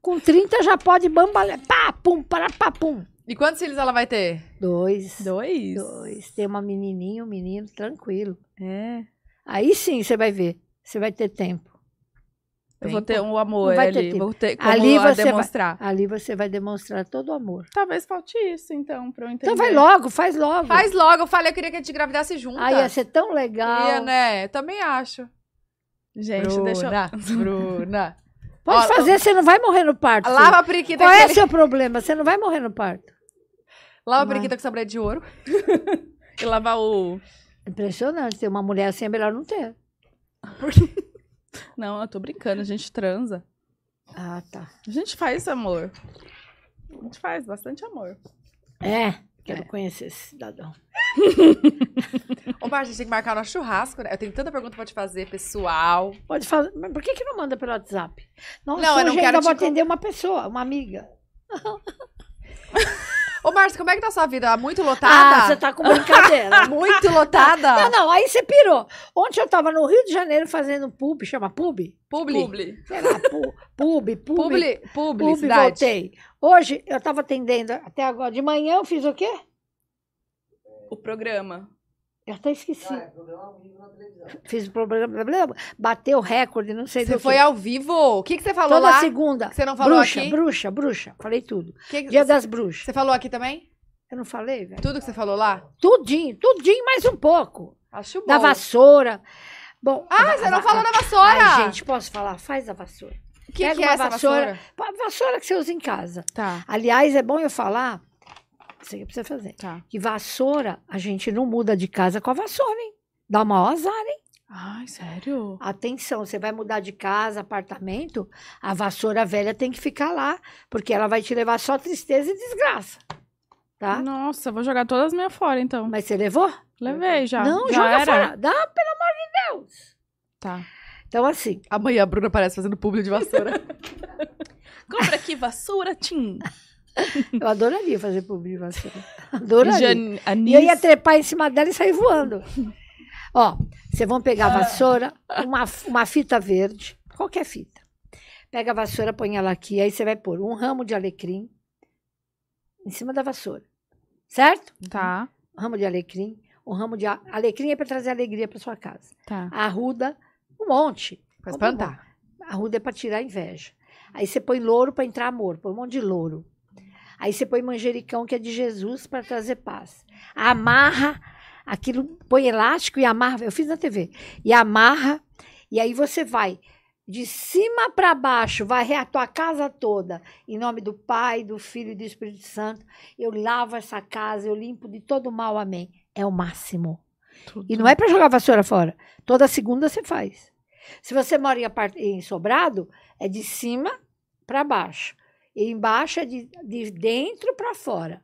Com 30 já pode bambalear. Pá, pum, para, pá, pum. E quantos filhos ela vai ter? Dois. Dois? Dois. Tem uma menininha, um menino, tranquilo. É. Aí sim você vai ver. Você vai ter tempo. Eu Tem, vou ter pô. um amor Não vai ter ali. tempo. Vou ter como Ali a você vai- demonstrar. Ali você vai demonstrar todo o amor. Talvez falte isso, então, pra eu entender. Então vai logo, faz logo. Faz logo. Eu falei, eu queria que a gente gravidasse junto. Aí ia ser tão legal. Ia, né? Eu também acho. Gente, deixa eu... Bruna, Bruna. Pode Ó, fazer, você não vai morrer no parto. Lava filho. a periquita, Qual é que... seu problema? Você não vai morrer no parto. Lava a periquita com sabonete de ouro. E lavar o... Impressionante. Ter uma mulher assim é melhor não ter. Não, eu tô brincando. A gente transa. Ah, tá. A gente faz amor. A gente faz bastante amor. É. É. Quero conhecer esse cidadão. Ô, Oba, a gente tem que marcar nosso churrasco, né? Eu tenho tanta pergunta pra te fazer, pessoal. Pode falar. Mas por que, que não manda pelo WhatsApp? Nossa, Não, eu não hoje quero ainda te vou con- atender uma pessoa, uma amiga. Ô, Márcia, como é que tá a sua vida? Muito Ah, lotada? você tá com brincadeira. Muito lotada? Não, não, aí você pirou. Ontem eu tava no Rio de Janeiro fazendo pub, chama pub? Publi. Publi. Sei lá, pu- pub, pub, pub, Publi. Publicidade. voltei. Hoje eu tava atendendo até agora. De manhã eu fiz o quê? O programa. Eu até esqueci. Ah, é programa ao vivo na televisão. Fiz o problema, blá, blá, blá, bateu recorde, não sei do Você quê. foi ao vivo? O que, que você falou Toda lá? segunda. Que você não falou Bruxa, aqui? bruxa, bruxa. Falei tudo. Que que- Dia das bruxas. Você falou aqui também? Eu não falei, velho? Tudo que você falou lá? Tudinho, tudinho mais um pouco. Acho Tá bom. Da vassoura. Bom, Ah, você não falou da vassoura! Ai, gente, posso falar? Faz a vassoura. o que, pega que é uma essa vassoura? A vassoura que você usa em casa. Tá, Aliás, é bom eu falar, isso aqui precisa fazer, tá. que vassoura, a gente não muda de casa com a vassoura, hein? Dá uma azar, hein? Ai, sério? Atenção, você vai mudar de casa, apartamento, a vassoura velha tem que ficar lá, porque ela vai te levar só tristeza e desgraça, tá? Nossa, eu vou jogar todas as minhas fora, então. Mas você levou? Levei já. não, já joga era. fora. Dá, pelo amor de Deus. Tá. Então, assim, Amanhã a Bruna aparece fazendo publi de vassoura. Compra aqui, vassoura, Tim. eu adoraria fazer publi de vassoura. Adoraria. Jan- E anis. eu ia trepar em cima dela e sair voando. Ó, vocês vão pegar a vassoura, uma, uma fita verde, qualquer fita. Pega a vassoura, põe ela aqui, aí você vai pôr um ramo de alecrim em cima da vassoura. Certo? Tá, Um ramo de alecrim, um ramo de a- alecrim é para trazer alegria para sua casa. tá. Arruda, um monte. Pra Compra um espantar. Arruda é para tirar a inveja. Aí você põe louro para entrar amor, põe um monte de louro. Aí você põe manjericão, que é de Jesus, para trazer paz. Amarra aquilo, põe elástico e amarra. Eu fiz na TV. E amarra, e aí você vai de cima para baixo, varrer a tua casa toda, em nome do Pai, do Filho e do Espírito Santo. Eu lavo essa casa, eu limpo de todo mal, amém. É o máximo. Tudo. E não é para jogar vassoura fora. Toda segunda você faz. Se você mora em, apart- em sobrado, é de cima para baixo. E embaixo é de, de dentro para fora.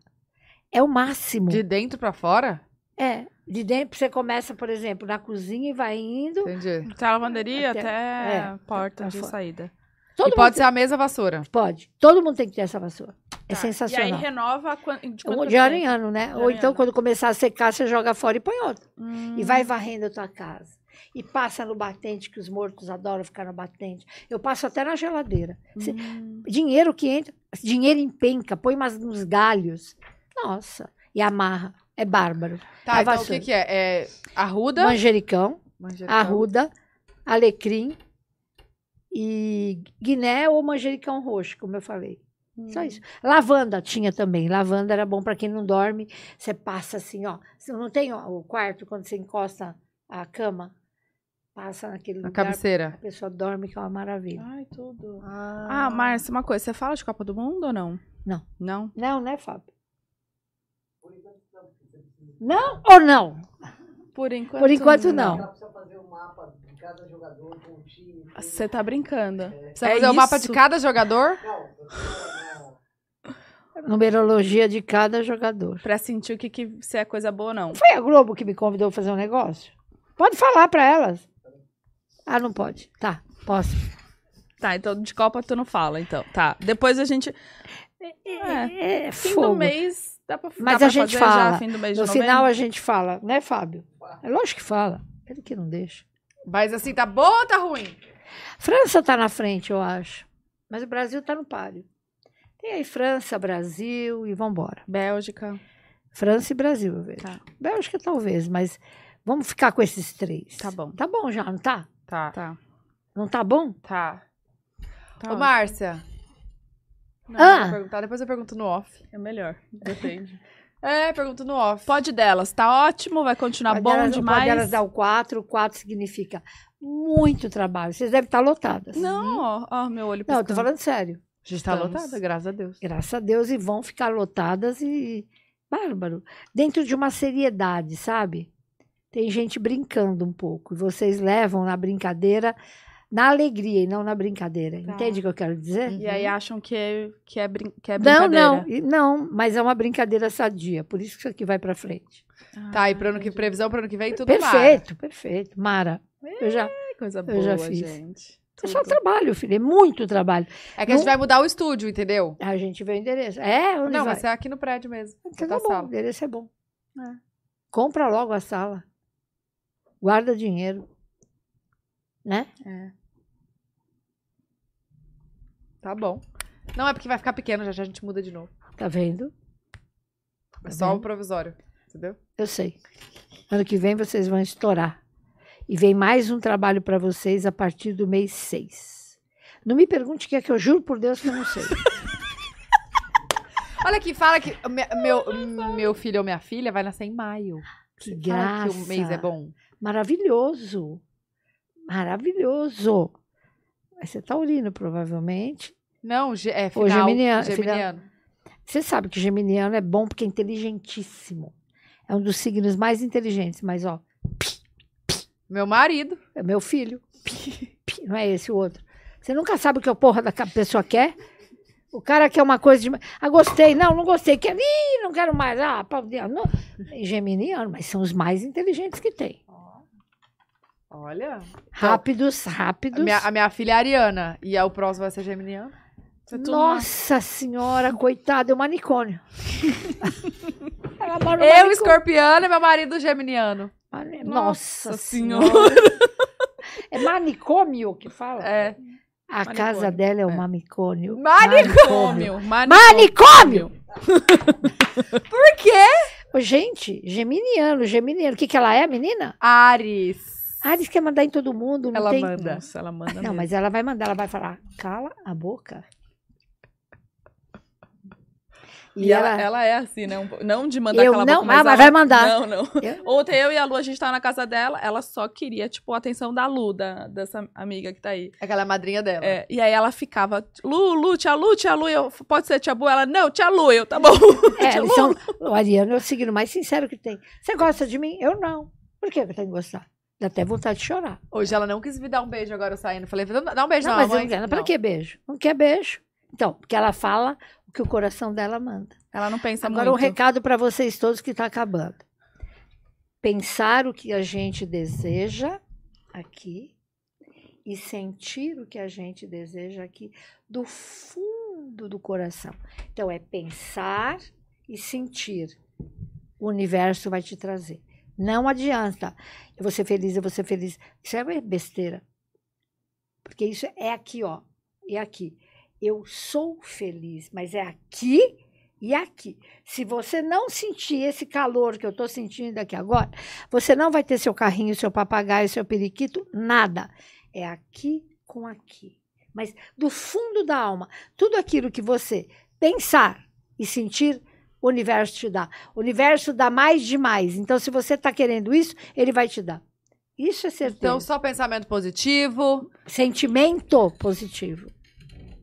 É o máximo. De dentro pra fora? É. De dentro, você começa, por exemplo, na cozinha e vai indo. Entendi. Até a Tá, lavanderia, é- Até- até, é, a porta tá de fora. saída. Todo É e pode ser a mesma vassoura. mundo pode. Todo mundo tem que ter essa vassoura. Tá. É E sensacional. aí renova quan- de Um- quanto de hora tempo? em ano, né? De Ou hora em então, ano. quando começar a secar, você joga fora e põe outra. Hum. E vai varrendo a tua casa. E passa no batente, que os mortos adoram ficar no batente. Eu passo até na geladeira. Se- Hum. Dinheiro que entra, dinheiro em penca, põe umas nos galhos. Nossa. E amarra. É bárbaro. Tá, A então o vassoura. que, que é? É arruda. então. Manjericão, manjericão. arruda, alecrim e guiné ou manjericão roxo, como eu falei. Uhum. Só isso. Lavanda tinha também. Lavanda era bom para quem não dorme. Você passa assim, ó. Você não tem ó, o quarto quando você encosta a cama? Passa naquele A lugar. A cabeceira. pessoa dorme, que é uma maravilha. Ai, tudo. Ah, Márcia, uma coisa. Você fala de Copa do Mundo ou não? Não. Não? Não, né, Fábio? Não ou não? Por enquanto, Por enquanto, não. Ela precisa fazer um mapa de cada jogador com o time. com- Você tá brincando. Precisa É fazer o mapa isso? de cada jogador? Não, você- Numerologia de cada jogador. Pra sentir o que, que se é coisa boa ou não. Foi a Globo que me convidou pra fazer um negócio? Pode falar pra elas. Ah, não pode. Tá, posso. Tá, então de Copa tu não fala, então. Tá. Depois a gente. É, É, é fim fogo. do mês. Dá pra, Mas dá pra a gente fazer fala. já fim do mês de No novembro? final a gente fala, né, Fábio? É lógico que fala. Ele que não deixa. Mas assim, tá bom ou tá ruim? França tá na frente, eu acho. Mas o Brasil tá no páreo. Tem aí França, Brasil e vambora. Bélgica. França e Brasil, eu vejo. Tá. Bélgica talvez, mas vamos ficar com esses três. Tá bom. Tá bom já, não tá? Tá. Tá. Não tá bom? Tá. tá Ô, Márcia. Não, Ah. eu vou perguntar, depois eu pergunto no off. É melhor. Depende. É, pergunto no off. Pode delas, tá ótimo, vai continuar Pode bom elas- demais. Pode elas dar o 4, o 4 significa muito trabalho. Vocês devem estar lotadas. Não, ó, ó, meu olho Não, piscando. eu tô falando sério. A gente tá Estamos. lotada, graças a Deus. Graças a Deus, e vão ficar lotadas e. Bárbaro. Dentro de uma seriedade, sabe? Tem gente brincando um pouco. E vocês levam na brincadeira, na alegria e não na brincadeira. Tá. Entende o que eu quero dizer? E aí acham que é, que é, brin que é Uhum. Não, brincadeira. não, e- não, mas é uma brincadeira sadia, por isso que isso aqui vai pra frente. Tá, e pro ano que, previsão pro ano que vem, tudo Mara. perfeito, perfeito. Mara. Eu já, Ai, coisa boa, Eu já fiz. gente. é Tudo. só trabalho, filho. É muito trabalho. É que a gente Não- vai mudar o estúdio, entendeu? A gente vê o endereço. É, onde Não, vai? vai ser aqui no prédio mesmo. Então Então, tá tá bom, o sala. endereço é bom. É. Compra logo a sala. Guarda dinheiro. Né? Tá bom. Não, é porque vai ficar pequeno, já já a gente muda de novo. Tá vendo? É Tá só o vendo? provisório, entendeu? Eu sei. Ano que vem vocês vão estourar. E vem mais um trabalho para vocês a partir do mês 6. Não me pergunte o que é que eu juro por Deus que eu não sei. Olha aqui, fala que me- meu, meu filho ou minha filha vai nascer em maio. Que Fala graça. que o mês é bom. Maravilhoso. Maravilhoso. Vai ser taurino, provavelmente. Não, ge- é Ô, final, geminiano, geminiano. Você sabe que geminiano é bom porque é inteligentíssimo. É um dos signos mais inteligentes, mas ó, Meu marido. é meu filho. Pi, pi, Não é esse o outro. Você nunca sabe o que a porra da ca- pessoa quer? O cara quer uma coisa de. Ah, gostei. Não, não gostei. Quer... Ih, não quero mais. Ah, pau de- não. Geminiano, mas são os mais inteligentes que tem. Então, Olha. Rápidos, rápidos. A minha, a minha filha é ariana. E a- o próximo vai ser geminiano. Isso tá é tudo Nossa senhora, coitada, é um manicômio. Ela mora no Eu, manicômio. escorpiano, e meu marido geminiano. Mani- Nossa Nossa Senhora. senhora. É manicômio que fala? É. A casa dela é um manicômio. Manicômio. Manicômio. Manicômio. Manicômio! Por quê? Ô, gente, geminiano, geminiano. O que, que ela é, menina? Ares. Ah, diz que quer mandar em todo mundo. Não Ela tem... manda. Nossa, ela manda Não, mesmo. mas ela vai mandar, ela vai falar, cala a boca. E, ela, ela é assim, né? um po- não de mandar Eu aquela não- boca, mas ah, mas ela- vai mandar. Não, não. Eu- Ontem eu e a Lu, a gente tava na casa dela, ela só queria, tipo, a atenção da Lu, da- dessa amiga que tá aí. Aquela é a madrinha dela. É, e aí ela ficava, Lu, Lu, tia Lu, tia Lu, eu, pode ser tia Bu? Ela, não, tia Lu, eu, tá bom. É, tia Lu. eles são- o Ariano é o signo mais sincero que tem. Você gosta de mim? Eu não. Por que eu tenho que gostar? Dá até vontade de chorar. Hoje ela não quis me dar um beijo agora eu saindo. Falei, dá dá um beijo Não, não, mas eu mãe. não quero. Pra Não. que é beijo? Não quer beijo. Então, porque ela fala o que o coração dela manda. Ela não pensa Agora, um muito. recado para vocês todos que está acabando. Pensar o que a gente deseja aqui e sentir o que a gente deseja aqui do fundo do coração. Então, é pensar e sentir. O universo vai te trazer. Não adianta. Eu vou ser feliz, eu vou ser feliz. Isso é besteira. Porque isso é aqui, ó. É aqui. Eu sou feliz, mas é aqui e aqui. Se você não sentir esse calor que eu estou sentindo aqui agora, você não vai ter seu carrinho, seu papagaio, seu periquito, nada. É aqui com aqui. Mas do fundo da alma, tudo aquilo que você pensar e sentir, o universo te dá. O universo dá mais demais. Então, se você está querendo isso, ele vai te dar. Isso é certeza. Então, só pensamento positivo. Sentimento positivo.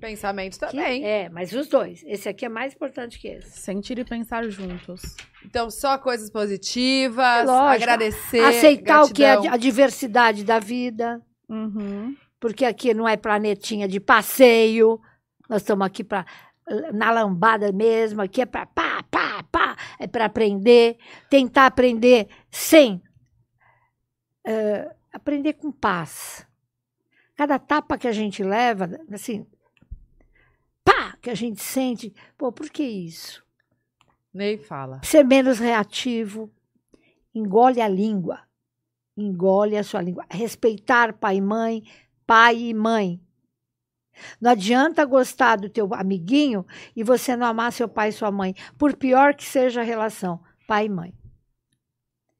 Pensamento Que- também. É, mas os dois. Esse aqui é mais importante que esse. Sentir e pensar juntos. Então, só coisas positivas. É Lógico. Agradecer. Aceitar o que é gratidão. a diversidade da vida. Uhum. porque aqui não é planetinha de passeio, nós estamos aqui para na lambada mesmo, aqui é para pá, pá, pá, é para aprender, tentar aprender sem eh, aprender com paz. Cada tapa que a gente leva, assim, pá, que a gente sente, pô, por que isso? Ney fala. ser menos reativo, engole a língua, engole a sua língua, respeitar pai e mãe, pai e mãe. Não adianta gostar do teu amiguinho e você não amar seu pai e sua mãe, por pior que seja a relação, pai e mãe.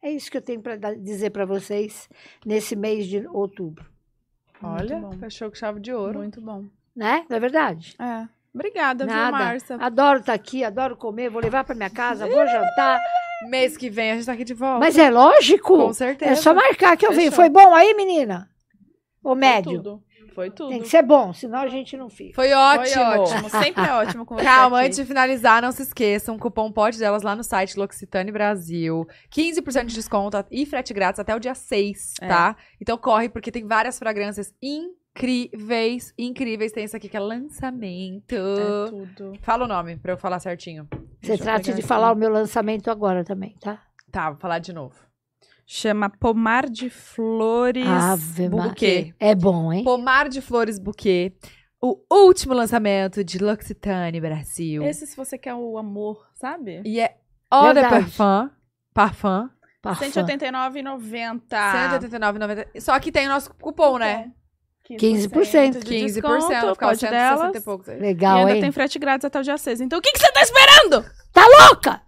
É isso que eu tenho para dizer para vocês nesse mês de outubro, Olha, Muito bom. fechou com chave de ouro. Muito bom. né? Não é verdade? É. Obrigada, viu, Marcia? Adoro estar aqui, adoro comer, vou levar para minha casa, vou jantar. Mês que vem a gente tá aqui de volta. Mas é lógico. Com certeza. É só marcar que eu venho. Fechou. Foi bom aí, menina? Ô, Foi médio? tudo. Foi tudo. Tem que ser bom, senão a gente não fica. Foi Foi ótimo. ótimo. Sempre é ótimo conversar Calma, aqui. antes de finalizar, não se esqueçam, cupom pode delas lá no site L'Occitane Brasil. 15% de desconto e frete grátis até o dia 6, É. tá? Então corre, porque tem várias fragrâncias incríveis, incríveis. Tem essa aqui que é lançamento. É tudo. Fala o nome pra eu falar certinho. Você Deixa eu trata pegar de aqui. falar o meu lançamento agora também, tá? Tá, vou falar de novo. Chama Pomar de Flores Ave Maria. Buquê. É bom, hein? Pomar de Flores Buquê. O último lançamento de L'Occitane Brasil. Esse se você quer o amor, sabe? E é Eau de Verdade. Parfum. Parfum. Parfum. 189,90. 189,90. Só que tem o nosso cupom, né? é. 15% de 15%. desconto, ficava pode 160 delas. e poucos. E Legal, ainda hein? tem frete grátis até o dia 6. Então o que, que você tá esperando? Louca!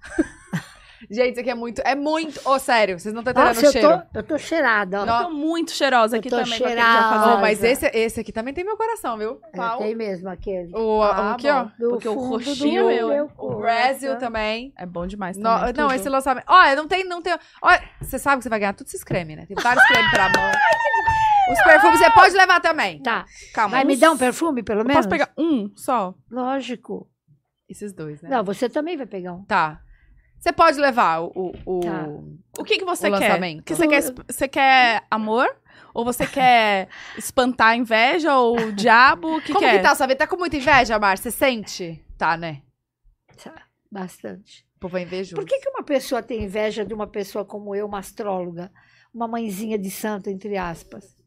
Gente, isso aqui é muito. É muito. Ô, sério, vocês não estão entendendo Nossa, Tá o eu cheiro. tô, eu tô cheirada, ó. Eu tô muito cheirosa Eu aqui tô também. cheirosa. Com aquele Ó, dia mas Rosa. esse, esse aqui também tem meu coração, viu? É, tem mesmo aquele. O, Ah, o aqui, bom. ó. Do porque o fundo roxinho do é meu, hein? O corpo. Brasil também. É bom demais No- também. não, tudo. esse lançamento. Olha, não tem, não tem. Olha, você sabe que você vai ganhar todos esses cremes, né? Tem vários cremes pra mão. Os perfumes você pode levar também. Tá. Calma. Vai me uns- dar um perfume, pelo Eu menos? posso pegar um só? Lógico. Esses dois, né? Não, você também vai pegar um. Tá. Você pode levar o. o, o- Tá. O que, que você O quer? lançamento. Que você, quer esp- você quer amor? Ou você quer espantar a inveja ou o diabo? O que, Como é? que tá, sabe? Tá com muita inveja, Mar? Você sente? Tá, né? Tá, Bastante. O povo é invejoso. Por que, que uma pessoa tem inveja de uma pessoa como eu, uma astróloga? Uma mãezinha de santo, entre aspas.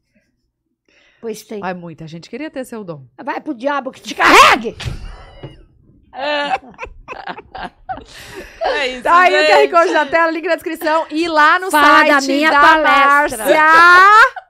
Pois tem. Ai, muita gente queria ter seu dom. Vai pro diabo que te carregue! É isso, Tá aí o QR gente. Code na tela, link na descrição. E lá no Fala da site minha da palestra. Márcia.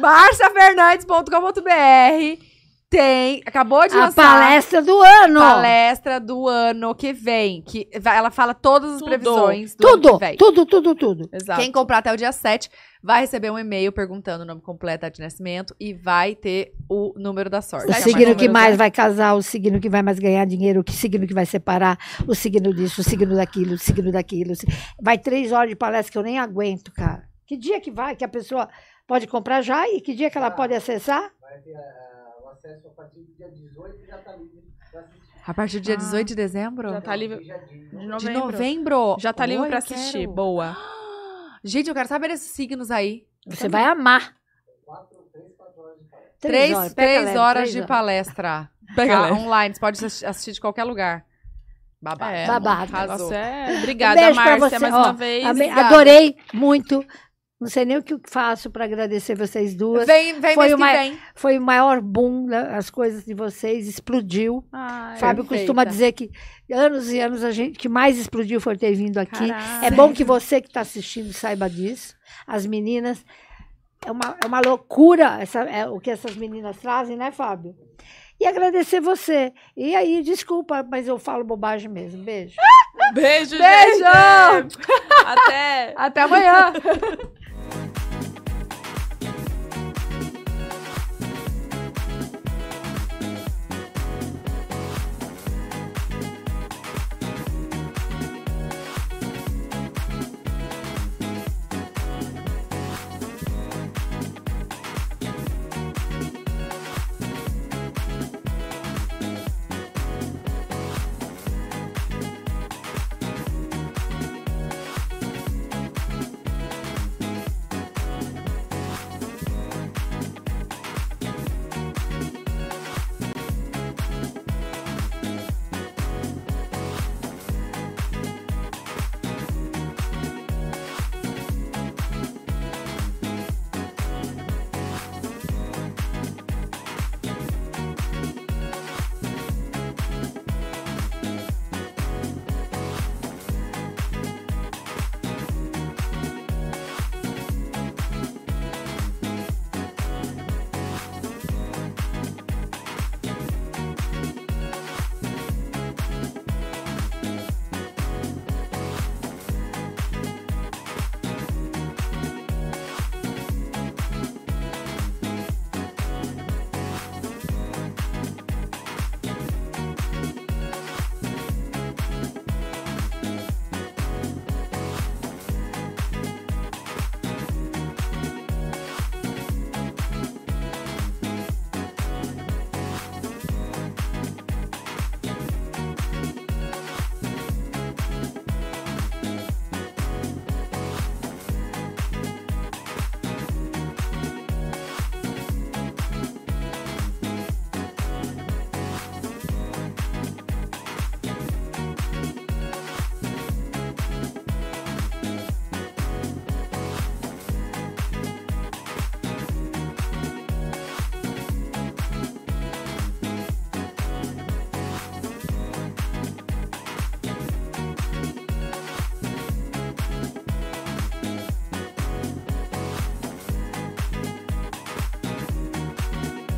marciafernandes.com.br tem. Acabou de A lançar palestra do ano! palestra do ano que vem. Que vai- ela fala todas as Tudo. previsões do ano Tudo, que vem. tudo, tudo, tudo. Exato. Quem comprar até o dia 7 vai receber um e-mail perguntando o nome completo, data de nascimento e vai ter o número da sorte. O Quer mais signo que números, mais né? vai casar, o signo que vai mais ganhar dinheiro, o signo que vai separar, o signo disso, o signo daquilo, o signo daquilo. Vai três horas de palestra que eu nem aguento, cara. Que dia que vai, que a pessoa pode comprar já e que dia que Ah. ela pode acessar? Vai ter ah, o acesso a partir do dia 18 e já tá livre pra assistir. é? Então, A partir do dia Ah, 18 de dezembro? já tá livre. Já diz, De né? novembro. De novembro? Já tá livre Oi, pra eu quero. assistir. Boa. Gente, eu quero saber esses signos aí. Você vai amar. Quatro, três, quatro horas de palestra. Três, horas, pega três leve, horas três de palestra. Tá, online, você pode assi- assistir de qualquer lugar. Babado. É, Babado. Arrasou. Nossa, é. Obrigada, Um beijo pra Márcia, você, mais ó. uma vez. Amei- Obrigada. adorei muito. Não sei nem o que faço para agradecer vocês duas. Vem, vem Foi mês uma- que vem. Foi o maior boom, né? as coisas de vocês explodiu. Ai, Fábio perfeita. costuma dizer que anos e anos a gente que mais explodiu foi ter vindo aqui. Caraca. É bom que você que está assistindo saiba disso. As meninas. É uma, é uma loucura essa- é o que essas meninas trazem, né, Fábio? E agradecer você. E aí, desculpa, mas eu falo bobagem mesmo. Beijo. Beijo, Beijo! gente. Até. Até amanhã.